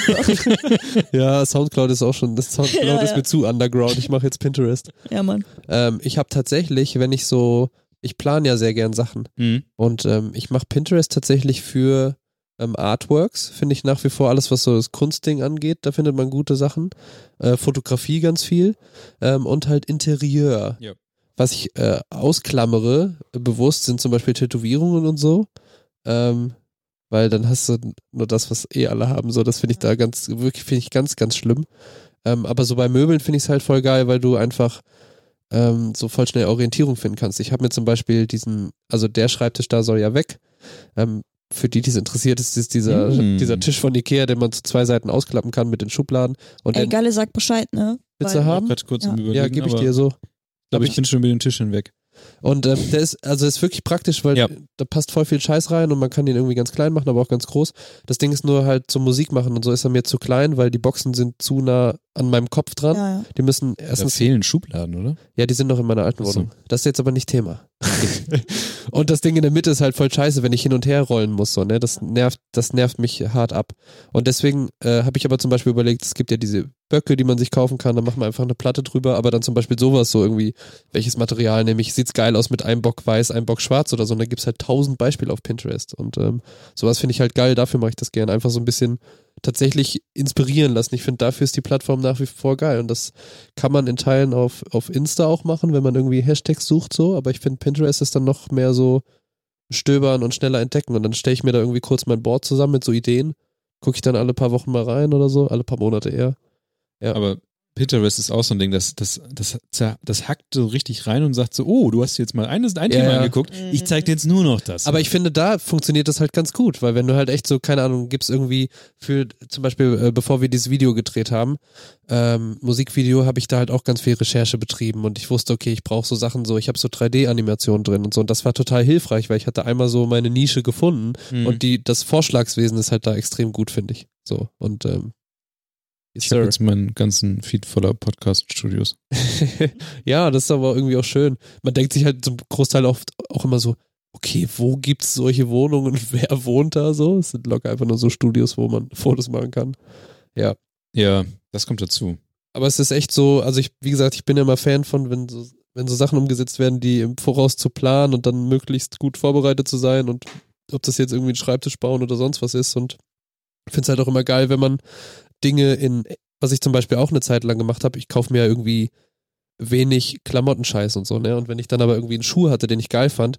S4: ja, Soundcloud ist auch schon.
S3: (laughs)
S4: Das Soundcloud
S3: Ja,
S4: ist
S3: ja.
S4: mir zu underground. Ich mache jetzt Pinterest.
S3: ja, Mann.
S4: Ähm, ich habe tatsächlich, wenn ich so, ich plane ja sehr gern Sachen und ähm, ich mache Pinterest tatsächlich für ähm, Artworks, finde ich nach wie vor alles, was so das Kunstding angeht, da findet man gute Sachen, äh, Fotografie ganz viel ähm, und halt Interieur.
S1: Ja.
S4: Was ich äh, ausklammere, äh, bewusst sind zum Beispiel Tätowierungen und so, ähm, weil dann hast du nur das, was eh alle haben. So, das finde ich da ganz, wirklich finde ich ganz, ganz schlimm. Ähm, aber so bei Möbeln finde ich es halt voll geil, weil du einfach ähm, so voll schnell Orientierung finden kannst. Ich habe mir zum Beispiel diesen, also der Schreibtisch da soll ja weg. Ähm, für die, die es interessiert, ist es dieser,
S1: Mm.
S4: dieser Tisch von Ikea, den man zu zwei Seiten ausklappen kann mit den Schubladen. Und
S3: Ey,
S4: den
S3: Galle, sag Bescheid, ne?
S4: willst du
S3: weil-
S4: haben?
S1: Gerade kurz
S3: Ja.
S1: im Überlegen,
S4: Ja, gebe ich
S1: aber
S4: dir so.
S1: glaube, ich bin schon über den Tisch hinweg.
S4: Und ähm, der ist, also ist wirklich praktisch, weil
S1: Ja.
S4: da passt voll viel Scheiß rein und man kann ihn irgendwie ganz klein machen, aber auch ganz groß. Das Ding ist nur halt zum Musik machen und so ist er mir zu klein, weil die Boxen sind zu nah an meinem Kopf dran.
S3: Ja, ja.
S4: Die müssen
S1: Da
S4: erstens
S1: fehlen Schubladen, oder?
S4: Ja, die sind noch in meiner alten
S1: Ach so.
S4: Wohnung. Das ist jetzt aber nicht Thema. (laughs) und das Ding in der Mitte ist halt voll scheiße, wenn ich hin und her rollen muss. So, ne? das, nervt, das nervt mich hart ab. Und deswegen äh, habe ich aber zum Beispiel überlegt, es gibt ja diese Böcke, die man sich kaufen kann, da machen wir einfach eine Platte drüber, aber dann zum Beispiel sowas, so irgendwie, welches Material nehme ich? Sieht's geil aus mit einem Bock weiß, einem Bock schwarz oder so. Und da gibt's halt tausend Beispiele auf Pinterest. Und ähm, sowas finde ich halt geil, dafür mache ich das gerne. Einfach so ein bisschen tatsächlich inspirieren lassen. Ich finde, dafür ist die Plattform nach wie vor geil. Und das kann man in Teilen auf, auf Insta auch machen, wenn man irgendwie Hashtags sucht, so. Aber ich finde, Pinterest ist dann noch mehr so stöbern und schneller entdecken. Und dann stelle ich mir da irgendwie kurz mein Board zusammen mit so Ideen. Gucke ich dann alle paar Wochen mal rein oder so, alle paar Monate eher. Ja.
S1: Aber Pinterest ist auch so ein Ding, das, das, das, zer- das hackt so richtig rein und sagt so, oh, du hast dir jetzt mal ein, ein
S4: Ja,
S1: Thema
S4: ja.
S1: angeguckt, ich zeig dir jetzt nur noch das.
S4: Aber ich finde, da funktioniert das halt ganz gut, weil wenn du halt echt so, keine Ahnung, gibst irgendwie für, zum Beispiel, äh, bevor wir dieses Video gedreht haben, ähm, Musikvideo, habe ich da halt auch ganz viel Recherche betrieben und ich wusste, okay, ich brauche so Sachen so, ich habe so 3D-Animationen drin und so und das war total hilfreich, weil ich hatte einmal so meine Nische gefunden
S1: Mhm.
S4: und die, das Vorschlagswesen ist halt da extrem gut, finde ich. So und, ähm, yes,
S1: ich habe
S4: sir.
S1: jetzt meinen ganzen Feed voller Podcast-Studios.
S4: (laughs) ja, das ist aber irgendwie auch schön. Man denkt sich halt zum Großteil oft auch immer so, okay, wo gibt's solche Wohnungen (laughs) und wer wohnt da so? Es sind locker einfach nur so Studios, wo man Fotos machen kann.
S1: Ja, das kommt dazu.
S4: Aber es ist echt so, also ich, wie gesagt, ich bin ja immer Fan von, wenn so, wenn so Sachen umgesetzt werden, die im Voraus zu planen und dann möglichst gut vorbereitet zu sein und ob das jetzt irgendwie ein Schreibtisch bauen oder sonst was ist und finde es halt auch immer geil, wenn man Dinge in, was ich zum Beispiel auch eine Zeit lang gemacht habe, ich kaufe mir ja irgendwie wenig Klamottenscheiß und so, ne? Und wenn ich dann aber irgendwie einen Schuh hatte, den ich geil fand,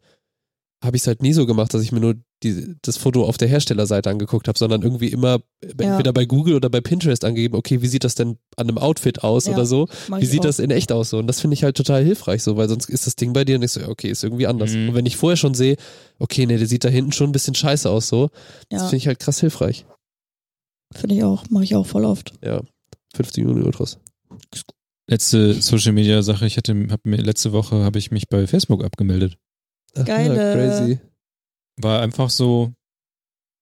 S4: habe ich es halt nie so gemacht, dass ich mir nur die, das Foto auf der Herstellerseite angeguckt habe, sondern irgendwie immer
S3: Ja.
S4: entweder bei Google oder bei Pinterest angegeben, okay, wie sieht das denn an einem Outfit aus
S3: Ja.
S4: oder so?
S3: Mach
S4: Wie
S3: ich
S4: sieht
S3: auch.
S4: das in echt aus so? Und das finde ich halt total hilfreich so, weil sonst ist das Ding bei dir nicht so, ja, okay, ist irgendwie anders.
S1: Mhm.
S4: Und wenn ich vorher schon sehe, okay, nee, der sieht da hinten schon ein bisschen scheiße aus so, das
S3: Ja,
S4: finde ich halt krass hilfreich.
S3: finde ich auch. Mache ich auch voll oft.
S4: 50 Juni Ultras.
S1: Letzte Social Media Sache, ich hatte, hab mir, letzte Woche habe ich mich bei Facebook abgemeldet.
S4: Ach,
S3: Geile.
S4: crazy.
S1: War einfach so.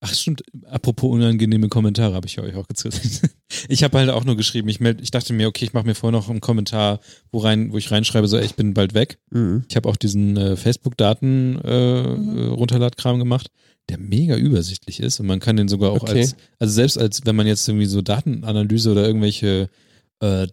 S1: Ach stimmt, apropos unangenehme Kommentare habe ich euch auch gezeigt. (laughs) Ich habe halt auch nur geschrieben, ich, meld, ich dachte mir, okay, ich mache mir vorher noch einen Kommentar, wo, rein, wo ich reinschreibe, so, ey, ich bin bald weg.
S4: Mhm.
S1: Ich habe auch diesen äh, Facebook-Daten äh,
S3: Mhm.
S1: äh, Runterladkram gemacht, der mega übersichtlich ist und man kann den sogar auch
S4: Okay.
S1: als, also selbst als wenn man jetzt irgendwie so Datenanalyse oder irgendwelche äh,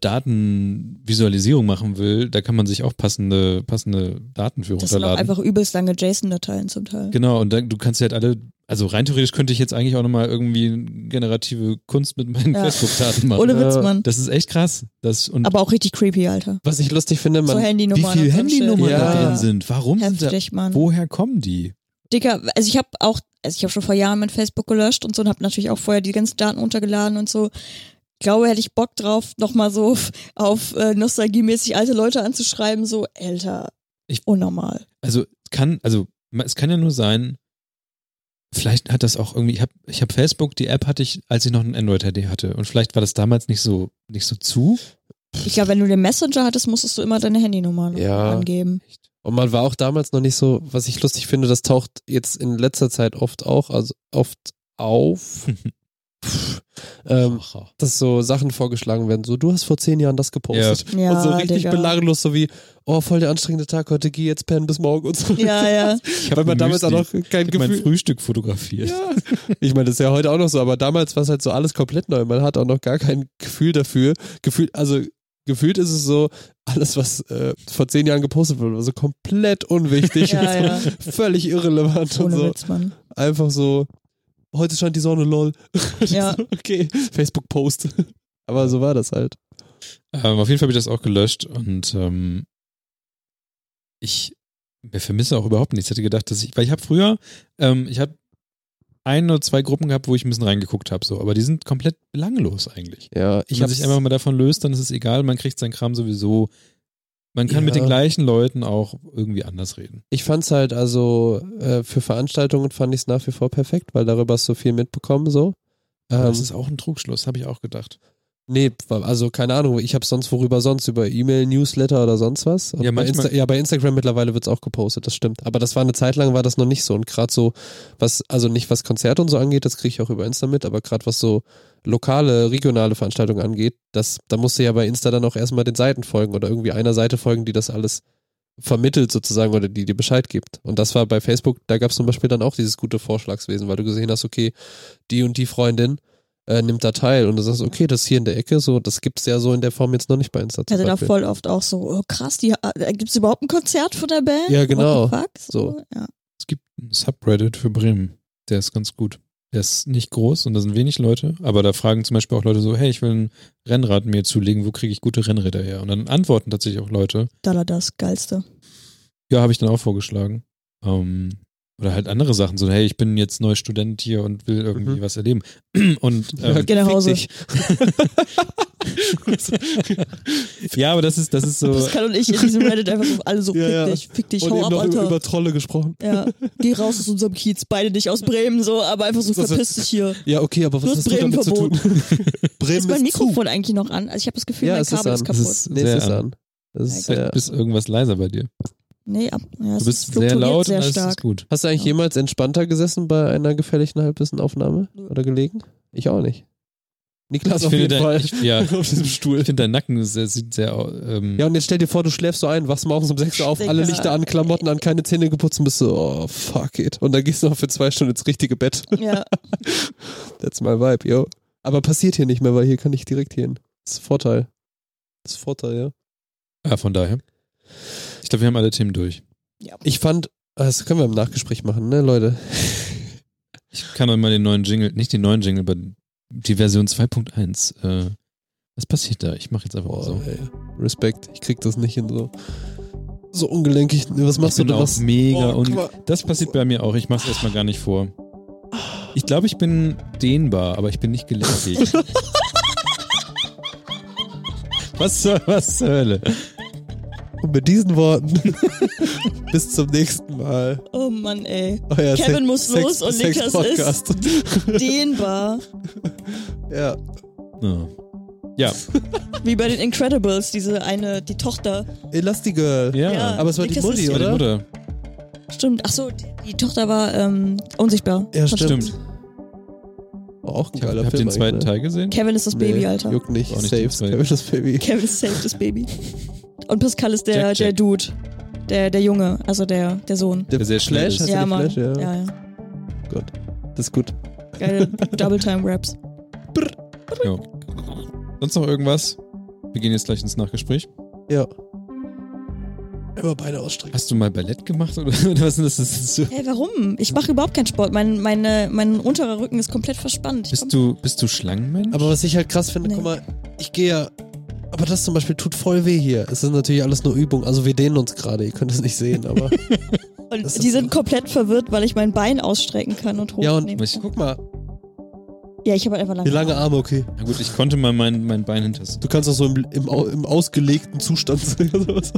S1: Datenvisualisierung machen will, da kann man sich auch passende passende Daten für
S3: Das sind auch
S1: runterladen.
S3: einfach übelst lange JSON-Dateien zum Teil.
S1: Genau, und dann, du kannst ja halt alle, also rein theoretisch könnte ich jetzt eigentlich auch nochmal irgendwie generative Kunst mit meinen
S3: Ja.
S1: Facebook-Daten machen.
S3: Ohne Witz,
S4: Ja.
S3: Mann.
S1: das ist echt krass. Das, und
S3: Aber auch richtig creepy, Alter.
S4: Was ich lustig finde, man,
S3: so
S1: wie
S3: Handynummern.
S1: viele
S3: und so ein Shit.
S1: Handynummern
S4: Ja.
S1: da drin sind, warum sind da,
S3: Heftig, Mann.
S1: woher kommen die?
S3: Dicker, also ich habe auch, also ich habe schon vor Jahren mein Facebook gelöscht und so und habe natürlich auch vorher die ganzen Daten runtergeladen und so. Ich glaube, hätte ich Bock drauf, nochmal so auf, auf äh, nostalgiemäßig alte Leute anzuschreiben, so älter.
S1: Ich-
S3: Unnormal.
S1: also kann, also ma- es kann ja nur sein, vielleicht hat das auch irgendwie, ich habe ich hab Facebook, die App hatte ich, als ich noch ein Android-HD hatte und vielleicht war das damals nicht so, nicht so zu.
S3: Ich glaube, wenn du den Messenger hattest, musstest du immer deine Handynummer noch
S4: Ja.
S3: angeben.
S4: Und man war auch damals noch nicht so, was ich lustig finde, das taucht jetzt in letzter Zeit oft auch, also oft auf, ähm, dass so Sachen vorgeschlagen werden. So, du hast vor zehn Jahren das gepostet.
S3: Ja,
S4: und so richtig
S3: Digga.
S4: belanglos, so wie, oh, voll der anstrengende Tag heute, geh jetzt pennen bis morgen und so. (laughs)
S3: Ja, ja.
S1: ich habe
S4: Weil man damals auch noch kein
S1: ich hab mein
S4: Gefühl.
S1: Frühstück fotografiert.
S4: Ja. Ich meine, das ist ja heute auch noch so, aber damals war es halt so alles komplett neu. Man hat auch noch gar kein Gefühl dafür. Gefühl, also gefühlt ist es so, alles, was äh, vor zehn Jahren gepostet wurde, war so komplett unwichtig und so
S3: Ja, ja.
S4: völlig irrelevant und
S3: Ohne
S4: so.
S3: Witz, Mann.
S4: Einfach so, heute scheint die Sonne, lol. (laughs)
S3: Ja.
S4: okay, Facebook-Post. (laughs) Aber so war das halt.
S1: Ähm, auf jeden Fall habe ich das auch gelöscht und ähm, ich wir vermisse auch überhaupt nichts. Ich hätte gedacht, dass ich, weil ich habe früher, ähm, ich habe ein oder zwei Gruppen gehabt, wo ich ein bisschen reingeguckt habe, so, aber die sind komplett belanglos eigentlich.
S4: Ja,
S1: Wenn man sich einfach mal davon löst, dann ist es egal, man kriegt seinen Kram sowieso. Man kann mit
S4: Ja.
S1: den gleichen Leuten auch irgendwie anders reden.
S4: Ich fand's halt, also äh, für Veranstaltungen fand ich's nach wie vor perfekt, weil darüber hast du viel mitbekommen, so.
S1: Aber
S4: Ähm,
S1: das ist auch ein Trugschluss, habe ich auch gedacht.
S4: nee, also keine Ahnung, ich habe sonst worüber sonst, über E-Mail, Newsletter oder sonst was. Und
S1: Ja,
S4: bei
S1: manchmal-
S4: Insta ja, bei Instagram mittlerweile wird's auch gepostet, das stimmt. Aber das war eine Zeit lang, war das noch nicht so. Und gerade so, was, also nicht was Konzerte und so angeht, das kriege ich auch über Insta mit, aber gerade was so lokale, regionale Veranstaltungen angeht, das, da musst du ja bei Insta dann auch erstmal den Seiten folgen oder irgendwie einer Seite folgen, die das alles vermittelt sozusagen oder die dir Bescheid gibt. Und das war bei Facebook, da gab es zum Beispiel dann auch dieses gute Vorschlagswesen, weil du gesehen hast, okay, die und die Freundin äh, nimmt da teil und du sagst, okay, das hier in der Ecke, so, das gibt's ja so in der Form jetzt noch nicht bei Insta.
S3: Ich
S4: zum
S3: hatte da
S4: Beispiel.
S3: voll oft auch so, oh krass, die, äh, gibt's überhaupt ein Konzert von der Band?
S4: Ja, genau.
S3: What the fuck? So, ja.
S1: Es gibt einen Subreddit für Bremen, der ist ganz gut. Der ist nicht groß und da sind wenig Leute, aber da fragen zum Beispiel auch Leute so, hey, ich will ein Rennrad mir zulegen, wo kriege ich gute Rennräder her? Und dann antworten tatsächlich auch Leute,
S3: Dalla das Geilste.
S1: ja, habe ich dann auch vorgeschlagen. Ähm, oder halt andere Sachen, so, hey, ich bin jetzt neu Student hier und will irgendwie
S4: Mhm.
S1: was erleben. (clears throat)
S3: (laughs)
S1: Und ähm,
S3: Geh nach
S4: Fick
S3: Hause.
S4: dich.
S1: (laughs) ja, aber das ist, das ist so.
S3: Pascal und ich in diesem Reddit einfach so alle
S4: (laughs)
S3: so,
S4: Ja,
S3: fick
S4: ja.
S3: dich, fick dich,
S4: und
S3: hau
S4: eben
S3: ab,
S4: noch über,
S3: Alter.
S4: über Trolle gesprochen.
S3: ja, geh raus aus unserem Kiez, beide nicht aus Bremen, so, aber einfach so,
S4: Das ist-
S3: verpiss dich hier.
S4: Ja, okay, aber
S3: Du
S4: was
S3: hast
S4: hast du damit zu tun?
S3: (laughs)
S4: (laughs) Bremen
S3: Ist mein
S4: zu.
S3: Mikrofon eigentlich noch an? Also ich habe das Gefühl,
S4: Ja,
S3: mein
S4: es ist
S3: Kabel ist,
S4: an.
S1: Das
S3: kaputt.
S1: ist
S4: Nee,
S1: sehr
S4: es ist
S1: an.
S4: an. Das ist,
S1: Vielleicht
S4: ja.
S1: ist irgendwas leiser bei dir.
S3: nee, ab, ja, es
S1: Du bist sehr
S3: fluktuiert
S1: laut
S3: sehr
S1: und das ist
S3: stark.
S1: gut.
S4: Hast du eigentlich
S3: Ja.
S4: jemals entspannter gesessen bei einer gefährlichen Halbwissenaufnahme
S3: Nö.
S4: oder gelegen? Ich auch nicht. Niklas auf
S1: finde
S4: jeden
S1: dein,
S4: Fall.
S1: Ich, ja,
S4: (laughs) auf diesem Stuhl.
S1: ich finde dein Nacken ist- es sieht sehr. Ähm,
S4: Ja, und jetzt stell dir vor, du schläfst so ein, wachst morgens um 6 Uhr auf, alle
S3: Digga.
S4: Lichter an, Klamotten an, keine Zähne geputzt und bist so, oh, fuck it. Und dann gehst du noch für zwei Stunden ins richtige Bett. (laughs)
S3: Ja,
S4: That's my vibe, yo. Aber passiert hier nicht mehr, weil hier kann ich direkt hin. Das ist Vorteil. Das ist Vorteil, ja.
S1: ja, von daher. Ich glaube, wir haben alle Themen durch.
S4: Ich fand, ah, das können wir im Nachgespräch machen, ne, Leute?
S1: Ich kann euch mal den neuen Jingle, nicht den neuen Jingle, aber die Version 2.1. Äh, was passiert da? Ich mache jetzt einfach mal
S4: Boah,
S1: so.
S4: ey. Respekt, ich krieg das nicht hin so. so ungelenkig. Was machst
S1: ich bin
S4: du da?
S1: auch
S4: Was?
S1: mega
S4: Oh,
S1: und
S4: guck
S1: das passiert bei mir auch. Ich mache es erstmal gar nicht vor. Ich glaube, ich bin dehnbar, aber ich bin nicht
S4: (laughs)
S1: gelenkig. was soll, was zur Hölle?
S4: Und mit diesen Worten (laughs) bis zum nächsten Mal.
S3: Oh Mann, ey.
S4: Euer
S3: Kevin
S4: Se-
S3: muss
S4: Sex
S3: los und
S4: Sex
S3: Niklas
S4: Podcast. (laughs)
S3: Dehnbar.
S4: Ja.
S1: Ja. Ja.
S3: Wie bei den Incredibles, diese eine, die Tochter.
S4: Elastigirl.
S1: ja.
S3: Ja.
S4: Aber es war die
S3: Niklas
S4: Mutti,
S3: ist-
S1: Bei der
S4: oder?
S1: Mutter.
S3: Stimmt. Ach so, die, die Tochter war ähm, unsichtbar.
S4: Ja,
S1: Stimmt.
S4: War auch ein
S1: Ich hab-
S4: geiler
S1: Habt ihr
S4: Film
S1: den zweiten
S4: eigentlich, ne?
S1: Teil gesehen?
S3: Kevin ist das Baby,
S4: Nee,
S3: Alter.
S4: Juckt nicht.
S1: Auch nicht
S4: Safe.
S1: den zweiten.
S4: Kevin das Baby.
S3: Kevin ist safe, das Baby. Und Pascal ist der,
S1: Jack,
S3: der
S1: Jack.
S3: Dude. Der, der Junge, also der, der Sohn.
S1: Der sehr schnell
S4: Flash
S1: ist.
S4: hat
S3: ja,
S4: ja, die
S3: Mann.
S4: Flash, ja.
S3: ja, ja.
S4: Das ist gut.
S3: Geile Double-Time-Raps.
S1: Sonst noch irgendwas? Wir gehen jetzt gleich ins Nachgespräch.
S4: Ja. Immer Beine ausstrecken.
S1: Hast du mal Ballett gemacht oder, (laughs) oder was denn das ist? So,
S3: Hä, hey, warum? Ich mache überhaupt keinen Sport. Mein, meine, mein unterer Rücken ist komplett verspannt. Ich komm-
S1: bist du, bist du Schlangenmensch?
S4: Aber was ich halt krass finde,
S3: Nee.
S4: guck mal, ich gehe ja. Aber das zum Beispiel tut voll weh hier. Es ist natürlich alles nur Übung. Also wir dehnen uns gerade, ihr könnt es nicht
S1: (laughs)
S4: sehen, aber. das
S3: und
S4: ist-
S3: die sind komplett verwirrt, weil ich mein Bein ausstrecken kann und
S4: Ja, und-
S3: hochnehmen
S1: Ich-
S3: kann.
S4: Guck mal,
S3: Ja, ich habe halt einfach
S4: wie
S3: lange.
S4: lange Arme, okay.
S1: Na gut, ich konnte mal mein, mein Bein hinter.
S4: Du kannst auch so im, im, au- im ausgelegten Zustand sein oder so.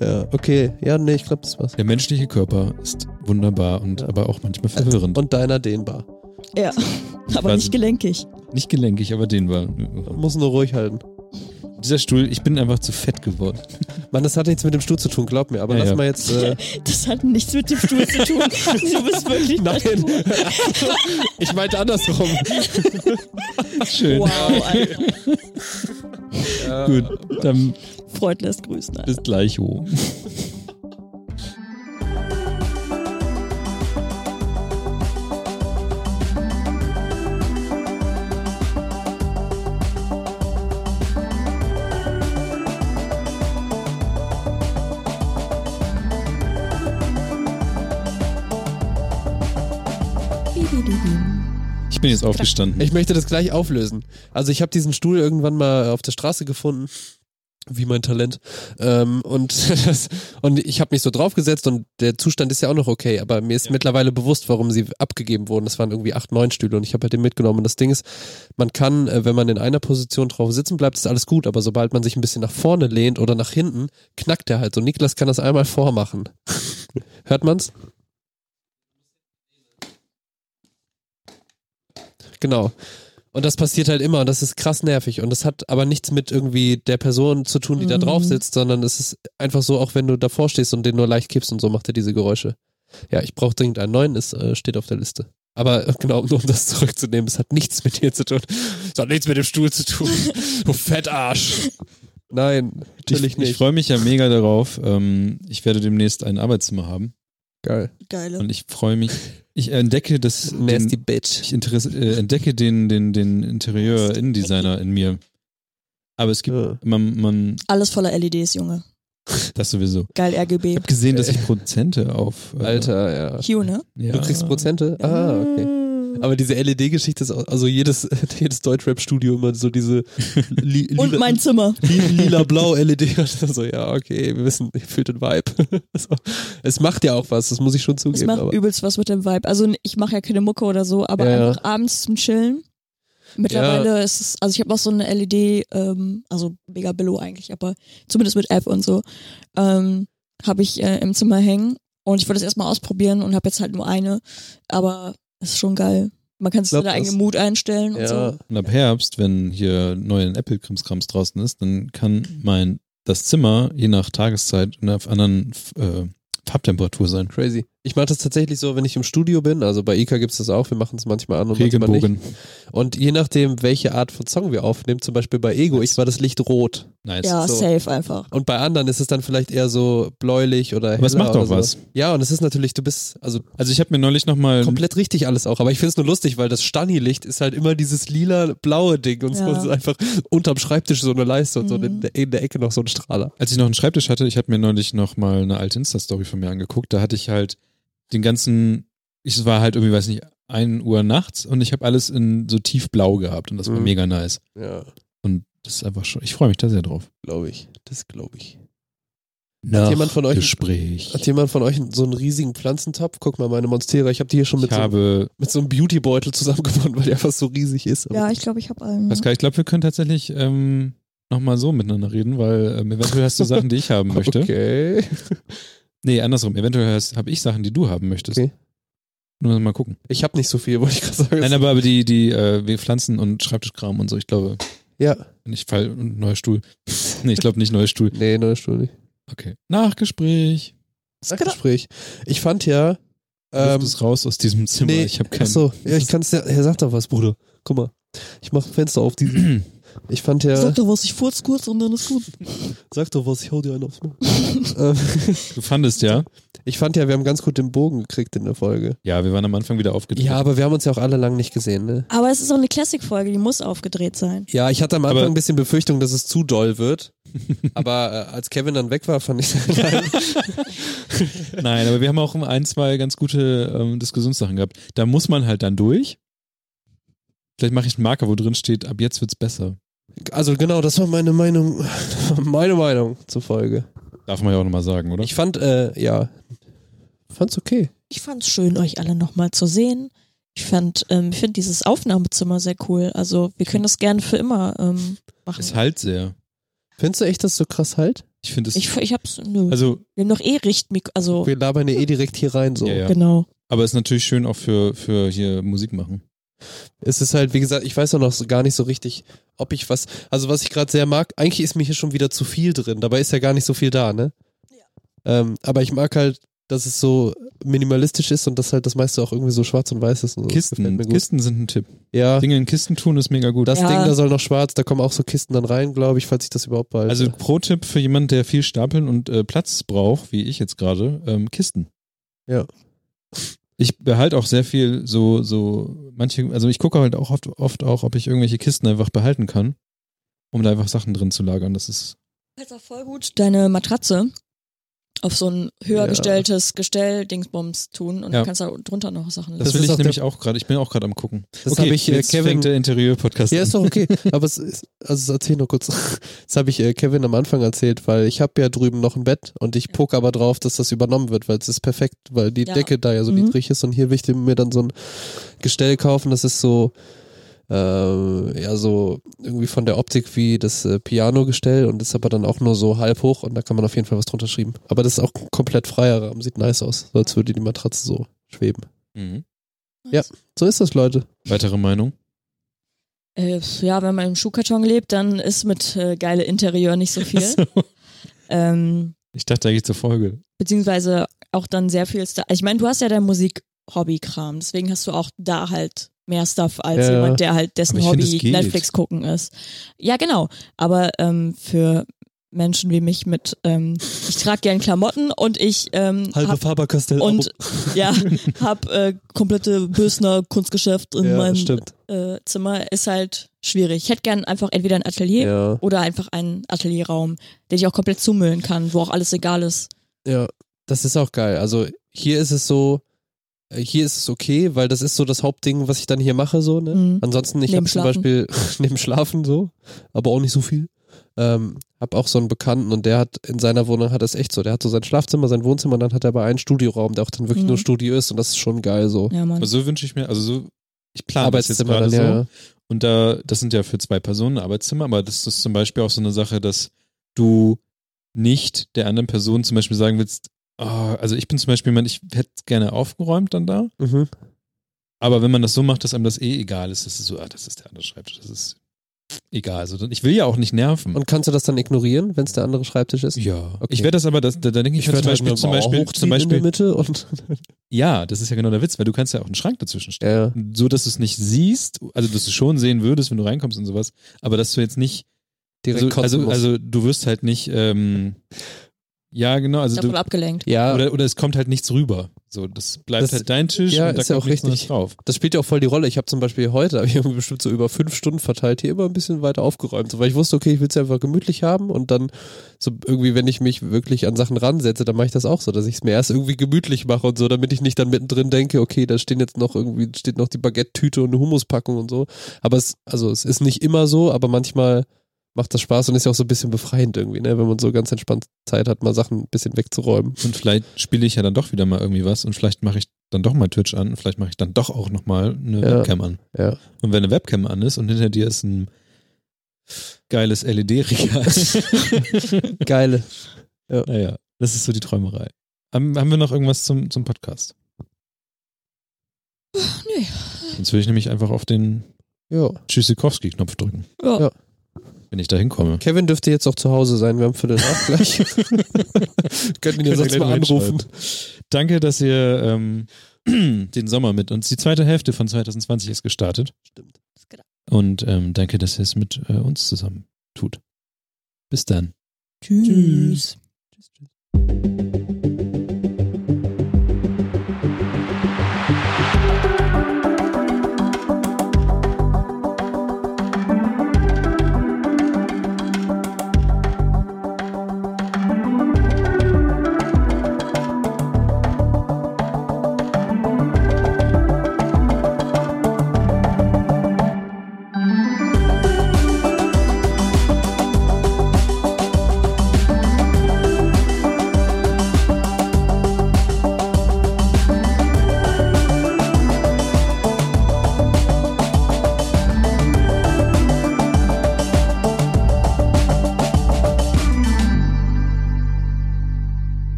S4: Ja, okay. Ja, nee, ich glaube, das war's.
S1: Der menschliche Körper ist wunderbar und
S4: Ja.
S1: aber auch manchmal verwirrend.
S4: Und deiner dehnbar. (laughs)
S3: Ja, aber
S1: weiß
S3: nicht
S1: nicht.
S3: gelenkig.
S1: Nicht gelenkig, aber dehnbar.
S4: Muss nur ruhig halten.
S1: Dieser Stuhl, ich bin einfach zu fett geworden.
S4: Mann, das hat nichts mit dem Stuhl zu tun, glaub mir. Aber
S1: Ja,
S4: lass
S1: ja.
S4: mal jetzt.
S3: (laughs)
S4: Äh,
S3: Das hat nichts mit dem Stuhl
S4: (laughs)
S3: zu tun. Du bist wirklich
S4: nein. ich meinte andersrum.
S1: (laughs) Schön.
S3: Wow, Alter.
S1: Gut, dann
S3: Freud lässt grüßen. Alter.
S1: bis gleich hoch. Ich bin jetzt aufgestanden.
S4: Ich möchte das gleich auflösen. Also ich habe diesen Stuhl irgendwann mal auf der Straße gefunden, wie mein Talent. Ähm, und, (laughs) das, und ich habe mich so draufgesetzt und der Zustand ist ja auch noch okay, aber mir ist mittlerweile bewusst, warum sie abgegeben wurden. Das waren irgendwie acht, neun Stühle und ich habe halt den mitgenommen. Und das Ding ist, man kann, äh, wenn man in einer Position drauf sitzen bleibt, ist alles gut, aber sobald man sich ein bisschen nach vorne lehnt oder nach hinten, knackt der halt so. Niklas kann das einmal vormachen. (laughs) Hört man's? Genau. Und das passiert halt immer und das ist krass nervig und das hat aber nichts mit irgendwie der Person zu tun, die da
S3: Mhm.
S4: drauf sitzt, sondern es ist einfach so, auch wenn du davor stehst und den nur leicht kippst und so macht er diese Geräusche. Ja, ich brauche dringend einen neuen, es äh, steht auf der Liste. Aber (laughs) äh, genau, nur um das zurückzunehmen, es hat nichts mit dir zu tun. Es hat nichts mit dem Stuhl zu (laughs) tun. Du Fettarsch. Nein, natürlich
S1: ich,
S4: nicht.
S1: Ich freue mich ja mega darauf. Ähm, ich werde demnächst ein Arbeitszimmer haben
S4: Geil.
S3: Geile.
S1: und ich freue mich. Ich entdecke
S4: (laughs)
S1: das.
S4: Nasty
S1: Den,
S4: Bitch.
S1: ich interess- äh, entdecke den, den, den Interieur-Innendesigner in mir. Aber es gibt,
S4: Ja.
S1: man, man,
S3: Alles voller LEDs, Junge.
S1: das sowieso.
S3: Geil RGB.
S1: Ich habe gesehen, dass ich Prozente auf. äh,
S4: Äh, Alter, ja.
S3: Hugh, ne?
S1: ja.
S4: Du kriegst Prozente? Ah, okay. Aber diese LED-Geschichte ist auch, also jedes, (laughs) jedes Deutschrap-Studio immer so (laughs) diese li
S3: Und
S4: (laughs)
S3: mein Zimmer.
S4: lila-blau-LED. E Also, so, ja, okay, wir wissen, ihr fühlt den Vibe. (laughs) so. Es macht ja auch was, das muss ich schon
S3: Das
S4: zugeben.
S3: macht
S4: Aber,
S3: übelst was mit dem Vibe. Also ich mache ja keine Mucke oder so, aber
S4: Ja, ja.
S3: einfach abends zum Chillen. Mittlerweile ist es, also ich habe auch so eine LED, ähm, also mega billo eigentlich, aber zumindest mit App und so, ähm, habe ich äh, im Zimmer hängen. Und ich wollte es erstmal ausprobieren und habe jetzt halt nur eine, aber es ist schon geil. Man kann sich
S4: Glaub
S3: seinen eigenen
S4: das.
S3: Mut einstellen und
S4: ja,
S3: so.
S1: Und ab Herbst, wenn hier neuen Apple-Krimskrams draußen ist, dann kann mein das Zimmer je nach Tageszeit in einer anderen äh, Farbtemperatur sein.
S4: crazy. Ich mache das tatsächlich so, wenn ich im Studio bin, also bei Ika gibt's das auch, wir machen es manchmal an und manchmal nicht.
S1: Regenbogen.
S4: Und je nachdem, welche Art von Song wir aufnehmen, zum Beispiel bei Ego, ich war das Licht rot.
S1: Nice.
S3: Ja,
S4: so.
S3: safe einfach.
S4: Und bei anderen ist es dann vielleicht eher so bläulich oder
S1: Aber es
S4: heller
S1: macht doch
S4: oder
S1: was.
S4: sowas. Ja, und es ist natürlich, du bist, also
S1: Also ich habe mir neulich nochmal
S4: komplett richtig alles auch, aber ich find's nur lustig, weil das Stani-Licht ist halt immer dieses lila-blaue Ding und so
S3: Ja.
S4: es ist einfach unterm Schreibtisch so eine Leiste und so
S3: Mhm.
S4: in der, in der Ecke noch so ein Strahler.
S1: Als ich noch einen Schreibtisch hatte, ich habe mir neulich noch mal eine alte Insta-Story von mir angeguckt. Da hatte ich halt den ganzen, ich war halt irgendwie, weiß nicht, 1 Uhr nachts und ich habe alles in so tiefblau gehabt und das war
S4: Mhm.
S1: mega nice.
S4: Ja,
S1: Und das ist einfach schon, ich freue mich da sehr drauf.
S4: glaube ich. Das glaube ich. Hat jemand von euch-
S1: Gespräch.
S4: Hat jemand von euch so einen riesigen Pflanzentopf? Guck mal, meine Monstera, ich habe die hier schon
S1: Ich
S4: mit, so,
S1: habe,
S4: mit so einem Beautybeutel zusammengebaut, weil der einfach so riesig ist. Aber
S3: Ja, ich glaube, ich habe einen.
S1: Pascal, ich glaube, wir können tatsächlich ähm, nochmal so miteinander reden, weil ähm, eventuell hast du Sachen, die ich haben
S4: (laughs)
S1: möchte.
S4: Okay.
S1: Nee, andersrum. Eventuell habe ich Sachen, die du haben möchtest.
S4: Okay.
S1: Nur mal gucken.
S4: Ich habe nicht so viel, (laughs) wollte ich gerade sagen.
S1: Nein, aber die, die äh, wir Pflanzen und Schreibtischkram und so, ich glaube,
S4: ja.
S1: nicht Fall und neuer Stuhl. (laughs) nee, ich glaube nicht neuer Stuhl.
S4: Nee, neue Stunde nicht.
S1: Okay. Nachgespräch.
S3: genau-
S4: Gespräch. Ich fand ja.
S1: Ähm,
S4: Ähm,
S1: es raus aus diesem Zimmer.
S4: nee,
S1: ich habe keinen.
S4: achso, ja, ich kann's ja. Er sagt doch was, Bruder. Guck mal. Ich mach Fenster auf. Die,
S1: (clears throat)
S4: ich fand ja.
S3: Sag doch was, ich furz kurz und dann ist gut.
S4: Sag doch was, ich hau dir einen (laughs) aufs Maul. ähm,
S1: Du fandest ja.
S4: ich fand ja, wir haben ganz gut den Bogen gekriegt in der Folge.
S1: Ja, wir waren am Anfang wieder aufgedreht.
S4: Ja, aber wir haben uns ja auch alle lang nicht gesehen, ne?
S3: Aber es ist auch eine Classic-Folge, die muss aufgedreht sein.
S4: Ja, ich hatte am Anfang
S1: Aber-
S4: ein bisschen Befürchtung, dass es zu
S1: (laughs)
S4: doll wird. aber äh, als Kevin dann weg war, fand (laughs) ich
S1: Nein, aber wir haben auch ein, zwei ganz gute ähm, Diskussionssachen gehabt. Da muss man halt dann durch. Vielleicht mache ich einen Marker, wo drin steht, ab jetzt wird's besser.
S4: Also genau, das war meine Meinung, (laughs) meine Meinung zur Folge.
S1: Darf man ja auch nochmal sagen, oder?
S4: Ich fand, äh, ja, fand's okay.
S3: Ich fand's schön, euch alle nochmal zu sehen. Ich fand, ähm, ich finde dieses Aufnahmezimmer sehr cool. Also wir können das gerne für immer ähm, machen.
S1: es halt sehr.
S4: Findest du echt, dass so krass halt?
S1: Ich finde es.
S3: Ich, ich hab's, nö.
S1: also,
S3: wir haben noch eh Richtmik, also
S4: Wir labern ja eh direkt hier rein so.
S1: Oh. ja, ja.
S3: genau.
S1: Aber es ist natürlich schön auch für, für hier Musik machen.
S4: Es ist halt, wie gesagt, ich weiß auch noch so gar nicht so richtig, ob ich was, also was ich gerade sehr mag, eigentlich ist mir hier schon wieder zu viel drin, dabei ist ja gar nicht so viel da, ne? Ja. Ähm, aber ich mag halt, dass es so minimalistisch ist und dass halt das meiste auch irgendwie so schwarz und weiß ist. Und so. Das gefällt
S1: Kisten.
S4: mir gut.
S1: Kisten sind ein Tipp.
S4: Ja,
S1: Dinge in Kisten tun ist mega gut.
S4: das
S3: Ja.
S4: Ding da soll noch schwarz, da kommen auch so Kisten dann rein, glaube ich, falls ich das überhaupt behalte.
S1: also Pro-Tipp für jemanden, der viel stapeln und äh, Platz braucht, wie ich jetzt gerade, ähm, Kisten.
S4: Ja.
S1: Ich behalte auch sehr viel so, so manche, also ich gucke halt auch oft, oft auch, ob ich irgendwelche Kisten einfach behalten kann, um da einfach Sachen drin zu lagern. Das ist
S3: Kannst auch voll gut deine Matratze auf so ein höher
S4: Ja.
S3: gestelltes Gestell Dingsbums tun und
S1: Ja.
S3: dann kannst du da drunter noch Sachen
S1: das,
S4: Das
S1: will
S4: ist
S1: ich
S4: auch der-
S1: nämlich auch gerade. Ich bin auch gerade am gucken.
S4: das habe ich äh,
S1: jetzt fängt
S4: Kevin
S1: der Interieur-Podcast.
S4: Ja,
S1: an.
S4: ist doch okay. (laughs) Aber es ist, also erzähl nur kurz. Das habe ich äh, Kevin am Anfang erzählt, weil ich habe ja drüben noch ein Bett und ich poke aber drauf, dass das übernommen wird, weil es ist perfekt, weil die
S3: Ja.
S4: Decke da ja so
S3: Mhm.
S4: niedrig ist und hier will ich mir dann so ein Gestell kaufen, das ist so äh, ja so irgendwie von der Optik wie das äh, Piano-Gestell und ist aber dann auch nur so halb hoch und da kann man auf jeden Fall was drunter schreiben. Aber das ist auch komplett freier Rahmen, sieht nice aus, so als würde die Matratze so schweben.
S1: Mhm.
S4: So ist das, Leute.
S1: Weitere Meinung?
S3: Äh, ja, wenn man im Schuhkarton lebt, dann ist mit äh, geile Interieur nicht so viel.
S1: So.
S3: ähm,
S1: Ich dachte, da geht zur Folge.
S3: beziehungsweise auch dann sehr viel Stuff. Ich meine, du hast ja dein Musik-Hobby-Kram, deswegen hast du auch da halt mehr Stuff als
S4: Ja.
S3: jemand, der halt dessen
S1: Aber ich
S3: Hobby
S1: finde, es geht.
S3: Netflix gucken ist. Ja, genau. Aber ähm, für Menschen wie mich mit, ähm, ich trage gern Klamotten und ich ähm, hab-
S4: Faber-Castell.
S3: und ja, hab äh, komplette Bösner Kunstgeschäft in
S4: ja,
S3: meinem
S4: stimmt.
S3: äh, Zimmer ist halt schwierig. Ich hätte gern einfach entweder ein Atelier
S4: Ja.
S3: oder einfach einen Atelierraum, den ich auch komplett zumüllen kann, wo auch alles egal ist.
S4: Ja, das ist auch geil. Also hier ist es so, äh, hier ist es okay, weil das ist so das Hauptding, was ich dann hier mache, so, ne?
S3: Mhm.
S4: Ansonsten, ich
S3: Neben
S4: habe zum
S3: Schlafen.
S4: Beispiel (laughs) neben Schlafen so, aber auch nicht so viel. Ähm, hab auch so einen Bekannten und der hat in seiner Wohnung hat das echt so. Der hat so sein Schlafzimmer, sein Wohnzimmer und dann hat er aber einen Studioraum, der auch dann wirklich
S3: Mhm.
S4: nur Studio ist und das ist schon geil so.
S3: Ja, Mann.
S1: Aber so wünsche ich mir, also so, ich plane das jetzt gerade
S4: Arbeitszimmer dann,
S1: so.
S4: ja. ja.
S1: Und da, das sind ja für zwei Personen Arbeitszimmer, aber das ist zum Beispiel auch so eine Sache, dass du nicht der anderen Person zum Beispiel sagen willst, oh, also ich bin zum Beispiel jemand, ich hätte gerne aufgeräumt dann da,
S4: Mhm.
S1: aber wenn man das so macht, dass einem das eh egal ist, das ist so, ah, das ist der andere Schreibtisch, das ist egal. Also ich will ja auch nicht nerven.
S4: Und kannst du das dann ignorieren, wenn es der andere Schreibtisch ist?
S1: ja.
S4: Okay.
S1: Ich werde das aber, das, da, da denke ich, mir
S4: werd
S1: zum
S4: halt
S1: Beispiel,
S4: eine
S1: zum
S4: Mauer
S1: Beispiel,
S4: hochziehen
S1: zum
S4: in
S1: Beispiel,
S4: der Mitte und
S1: ja, das ist ja genau der Witz, weil du kannst ja auch einen Schrank dazwischen stellen.
S4: (laughs) ja, ja.
S1: So, dass du es nicht siehst, also dass du schon sehen würdest, wenn du reinkommst und sowas, aber dass du jetzt nicht
S4: direkt
S1: also,
S4: kotzen
S1: also,
S4: musst.
S1: also du wirst halt nicht, ähm, ja genau, also
S3: Davon
S1: du,
S3: abgelenkt.
S4: ja,
S1: oder, oder es kommt halt nichts rüber. So, das bleibt
S4: Das-
S1: halt dein Tisch
S4: ja,
S1: und da
S4: ist ja
S1: kommt
S4: auch
S1: nichts Neues
S4: richtig.
S1: drauf.
S4: Das spielt ja auch voll die Rolle. Ich habe zum Beispiel heute, (laughs) hab ich irgendwie bestimmt so über fünf Stunden verteilt, hier immer ein bisschen weiter aufgeräumt, so, weil ich wusste, okay, ich will es einfach gemütlich haben und dann so irgendwie, wenn ich mich wirklich an Sachen ransetze, dann mache ich das auch so, dass ich es mir erst irgendwie gemütlich mache und so, damit ich nicht dann mittendrin denke, okay, da stehen jetzt noch irgendwie, steht noch die Baguette-Tüte und eine Hummuspackung und so. Aber es, also es ist nicht immer so, aber manchmal macht das Spaß und ist ja auch so ein bisschen befreiend irgendwie, ne? wenn man so ganz entspannt Zeit hat, mal Sachen ein bisschen wegzuräumen.
S1: Und vielleicht spiele ich ja dann doch wieder mal irgendwie was und vielleicht mache ich dann doch mal Twitch an und vielleicht mache ich dann doch auch nochmal eine
S4: Ja.
S1: Webcam an.
S4: Ja.
S1: Und wenn eine Webcam an ist und hinter dir ist ein geiles E
S4: (laughs)
S1: LED-Regal.
S4: Geile.
S1: naja, das ist so die Träumerei. Haben, haben wir noch irgendwas zum, zum Podcast?
S3: nee.
S1: Jetzt will ich nämlich einfach auf den
S4: Ja.
S1: Tschüssikowski-Knopf drücken,
S3: Ja.
S4: Ja.
S1: wenn ich da hinkomme.
S4: Kevin dürfte jetzt auch zu Hause sein. Wir haben Viertel nach gleich. Könnten ihn ja
S1: Könnt
S4: sonst
S1: ihr
S4: mal
S1: gleich noch
S4: anrufen.
S1: Danke, dass ihr ähm, (clears throat) den Sommer mit uns. Die zweite Hälfte von 2020 ist gestartet.
S4: Stimmt.
S1: Und ähm, danke, dass ihr es mit äh, uns zusammen tut. Bis dann.
S3: Tschüss.
S1: Tschüss.